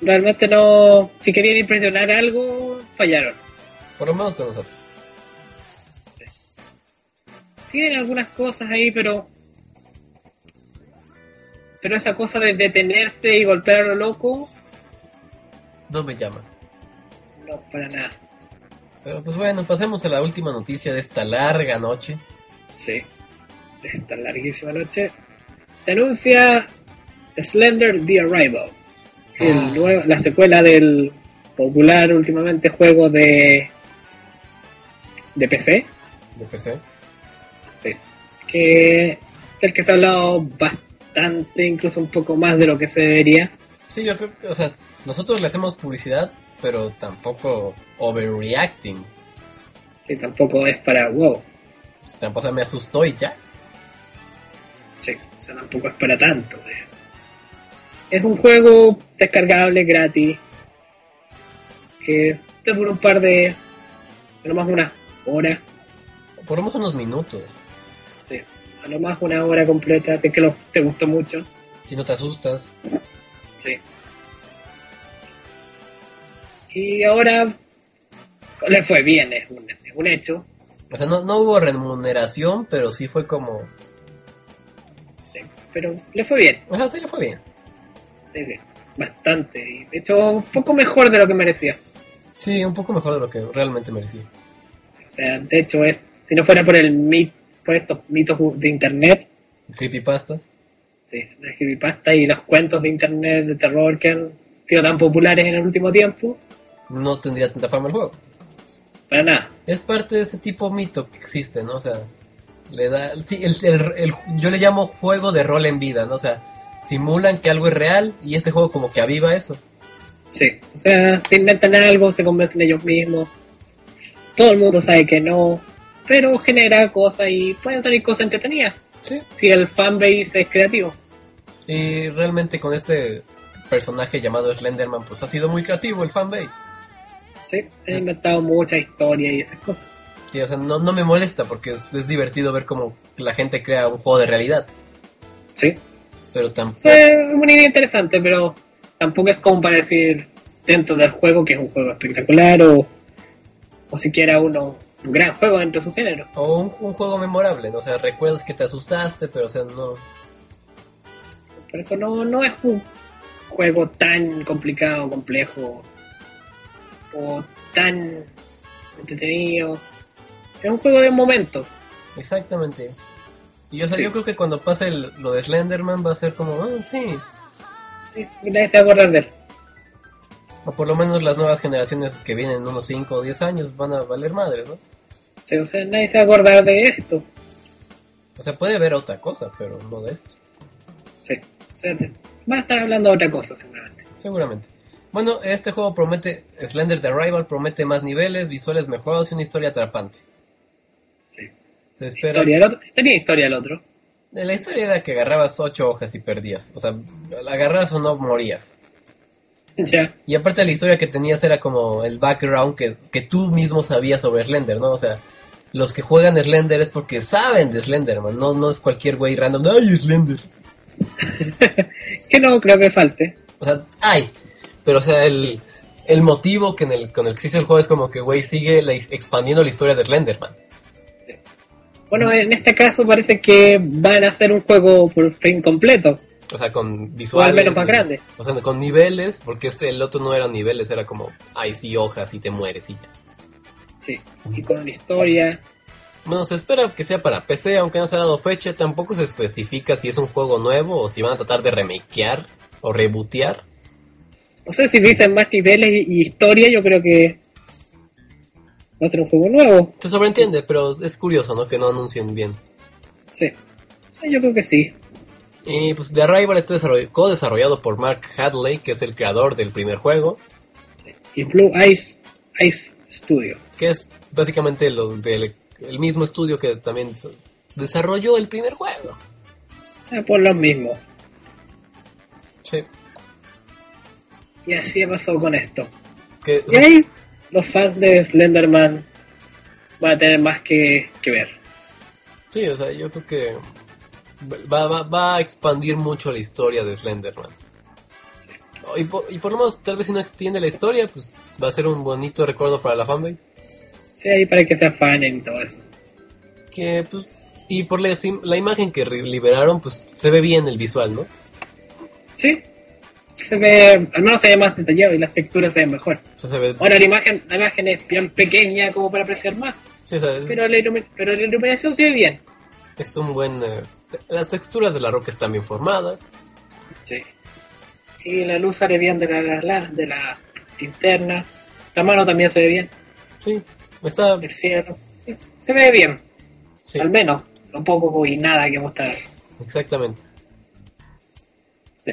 S3: realmente no... Si querían impresionar algo, fallaron.
S2: Por lo menos con nosotros.
S3: Tienen algunas cosas ahí, pero... Pero esa cosa de detenerse y golpear a lo loco,
S2: No me llaman.
S3: no, para nada.
S2: Pero pues bueno, pasemos a la última noticia de esta larga noche.
S3: Sí. Esta larguísima noche. Se anuncia Slender The Arrival. el
S2: Ah.
S3: nuevo- la secuela del popular últimamente juego de. de PC.
S2: De PC.
S3: Que. del que se ha hablado bastante, incluso un poco más de lo que se debería.
S2: Sí, yo creo que, o sea, nosotros le hacemos publicidad, pero tampoco overreacting.
S3: Que tampoco es para
S2: O
S3: wow.
S2: sea, Pues tampoco o sea, me asustó y ya.
S3: Sí, o sea, tampoco es para tanto. eh. Es un juego descargable, gratis, que te dura un par de, a lo más una hora,
S2: Por lo menos unos minutos.
S3: sí, a lo más una hora completa, así que lo, te gustó mucho,
S2: Si no te asustas.
S3: sí. Y ahora le fue bien, es un, es un hecho,
S2: O sea, no, no hubo remuneración, pero sí fue como...
S3: sí, pero le fue bien,
S2: O sea, sí le fue bien.
S3: sí, sí, bastante, y de hecho un poco mejor de lo que merecía.
S2: Sí, un poco mejor de lo que realmente merecía.
S3: O sea, de hecho, es, si no fuera por el mit- por estos mitos de internet,
S2: Creepypastas.
S3: sí, la creepypasta y los cuentos de internet de terror que han sido tan populares en el último tiempo,
S2: No tendría tanta fama el juego.
S3: para nada.
S2: Es parte de ese tipo mito que existe, ¿no? O sea, le da. Sí, el, el- el- yo le llamo juego de rol en vida, ¿no? O sea, simulan que algo es real y este juego como que aviva eso.
S3: Sí, o sea, se inventan algo, se convencen ellos mismos, todo el mundo sabe que no, pero genera cosas y pueden salir cosas entretenidas
S2: Sí.
S3: si el fanbase es creativo.
S2: Y realmente con este personaje llamado Slenderman, pues ha sido muy creativo el fanbase.
S3: Sí, se han inventado muchas historias y esas cosas.
S2: Y, o sea, no, no me molesta porque es, es divertido ver cómo la gente crea un juego de realidad.
S3: Sí,
S2: Pero tampoco.
S3: Sí, es una idea interesante, pero tampoco es como para decir dentro del juego que es un juego espectacular o, o siquiera uno un gran juego dentro de su género.
S2: O un, un juego memorable, ¿no? o sea, recuerdas que te asustaste, pero o sea, no.
S3: Por eso no, no es un juego tan complicado, complejo, o tan entretenido. Es un juego de momento.
S2: Exactamente. Y o sea,
S3: Sí.
S2: yo creo que cuando pase el- lo de Slenderman va a ser como, ah, sí.
S3: Sí, nadie se va a acordar de él.
S2: O por lo menos las nuevas generaciones que vienen en unos 5 o 10 años van a valer madres, ¿no?
S3: Sí, o sea, nadie se va a acordar de esto.
S2: O sea, puede haber otra cosa, pero no de esto.
S3: Sí, o sea, te- van a estar hablando de otra cosa seguramente.
S2: Seguramente. Bueno, este juego promete, Slender The Rival promete más niveles, visuales mejorados y una historia atrapante.
S3: Sí.
S2: Se espera...
S3: Historia del otro. Tenía historia el otro.
S2: La historia era que agarrabas ocho hojas y perdías. O sea, la agarrabas o no morías.
S3: ya,
S2: Y aparte la historia que tenías era como el background que, que tú mismo sabías sobre Slender, ¿no? O sea, los que juegan Slender es porque saben de Slender, man. No, no es cualquier güey random. ¡Ay, Slender!
S3: que no creo que falte.
S2: O sea, ¡ay! Pero, o sea, el, el motivo que en el, con el que se hizo el juego es como que, güey, sigue la- expandiendo la historia de Slender, man.
S3: Bueno, en este caso parece que van a hacer un juego por fin completo.
S2: O sea, con visuales.
S3: menos más
S2: ni-
S3: grande.
S2: O sea, con niveles, porque este, el otro no eran niveles, era como, ay, sí, hojas y te mueres y ya.
S3: Sí, y con una historia.
S2: Bueno, se espera que sea para PC, aunque no se ha dado fecha, tampoco se especifica si es un juego nuevo o si van a tratar de remakear o rebootear.
S3: No sé si dicen más niveles y, y historia, yo creo que va a ser un juego nuevo.
S2: Se sobreentiende, pero es curioso, ¿no? Que no anuncien bien.
S3: Sí, Sí, yo creo que sí.
S2: Y pues The Arrival está desarroll- co-desarrollado por Mark Hadley, que es el creador del primer juego,
S3: Y Blue Ice, Ice Studio.
S2: que es básicamente lo del el mismo estudio que también s- desarrolló el primer juego.
S3: Ah, por lo mismo.
S2: Sí.
S3: Y así pasó con esto.
S2: Que,
S3: Y ahí los fans de Slenderman van a tener más que, que ver.
S2: Sí, o sea, yo creo que va, va- va a expandir mucho la historia de Slenderman. Y po- y por, lo menos, tal vez si no extiende la historia, pues va a ser un bonito recuerdo para la fanbase.
S3: Sí, ahí para que se afanen y todo eso.
S2: Que, pues, y por la, sim- la imagen que re- liberaron, pues se ve bien el visual, ¿no?
S3: Sí. Se ve, al menos se ve más detallado y las texturas se ven mejor.
S2: O sea, se ve.
S3: Ahora la imagen, la imagen es bien pequeña como para apreciar más,
S2: sí, o sea, es,
S3: pero la, ilumi- pero la iluminación se ve bien.
S2: es un buen. eh, te- las texturas de la roca están bien formadas.
S3: Sí. Y la luz sale bien de la, de la, de la linterna. La mano también se ve bien.
S2: Sí, está.
S3: El cielo. Sí, se ve bien.
S2: Sí,
S3: Al menos. Un poco y nada que mostrar.
S2: exactamente.
S3: Sí.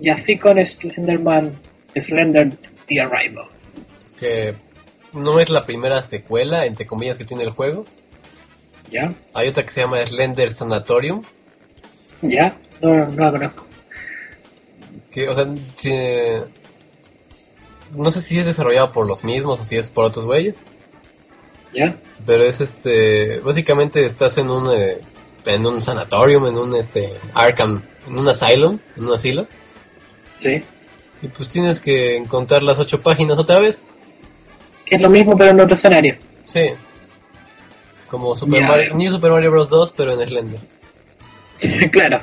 S3: Y así con Slenderman, Slender The Arrival.
S2: Que no es la primera secuela, entre comillas, que tiene el juego.
S3: ¿Ya?
S2: Hay otra que se llama Slender Sanatorium.
S3: ¿Ya? No, no la conozco.
S2: Que, o sea, si- no sé si es desarrollado por los mismos o si es por otros güeyes,
S3: ¿Ya?
S2: pero es este, básicamente estás en un eh, en un sanatorium, en un este Arkham, en un asylum, en un asilo
S3: Sí.
S2: y pues tienes que encontrar las ocho páginas otra vez.
S3: Que es lo mismo pero en otro escenario.
S2: Sí. Como Super
S3: Ya.
S2: Mario, New Super Mario Bros 2, pero en Slender.
S3: claro.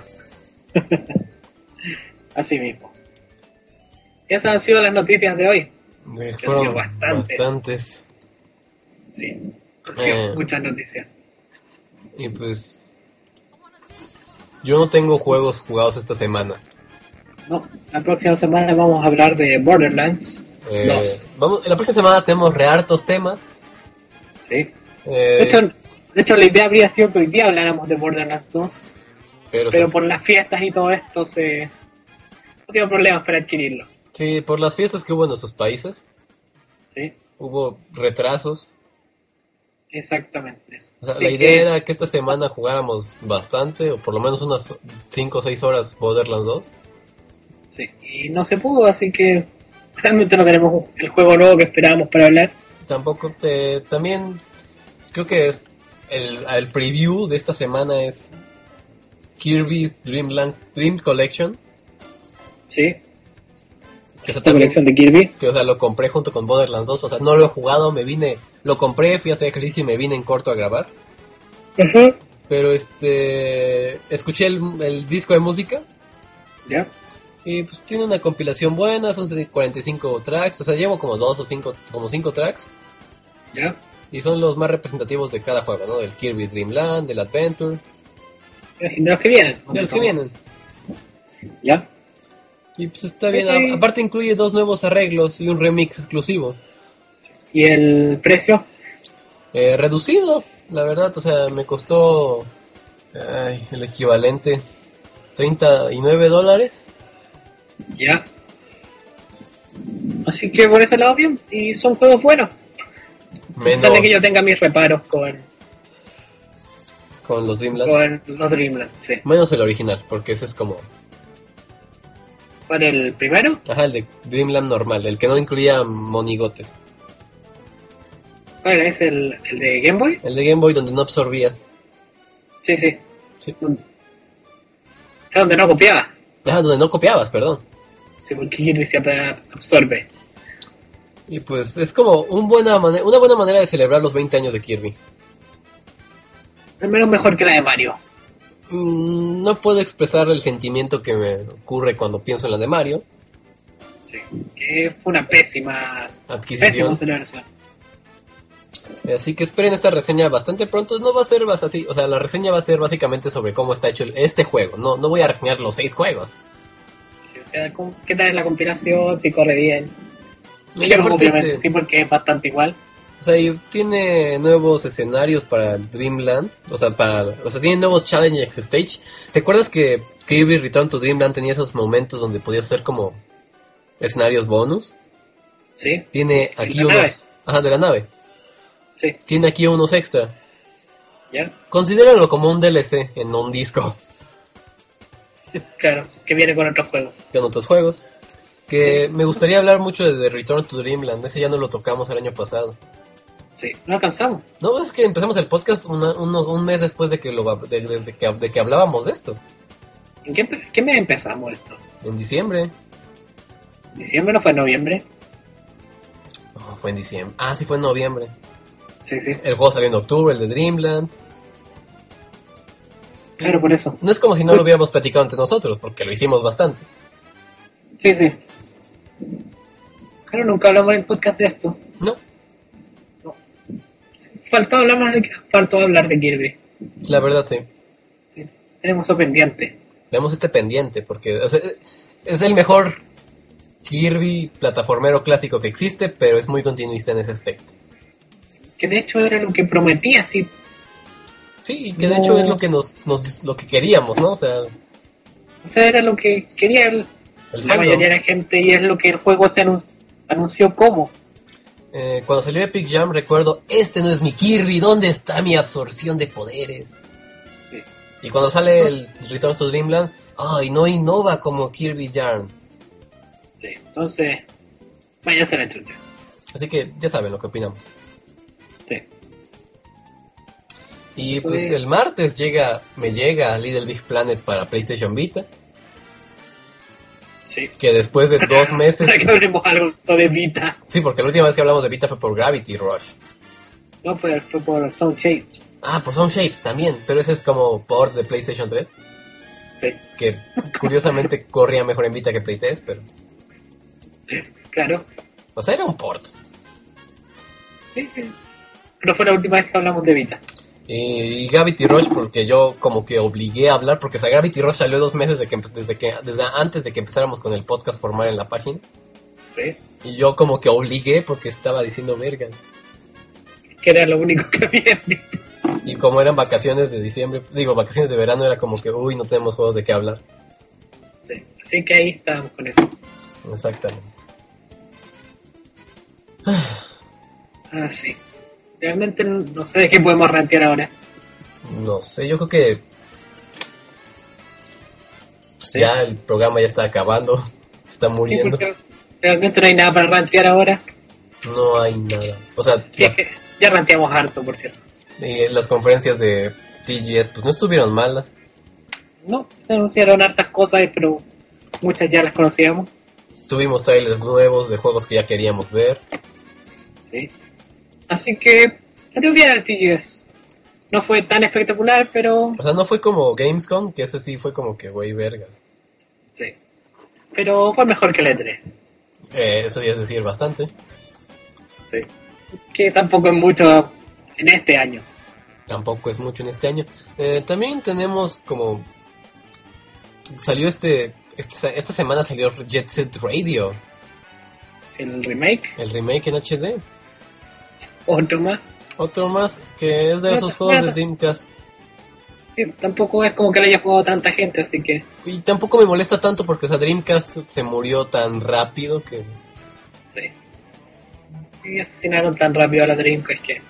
S3: Así mismo. Esas han sido las noticias de hoy.
S2: Eh,
S3: sido
S2: Fueron
S3: bastantes.
S2: bastantes.
S3: Sí. han
S2: Eh.
S3: sido Muchas noticias.
S2: Y pues yo no tengo juegos jugados esta semana.
S3: No, la próxima semana vamos a hablar de Borderlands
S2: Eh,
S3: 2.
S2: vamos, la próxima semana tenemos re hartos temas.
S3: Sí. De,
S2: eh,
S3: hecho, de hecho, la idea habría sido que hoy día habláramos de Borderlands 2,
S2: pero
S3: pero
S2: sí,
S3: por las fiestas y todo esto se... No tengo problemas para adquirirlo.
S2: sí, por las fiestas que hubo en nuestros países,
S3: Sí,
S2: hubo retrasos.
S3: exactamente.
S2: O sea,
S3: Así
S2: la idea
S3: que-
S2: era que esta semana jugáramos bastante, o por lo menos unas 5 o 6 horas Borderlands 2.
S3: Sí, y no se pudo, así que realmente no tenemos el juego nuevo que esperábamos para hablar.
S2: Tampoco, eh, también creo que es el, el preview de esta semana es Kirby's Dream, Land- Dream Collection.
S3: Sí,
S2: Que, o sea,
S3: esta
S2: también-
S3: colección de Kirby.
S2: que, o sea, lo compré junto con Borderlands 2. O sea, no lo he jugado, me vine Lo compré, fui a hacer ejercicio y me vine en corto a grabar.
S3: Ajá.
S2: Pero este. Escuché el, el disco de música.
S3: Ya.
S2: Y pues tiene una compilación buena, son 45 tracks. O sea, llevo como dos o cinco, como cinco tracks.
S3: Ya.
S2: Y son los más representativos de cada juego, ¿no? Del Kirby Dream Land, del Adventure,
S3: De los que vienen.
S2: de los que vienen.
S3: Ya.
S2: Y pues está bien. a-
S3: Sí.
S2: Aparte incluye dos nuevos arreglos y un remix exclusivo.
S3: ¿Y el precio?
S2: Eh, reducido, la verdad, o sea, me costó ay, el equivalente 39 dólares.
S3: Ya. Así que por ese lado bien. Y son juegos buenos. A
S2: Menos
S3: pesar de que yo tenga mis reparos con,
S2: con los Dreamland.
S3: con los Dreamland. Sí.
S2: Menos el original, porque ese es como...
S3: ¿Para el primero?
S2: Ajá, el de Dreamland normal, el que no incluía monigotes.
S3: Bueno, es el, el de Game Boy.
S2: El de Game Boy donde no absorbías.
S3: Sí, sí.
S2: Sí.
S3: O sea, donde no copiabas.
S2: Ajá, donde no copiabas, perdón.
S3: Sí, porque Kirby siempre absorbe.
S2: Y pues es como un buena mane- una buena manera de celebrar los 20 años de Kirby.
S3: Al menos mejor que la de Mario.
S2: Mm, No puedo expresar el sentimiento que me ocurre cuando pienso en la de Mario.
S3: Sí. Que fue una pésima.
S2: Adquisición. Eh,
S3: Pésima celebración.
S2: Así que esperen esta reseña bastante pronto. No va a ser bas- así, o sea, la reseña va a ser básicamente sobre cómo está hecho el- este juego. No, no voy a reseñar los seis juegos.
S3: Sí, o sea, ¿cómo- ¿qué tal es la compilación? Si corre bien.
S2: Y
S3: Claro,
S2: aparte,
S3: obviamente,
S2: este,
S3: sí, porque es bastante igual.
S2: o sea, y tiene nuevos escenarios para Dreamland, o sea, para, o sea, tiene nuevos challenges stage. ¿Recuerdas que Kirby Return to Dreamland tenía esos momentos donde podías hacer como escenarios bonus?
S3: Sí,
S2: Tiene aquí
S3: la
S2: unos,
S3: nave.
S2: ajá, de la nave.
S3: sí,
S2: Tiene aquí unos extra.
S3: ya.
S2: Considéralo como un DLC en un disco.
S3: Claro, que viene con otros juegos.
S2: con otros juegos. Que me gustaría hablar mucho de The Return to Dreamland. Ese ya no lo tocamos el año pasado.
S3: Sí, no alcanzamos.
S2: No, pues es que empezamos el podcast una- unos, un mes después de que, lo, de, de- de que, de que hablábamos de esto.
S3: ¿En qué, empe- qué mes empezamos esto?
S2: En diciembre.
S3: ¿Diciembre no fue noviembre?
S2: No, fue en diciembre. Ah, sí, fue en noviembre.
S3: Sí, sí.
S2: El juego salió en octubre, el de Dreamland.
S3: Claro, por eso.
S2: No es como si no lo hubiéramos platicado entre nosotros, porque lo hicimos bastante.
S3: Sí, sí. Claro, nunca hablamos en el podcast de esto.
S2: No,
S3: Faltó hablar, más de, faltó hablar de Kirby.
S2: la verdad sí.
S3: Sí. Tenemos eso pendiente.
S2: Veamos este pendiente, porque o sea, es el mejor Kirby plataformero clásico que existe, pero es muy continuista en ese aspecto.
S3: Que de hecho era lo que prometía, sí.
S2: Sí, que de
S3: No.
S2: hecho es lo que nos, nos lo que queríamos, ¿no? O sea,
S3: O sea, era lo que quería el-
S2: el
S3: la
S2: fandom.
S3: mayoría de la gente y es lo que el juego se anun- anunció como.
S2: Eh, cuando salió Epic Jam recuerdo, este no es mi Kirby, ¿dónde está mi absorción de poderes?
S3: Sí.
S2: Y cuando sale el Return to Dreamland, ay, no innova como Kirby Yarn.
S3: Sí, entonces, vaya a ser la chucha.
S2: Así que ya saben lo que opinamos.
S3: Sí.
S2: Y
S3: Sí.
S2: pues el martes llega, me llega Little Big Planet para PlayStation Vita,
S3: Sí.
S2: que después de dos meses,
S3: Para que hablemos algo de Vita.
S2: sí, porque la última vez que hablamos de Vita fue por Gravity Rush.
S3: No, fue, fue por Sound Shapes.
S2: Ah, por Sound Shapes también, pero ese es como port de PlayStation 3.
S3: Sí,
S2: que curiosamente corría mejor en Vita que en Play 3, pero...
S3: claro.
S2: O sea, era un port.
S3: Sí, sí. Pero fue la última vez que hablamos de Vita.
S2: Y, y Gravity Rush porque yo como que obligué a hablar, porque o sea, Gravity Rush salió dos meses de que, empe- desde que desde antes de que empezáramos con el podcast formal en la página.
S3: Sí.
S2: Y yo como que obligué porque estaba diciendo verga.
S3: Que era lo único que había en Vita.
S2: Y como eran vacaciones de diciembre, digo, vacaciones de verano, era como que, uy, no tenemos juegos de qué hablar.
S3: Sí. Así que ahí estábamos con eso.
S2: Exactamente.
S3: Ah, sí. Realmente no sé de qué podemos rantear ahora.
S2: No sé, yo creo que... pues, ya el programa ya está acabando, se está
S3: Sí,
S2: muriendo.
S3: porque realmente no hay nada para rantear ahora.
S2: No hay nada. O sea,
S3: Sí,
S2: las,
S3: es que ya ranteamos harto, por cierto.
S2: eh, las conferencias de TGS pues no estuvieron malas.
S3: No, se anunciaron hartas cosas, pero muchas ya las conocíamos.
S2: Tuvimos trailers nuevos de juegos que ya queríamos ver.
S3: Sí. Así que salió bien el TGS. No fue tan espectacular, pero
S2: O sea, no fue como Gamescom, que ese sí fue como que, güey, vergas.
S3: sí. Pero fue mejor que el E E3.
S2: Eh, eso ya es decir bastante.
S3: Sí. Que tampoco es mucho en este año.
S2: Tampoco es mucho en este año. Eh, también tenemos como... Salió este, este- Esta semana salió Jet Set Radio,
S3: El remake,
S2: el remake en HD.
S3: otro más.
S2: Otro más que es de esos juegos de Dreamcast.
S3: Sí, tampoco es como que le haya jugado tanta gente, así que
S2: Y tampoco me molesta tanto porque, o sea, Dreamcast se murió tan rápido que...
S3: sí. Y asesinaron tan rápido a la Dreamcast que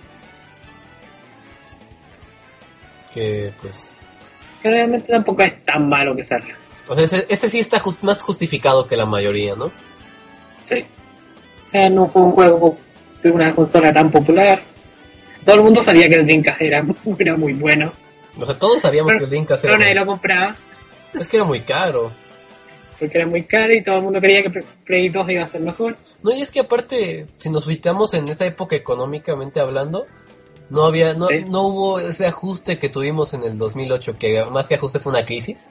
S2: que pues...
S3: que realmente tampoco es tan malo que salga.
S2: O sea, ese, ese sí está jus- más justificado que la mayoría, ¿no?
S3: Sí. O sea, no fue un juego de una consola tan popular. Todo el mundo sabía que el Dreamcast era, era muy bueno,
S2: O sea, todos sabíamos que el Dreamcast
S3: pero nadie
S2: era...
S3: lo compraba
S2: Es que era muy caro.
S3: porque era muy caro y todo el mundo creía que Play- Play 2 iba a ser mejor.
S2: No, y es que aparte, si nos ubicamos en esa época económicamente hablando, no había, no,
S3: Sí.
S2: no hubo ese ajuste que tuvimos en el 2008, que más que ajuste fue una crisis,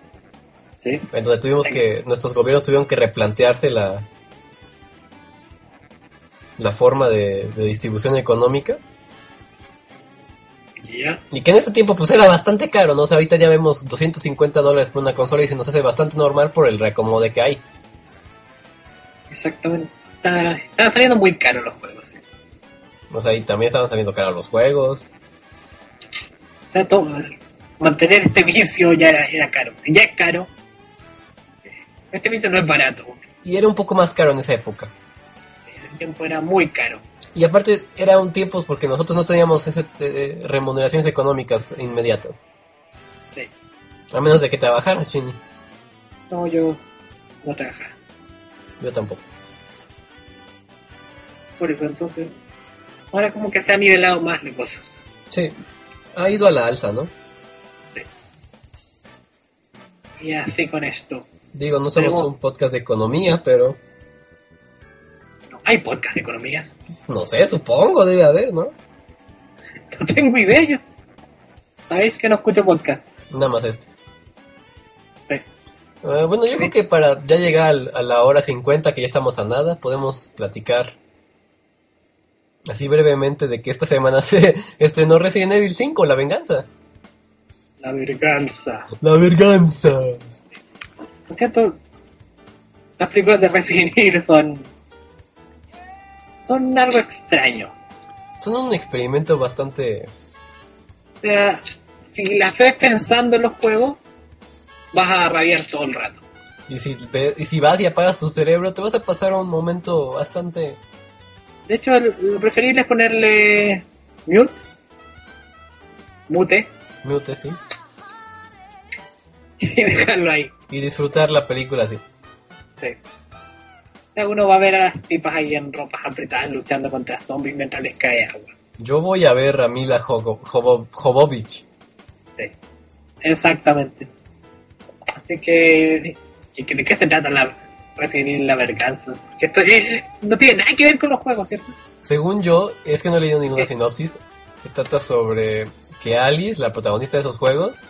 S3: Sí.
S2: en donde tuvimos
S3: Sí.
S2: que, nuestros gobiernos tuvieron que replantearse la, la forma de, de distribución económica,
S3: Ya.
S2: y que en ese tiempo pues era bastante caro, ¿no? O sea, ahorita ya vemos 250 dólares por una consola y se nos hace bastante normal por el reacomode que hay.
S3: Exactamente. Está- Estaban saliendo muy caros los juegos. sí.
S2: O sea, y también estaban saliendo caros los juegos.
S3: O sea, todo, mantener este vicio ya era, era caro. Si ya es caro, este vicio no es barato.
S2: Y era un poco más caro en esa época.
S3: El tiempo era muy caro.
S2: Y aparte era un tiempo porque nosotros no teníamos ese, eh, remuneraciones económicas inmediatas.
S3: Sí.
S2: A menos de que trabajaras, Shinny.
S3: No, yo no trabajaba.
S2: Yo tampoco.
S3: Por eso entonces, ahora como que se ha nivelado más la cosa.
S2: Sí. Ha ido a la alza, ¿no?
S3: Y así con esto.
S2: Digo, no somos
S3: Pero-
S2: un podcast de economía, pero...
S3: No, hay podcast de economía.
S2: No sé, supongo, debe haber, ¿no?
S3: No tengo idea yo. Sabéis que no escucho podcast.
S2: Nada más este.
S3: Sí.
S2: Eh, bueno, yo creo que para ya llegar al- a la hora 50, que ya estamos a nada, podemos platicar así brevemente de que esta semana se estrenó Resident Evil 5, La Venganza.
S3: La vergüenza.
S2: La Venganza.
S3: Por cierto, las películas de Resident Evil son. son algo extraño.
S2: Son un experimento bastante...
S3: O sea, si las ves pensando en los juegos, vas a rabiar todo el rato.
S2: Y si, ve- y si vas y apagas tu cerebro, te vas a pasar un momento bastante...
S3: De hecho, lo preferible es ponerle. mute. mute.
S2: mute, ¿sí?
S3: y dejarlo ahí.
S2: Y disfrutar la película así.
S3: Sí. O sea, Uno va a ver a las tipas ahí en ropas apretadas luchando contra zombies mientras les cae agua.
S2: Yo voy a ver a Mila Jogo- Jovo- Jovovich.
S3: Sí. Exactamente. Así que. ¿y que- ¿De qué se trata la Resident Evil la verganza? Que esto eh, no tiene nada que ver con los juegos, ¿cierto?
S2: Según yo, es que no he leído ninguna
S3: Sí.
S2: sinopsis. Se trata sobre que Alice, la protagonista de esos juegos,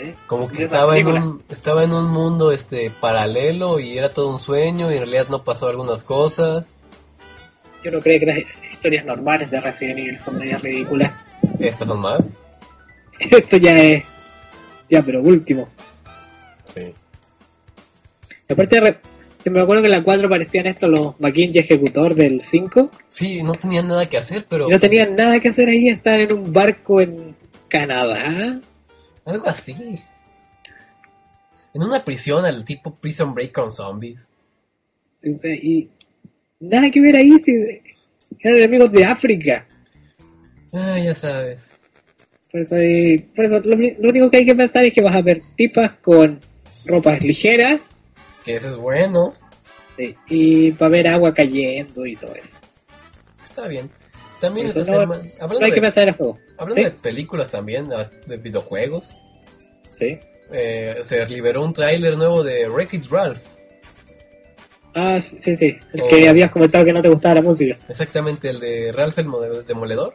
S3: Sí.
S2: como que
S3: De la
S2: estaba en
S3: película.
S2: un estaba en un mundo este paralelo y era todo un sueño y en realidad no pasó algunas cosas.
S3: Yo no creo que las historias normales de Resident Evil son medias ridículas.
S2: Estas son más.
S3: Esto ya es. Ya, pero último.
S2: Sí.
S3: Y Aparte, re- si me acuerdo que en la 4 parecían estos los Mackinji ejecutor del 5.
S2: Sí, no tenían nada que hacer, pero
S3: Y no tenían nada que hacer ahí, estaban en un barco en Canadá.
S2: algo así. En una prisión al tipo Prison Break con zombies.
S3: Sí, o sea, y nada que ver ahí, si eran enemigos de África.
S2: Ah, ya sabes.
S3: Por eso, ahí- por eso lo, uni- lo único que hay que pensar es que vas a ver tipas con ropas ligeras
S2: Que eso es bueno.
S3: sí, y va a haber agua cayendo y todo eso.
S2: Está bien. También
S3: Eso
S2: esta
S3: no-
S2: semana,
S3: No
S2: hablando,
S3: hay que
S2: de,
S3: pensar en el juego.
S2: hablando
S3: ¿sí?
S2: de películas también, ah, de videojuegos.
S3: Sí.
S2: eh, se liberó un tráiler nuevo de Wreck-It Ralph.
S3: Ah, sí, sí, sí. El
S2: O-
S3: que habías comentado que no te gustaba la música.
S2: Exactamente, el de Ralph el Mode- Demoledor.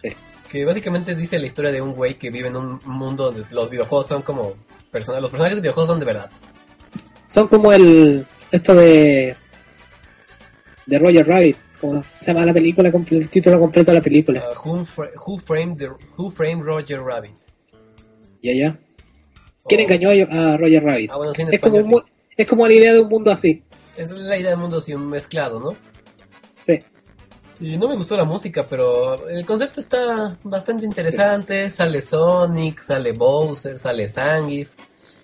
S3: Sí.
S2: Que básicamente dice la historia de un güey que vive en un mundo donde los videojuegos son como... persona- los personajes de videojuegos son de verdad.
S3: Son como el. Esto de. De Roger Rabbit. Como se llama la película, comple- el título completo de la película.
S2: Ah, who, Fra- Who framed the- Who Framed Roger Rabbit?
S3: Ya, ya. ¿Quién
S2: O-
S3: engañó a a Roger Rabbit?
S2: Oh. Ah, bueno, sí, en
S3: es, como
S2: español.
S3: un mu- es como la idea de un mundo así.
S2: sí. Es la idea del mundo así mezclado, ¿no?
S3: Sí.
S2: Y no me gustó la música, pero el concepto está bastante interesante. Sale Sonic, sale Bowser, sale Zangief.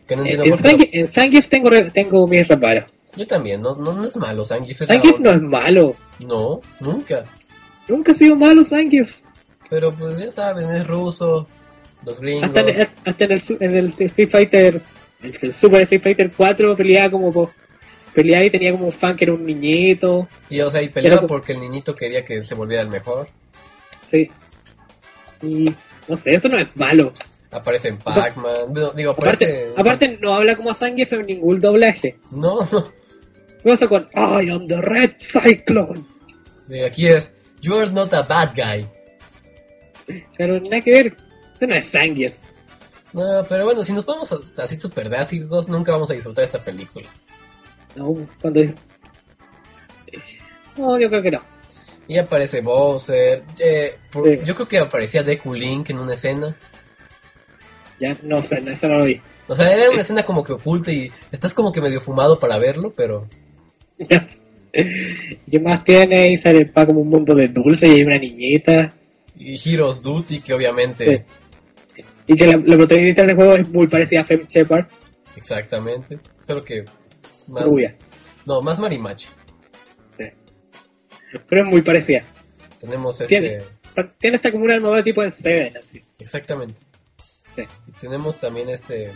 S2: Que no
S3: En,
S2: entiendo por
S3: en
S2: qué.
S3: Eh, Zangief- en Zangief tengo, re- tengo mis reparos.
S2: lo- Yo también, no, no, no es malo Zangief. es la
S3: Zangief no
S2: onda.
S3: es malo.
S2: No, nunca.
S3: Nunca ha sido malo Zangief.
S2: Pero pues ya saben, es ruso, los gringos.
S3: Hasta, en, hasta en el, su- en el Street Fighter, en el Super Street Fighter 4 peleaba como po- peleaba y tenía como un fan que era un niñito.
S2: Y o sea, y peleaba
S3: Pero-
S2: porque el niñito quería que se volviera el mejor.
S3: Sí. Y no sé, eso no es malo.
S2: Aparece en Pac-Man. Digo, digo,
S3: Aparte,
S2: aparece.
S3: aparte no habla como a Zangief en ningún doblaje.
S2: No, no.
S3: No eso con I am the Red Cyclone.
S2: Mira, Aquí es. You're not a bad guy.
S3: Pero nada que ver. Eso no es Zangief.
S2: No, pero bueno, si nos vamos a- así super drásticos, nunca vamos a disfrutar esta película.
S3: No, cuando No, yo creo que no.
S2: Y aparece Bowser. eh, por-
S3: Sí.
S2: Yo creo que aparecía Deku Link en una escena.
S3: Ya no, o sea, no, eso no lo vi.
S2: O sea, era una escena como que oculta y estás como que medio fumado para verlo, pero.
S3: ¿Qué más tiene? Y sale pa como un mundo de dulce y hay una niñita.
S2: Y Heroes Duty, que obviamente.
S3: Y que la, la protagonista del juego es muy parecida a Fem Shepard.
S2: Exactamente. Solo que. Más,
S3: Rubia.
S2: No, más marimacha.
S3: Sí. Pero es muy parecida.
S2: Tenemos este.
S3: Tiene, tiene hasta como una armadura tipo de Seven, así.
S2: Exactamente.
S3: Sí,
S2: Y tenemos también este.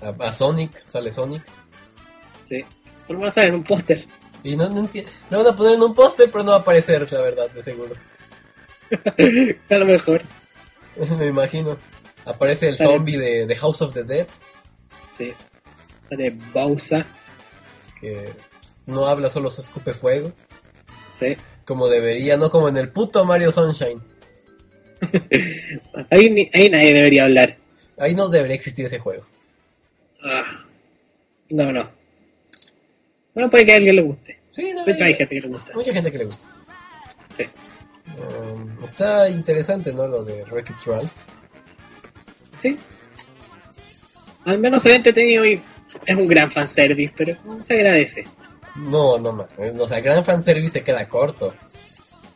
S2: A, a Sonic, sale Sonic.
S3: sí. Por lo menos sale en un póster.
S2: Y no, no entiendo. Lo van a poner en un póster, pero no va a aparecer, la verdad, de seguro.
S3: a lo mejor.
S2: Me imagino. Aparece el
S3: Sale.
S2: zombie de, de House of the Dead,
S3: Sí. Sale Bowser.
S2: que no habla, solo se escupe fuego.
S3: Sí.
S2: Como debería, no como en el puto Mario Sunshine.
S3: Ahí, ni- ahí nadie debería hablar.
S2: Ahí no debería existir ese juego.
S3: Ah. No, no. Bueno, puede que a alguien le guste.
S2: Sí, no,
S3: De hecho,
S2: hay-
S3: hay gente que le gusta.
S2: mucha gente que le gusta.
S3: Sí.
S2: Um, está interesante, ¿no? Lo de Wreck-It Ralph.
S3: Sí. Al menos se ve entretenido y es un gran fanservice, pero se agradece.
S2: No, no, man. O sea, gran fanservice se queda corto.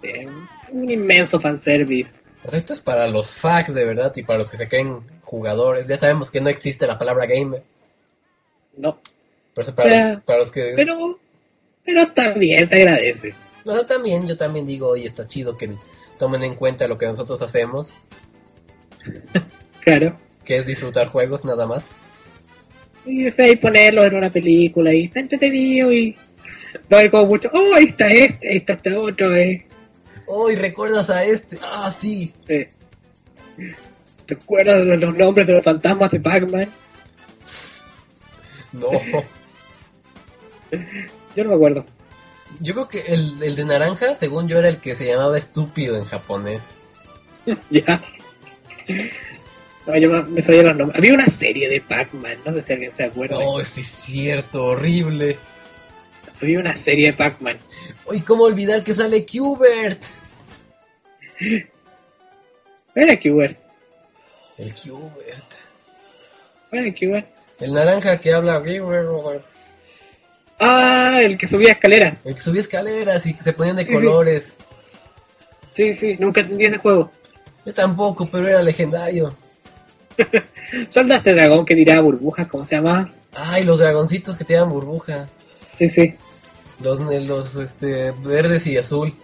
S3: Eh, un inmenso fanservice.
S2: O sea, esto es para los facts de verdad y para los que se creen jugadores. Ya sabemos que no existe la palabra gamer.
S3: No.
S2: Pero eso para,
S3: Ya.
S2: los, para los que
S3: Pero, pero está bien, se agradece.
S2: No, yo también, yo también digo, oye, está chido que tomen en cuenta lo que nosotros hacemos,
S3: Claro.
S2: que es disfrutar juegos nada más.
S3: Y, o sea, y ponerlo en una película y está entretenido y va a haber como mucho. ¡Oh, ahí está este! Ahí está este otro, eh.
S2: Oh, y recuerdas a este. Ah, sí.
S3: Sí. ¿Te acuerdas de los nombres de los fantasmas de Pac-Man?
S2: No.
S3: Yo no me acuerdo.
S2: Yo creo que el, el de naranja, según yo, era el que se llamaba estúpido en japonés.
S3: Ya. No, yo me- me sabía los nombres. Había una serie de Pac-Man, no sé si alguien se acuerda.
S2: Oh, sí, es cierto, horrible.
S3: Había una serie de Pac-Man.
S2: Uy, ¿cómo olvidar que sale Qbert?
S3: Era Qbert,
S2: El Qbert.
S3: era Qbert.
S2: El naranja que habla, el
S3: Ah, el que subía escaleras.
S2: que subía escaleras y que se ponían de
S3: Sí, sí.
S2: colores.
S3: Sí, sí, nunca entendí ese juego.
S2: Yo tampoco, pero era legendario.
S3: Son de este dragón que tiraba burbujas, ¿cómo se llamaba?
S2: Ay, los dragoncitos que te dan burbuja.
S3: Sí, sí.
S2: Los, los este, verdes y azul.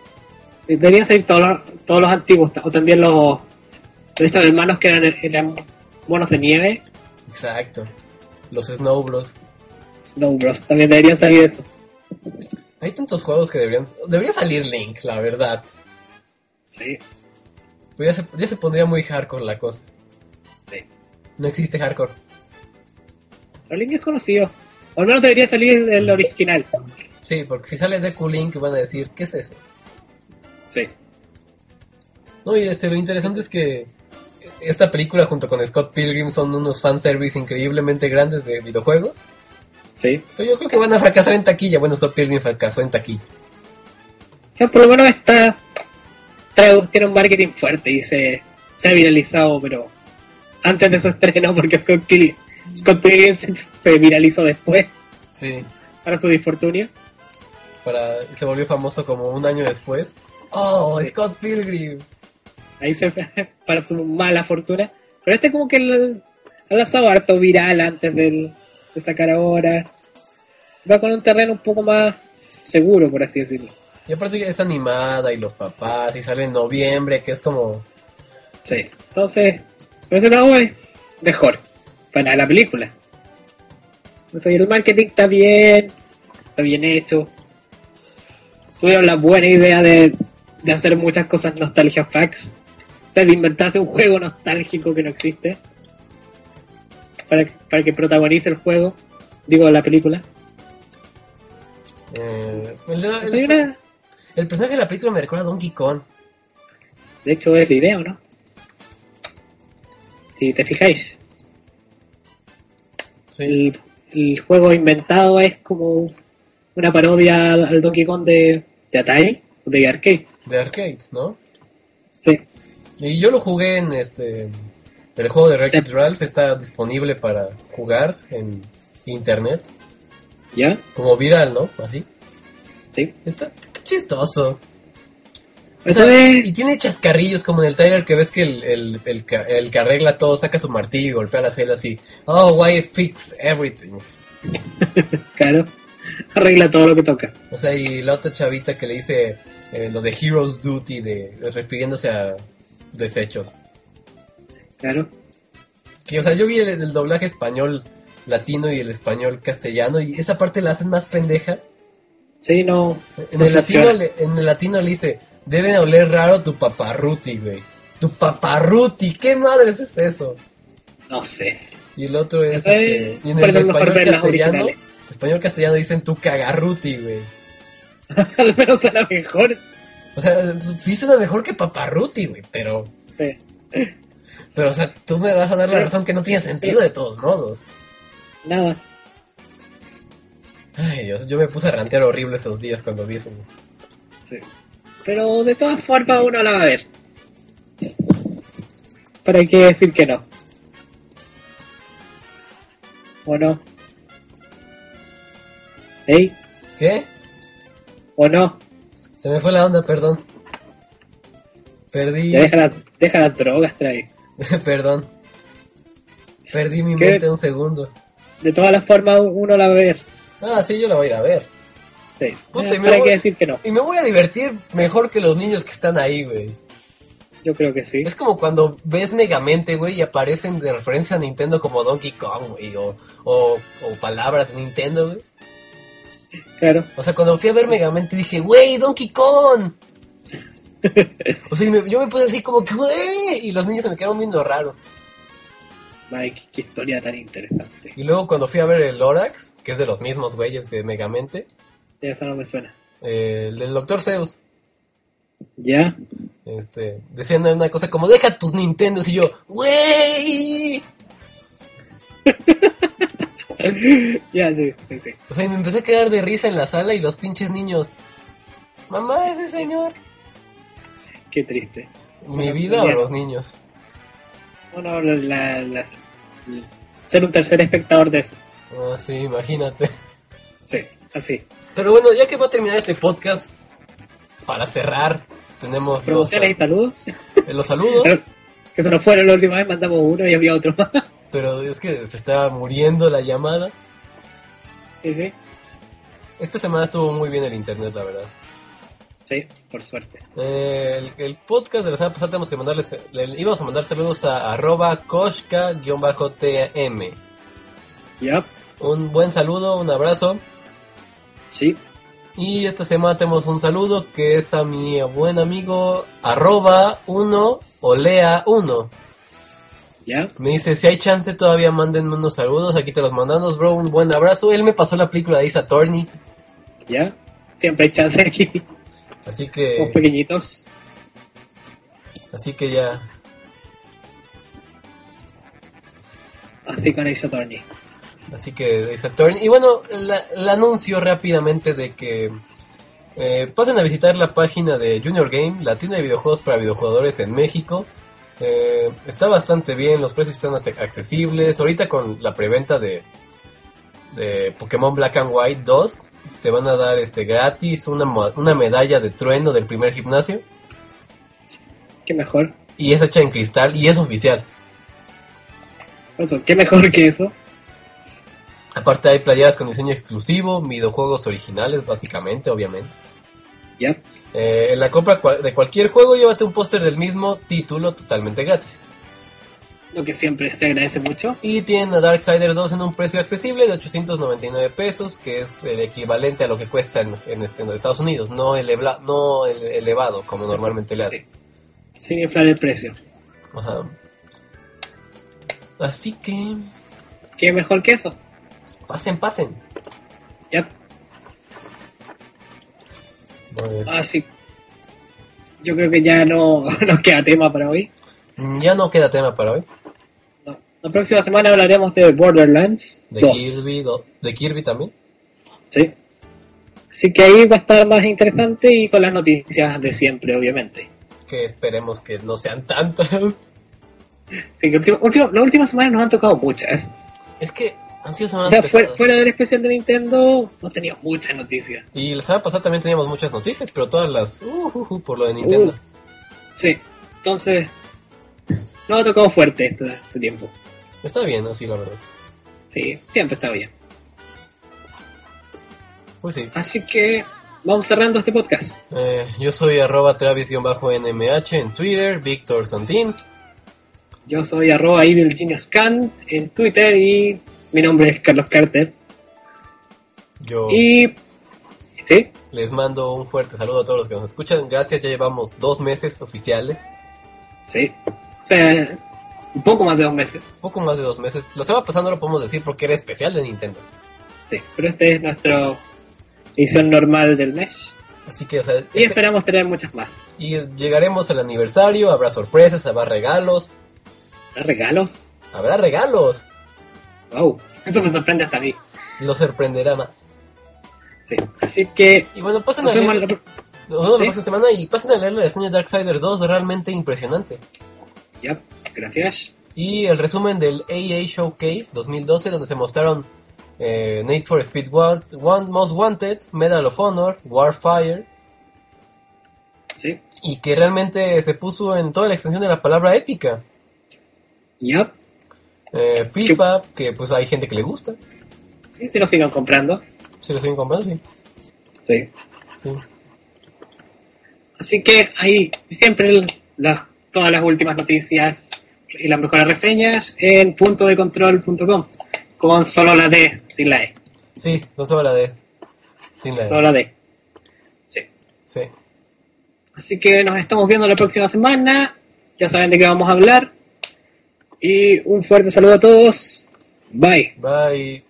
S3: Deberían salir todos los, todos los antiguos, o también los estos hermanos que eran, eran monos de nieve.
S2: Exacto. Los Snowbros.
S3: Snow Bros. También deberían salir eso.
S2: Hay tantos juegos que deberían... Debería salir Link, la verdad.
S3: Sí,
S2: Pero ya se, ya se pondría muy hardcore la cosa.
S3: sí.
S2: No existe hardcore.
S3: Pero Link es conocido. O al menos debería salir el original.
S2: Sí, porque si sale Deku Link van a decir, ¿qué es eso?
S3: Sí.
S2: No, y este, lo interesante es que esta película junto con Scott Pilgrim son unos fanservice increíblemente grandes de videojuegos.
S3: Sí.
S2: Pero yo creo que van a fracasar en taquilla. Bueno, Scott Pilgrim fracasó en taquilla.
S3: O sea, por lo menos está. trae- tiene un marketing fuerte y se, se ha viralizado, pero antes de su estreno, porque Scott, Pilgrim- Scott Pilgrim se, se viralizó después,
S2: Sí,
S3: para su disfortunia.
S2: para, se volvió famoso como un año después. ¡Oh, Scott Pilgrim!
S3: Ahí se. para su mala fortuna. Pero este, como que lo- ha lanzado harto viral antes del- de sacar ahora. Va con un terreno un poco más seguro, por así decirlo.
S2: Y aparte es animada y los papás y sale en noviembre, que es como...
S3: Sí. Entonces, por ese lado es mejor para la película. O sea, y el marketing está bien, está bien hecho. Tuvieron la buena idea de, de hacer muchas cosas nostalgia facts. O sea, de inventarse un juego nostálgico que no existe. Para, para que protagonice el juego, digo, la película.
S2: eh, el, de-
S3: O sea, hay
S2: el-
S3: una-
S2: el personaje de la película me recuerda a Donkey Kong.
S3: de hecho, es la idea, ¿o no? Si te fijáis.
S2: Sí.
S3: el, el juego inventado es como una parodia al al Donkey Kong de, de Atari, de Arcade.
S2: De arcade, ¿no?
S3: Sí,
S2: Y yo lo jugué en este. El juego de Wreck-It
S3: Sí.
S2: Ralph está disponible para jugar en internet.
S3: ¿ya?
S2: Como viral, ¿no? Así.
S3: Sí.
S2: Está, está chistoso. O
S3: Eso
S2: sea,
S3: es...
S2: y tiene chascarrillos como en el trailer que ves que el, el- el ca- el que arregla todo saca su martillo y golpea la celda así. Oh, why fix everything.
S3: Claro, arregla todo lo que toca.
S2: O sea, y la otra chavita que le dice eh, lo de Heroes Duty, de, refiriéndose a desechos.
S3: Claro,
S2: Que, o sea, yo vi el, el doblaje español latino y el español castellano y esa parte la hacen más pendeja.
S3: sí, no...
S2: En
S3: no
S2: el latino
S3: funciona.
S2: le, en el latino le dice, deben oler raro tu paparruti, güey. Tu paparruti, ¿qué madres es eso?
S3: No sé.
S2: Y el otro es...
S3: Eso es-
S2: este, y en el
S3: pero mejor
S2: español
S3: ver las
S2: castellano,
S3: originales.
S2: español castellano dicen tu cagarruti, güey.
S3: Al menos suena mejor.
S2: O sea, sí suena mejor que paparruti, güey, pero...
S3: Sí.
S2: Pero, o sea, tú me vas a dar la
S3: Pero-
S2: razón que no tiene sentido de todos modos.
S3: Nada.
S2: Ay, Dios, yo me puse a rantear horrible esos días cuando vi eso.
S3: Sí. Pero de todas formas uno la va a ver. ¿Para qué decir que no? ¿O no? ¿Ey?
S2: ¿Qué?
S3: ¿O no?
S2: Se me fue la onda, perdón. Perdí,
S3: Ya deja, la- deja las drogas, trae.
S2: perdón. Perdí mi
S3: ¿Qué?
S2: mente un segundo.
S3: De todas las formas uno la va a ver.
S2: Ah, sí, yo la voy a ir a ver.
S3: Sí.
S2: Puta, y me
S3: ¿Para
S2: voy-
S3: qué decir que no?
S2: Y me voy a divertir mejor que los niños que están ahí, güey.
S3: Yo creo que sí.
S2: Es como cuando ves Megamente, güey, y aparecen de referencia a Nintendo como Donkey Kong, güey, o, o, o palabras de Nintendo, güey.
S3: Claro.
S2: O sea, cuando fui a ver Megamente dije, güey, Donkey Kong. o sea, y me- yo me puse así como que, güey, y los niños se me quedaron viendo raro.
S3: Ay, qué, qué historia tan interesante.
S2: Y luego cuando fui a ver el Lorax, que es de los mismos güeyes de Megamente,
S3: Eso no me suena.
S2: eh, el del Doctor Zeus,
S3: ¿Ya?
S2: este, decían una cosa como, deja tus Nintendos, y yo, güey.
S3: ya, sí, sí, sí.
S2: O sea, y me empecé a quedar de risa en la sala y los pinches niños, mamá, ese señor.
S3: Qué triste.
S2: Mi vida o los niños.
S3: Bueno, la, la- la- ser un tercer espectador de eso.
S2: Ah, sí, imagínate.
S3: Sí, así.
S2: Pero bueno, ya que va a terminar este podcast, para cerrar, tenemos los,
S3: Promociones y saludos.
S2: eh, los saludos,
S3: Que se nos fueron la última vez, mandamos uno y había otro más.
S2: pero es que se está muriendo la llamada.
S3: sí, sí,
S2: Esta semana estuvo muy bien el internet, la verdad.
S3: sí, por suerte.
S2: Eh, el, el podcast de la semana pasada tenemos que mandarles, le- íbamos a mandar saludos a arroba koshka-tm.
S3: Ya,
S2: Un buen saludo, un abrazo.
S3: sí.
S2: Y esta semana tenemos un saludo que es a mi buen amigo arroba 1 olea 1.
S3: ¿Ya?
S2: Me dice, si hay chance todavía mándenme unos saludos, aquí te los mandamos, bro, un buen abrazo. Él me pasó la película de Isa Torney,
S3: ¿Ya? Siempre hay chance aquí.
S2: así
S3: Somos
S2: que,
S3: pequeñitos.
S2: así que ya,
S3: Así con Ace Attorney.
S2: Así que Ace Attorney. Y bueno, la- el anuncio rápidamente de que eh, pasen a visitar la página de Junior Game, la tienda de videojuegos para videojugadores en México. Eh, está bastante bien, los precios están ac- accesibles. Ahorita con la preventa de, de Pokémon Black and White 2, te van a dar este gratis una, mo- una medalla de trueno del primer gimnasio.
S3: Qué mejor.
S2: Y es hecha en cristal y es oficial.
S3: Oso, qué mejor que eso.
S2: Aparte hay playeras con diseño exclusivo, videojuegos originales básicamente, obviamente.
S3: ¿Ya?
S2: Eh, en la compra cua- de cualquier juego, llévate un póster del mismo título totalmente gratis.
S3: Lo que siempre se agradece mucho.
S2: Y tienen a Darksiders 2 en un precio accesible de 899 pesos, que es el equivalente a lo que cuesta en, en este- en Estados Unidos, no, elevla- no el- elevado como normalmente le hacen.
S3: Sin inflar el precio.
S2: Ajá. Así que,
S3: Qué mejor que eso.
S2: pasen, pasen.
S3: ¿Ya?
S2: Pues,
S3: Ah, sí. Yo creo que ya no nos queda tema para hoy.
S2: ya no queda tema para hoy.
S3: No. La próxima semana hablaremos de Borderlands
S2: De
S3: 2.
S2: Kirby, do- de Kirby también.
S3: Sí. Así que ahí va a estar más interesante y con las noticias de siempre, obviamente.
S2: Que esperemos que no sean tantas.
S3: Así que último- último- las últimas semanas nos han tocado muchas.
S2: Es que han sido
S3: O
S2: semanas
S3: sea, fuera,
S2: pesadas.
S3: fuera del especial de Nintendo, no tenía muchas noticias.
S2: Y la semana pasada también teníamos muchas noticias, pero todas las uh, uh, uh, por lo de Nintendo.
S3: Sí. Entonces, nos ha tocado fuerte este, este tiempo.
S2: Está bien, así la verdad.
S3: Sí, siempre está bien.
S2: Pues sí.
S3: Así que vamos cerrando este podcast.
S2: Eh, yo soy arroba travis-nmh en Twitter, Víctor Santín.
S3: Yo soy arroba Evil Genius Can en Twitter y mi nombre es Carlos Carter.
S2: Yo
S3: Y... ¿Sí?
S2: les mando un fuerte saludo a todos los que nos escuchan. Gracias, ya llevamos dos meses oficiales.
S3: Sí. O sea, un poco más de dos meses.
S2: Poco más de dos meses. La semana pasada no lo podemos decir porque era especial de Nintendo.
S3: Sí, pero este es nuestro edición normal del mes.
S2: Así que, o sea,
S3: Y
S2: este-
S3: esperamos tener muchas más.
S2: y llegaremos al aniversario. Habrá sorpresas, habrá regalos.
S3: ¿Regalos?
S2: Habrá regalos.
S3: Wow, eso me sorprende hasta a mí.
S2: Lo sorprenderá más.
S3: Sí. Así que
S2: Y bueno, pasen
S3: nos
S2: a
S3: vemos
S2: leer-
S3: la pro-
S2: Nos vemos
S3: ¿Sí?
S2: la próxima semana y pasen a leer la reseña de Darksiders 2, realmente impresionante.
S3: Ya, gracias.
S2: Y el resumen del AA Showcase 2012, donde se mostraron eh, Need for Speed World, One Most Wanted, Medal of Honor, Warfire,
S3: Sí.
S2: y que realmente se puso en toda la extensión de la palabra épica.
S3: Ya.
S2: Eh, FIFA, que pues hay gente que le gusta,
S3: Sí, si lo sigan comprando.
S2: se lo siguen comprando, sí.
S3: Sí.
S2: sí.
S3: Así que ahí siempre el- la- todas las últimas noticias y las mejores reseñas en puntodecontrol.com con solo la D, sin la E.
S2: Sí, no solo la de... Sin la de-
S3: Solo la D. Sí.
S2: Sí.
S3: Así que nos estamos viendo la próxima semana. Ya saben de qué vamos a hablar. Y un fuerte saludo a todos. Bye.
S2: Bye.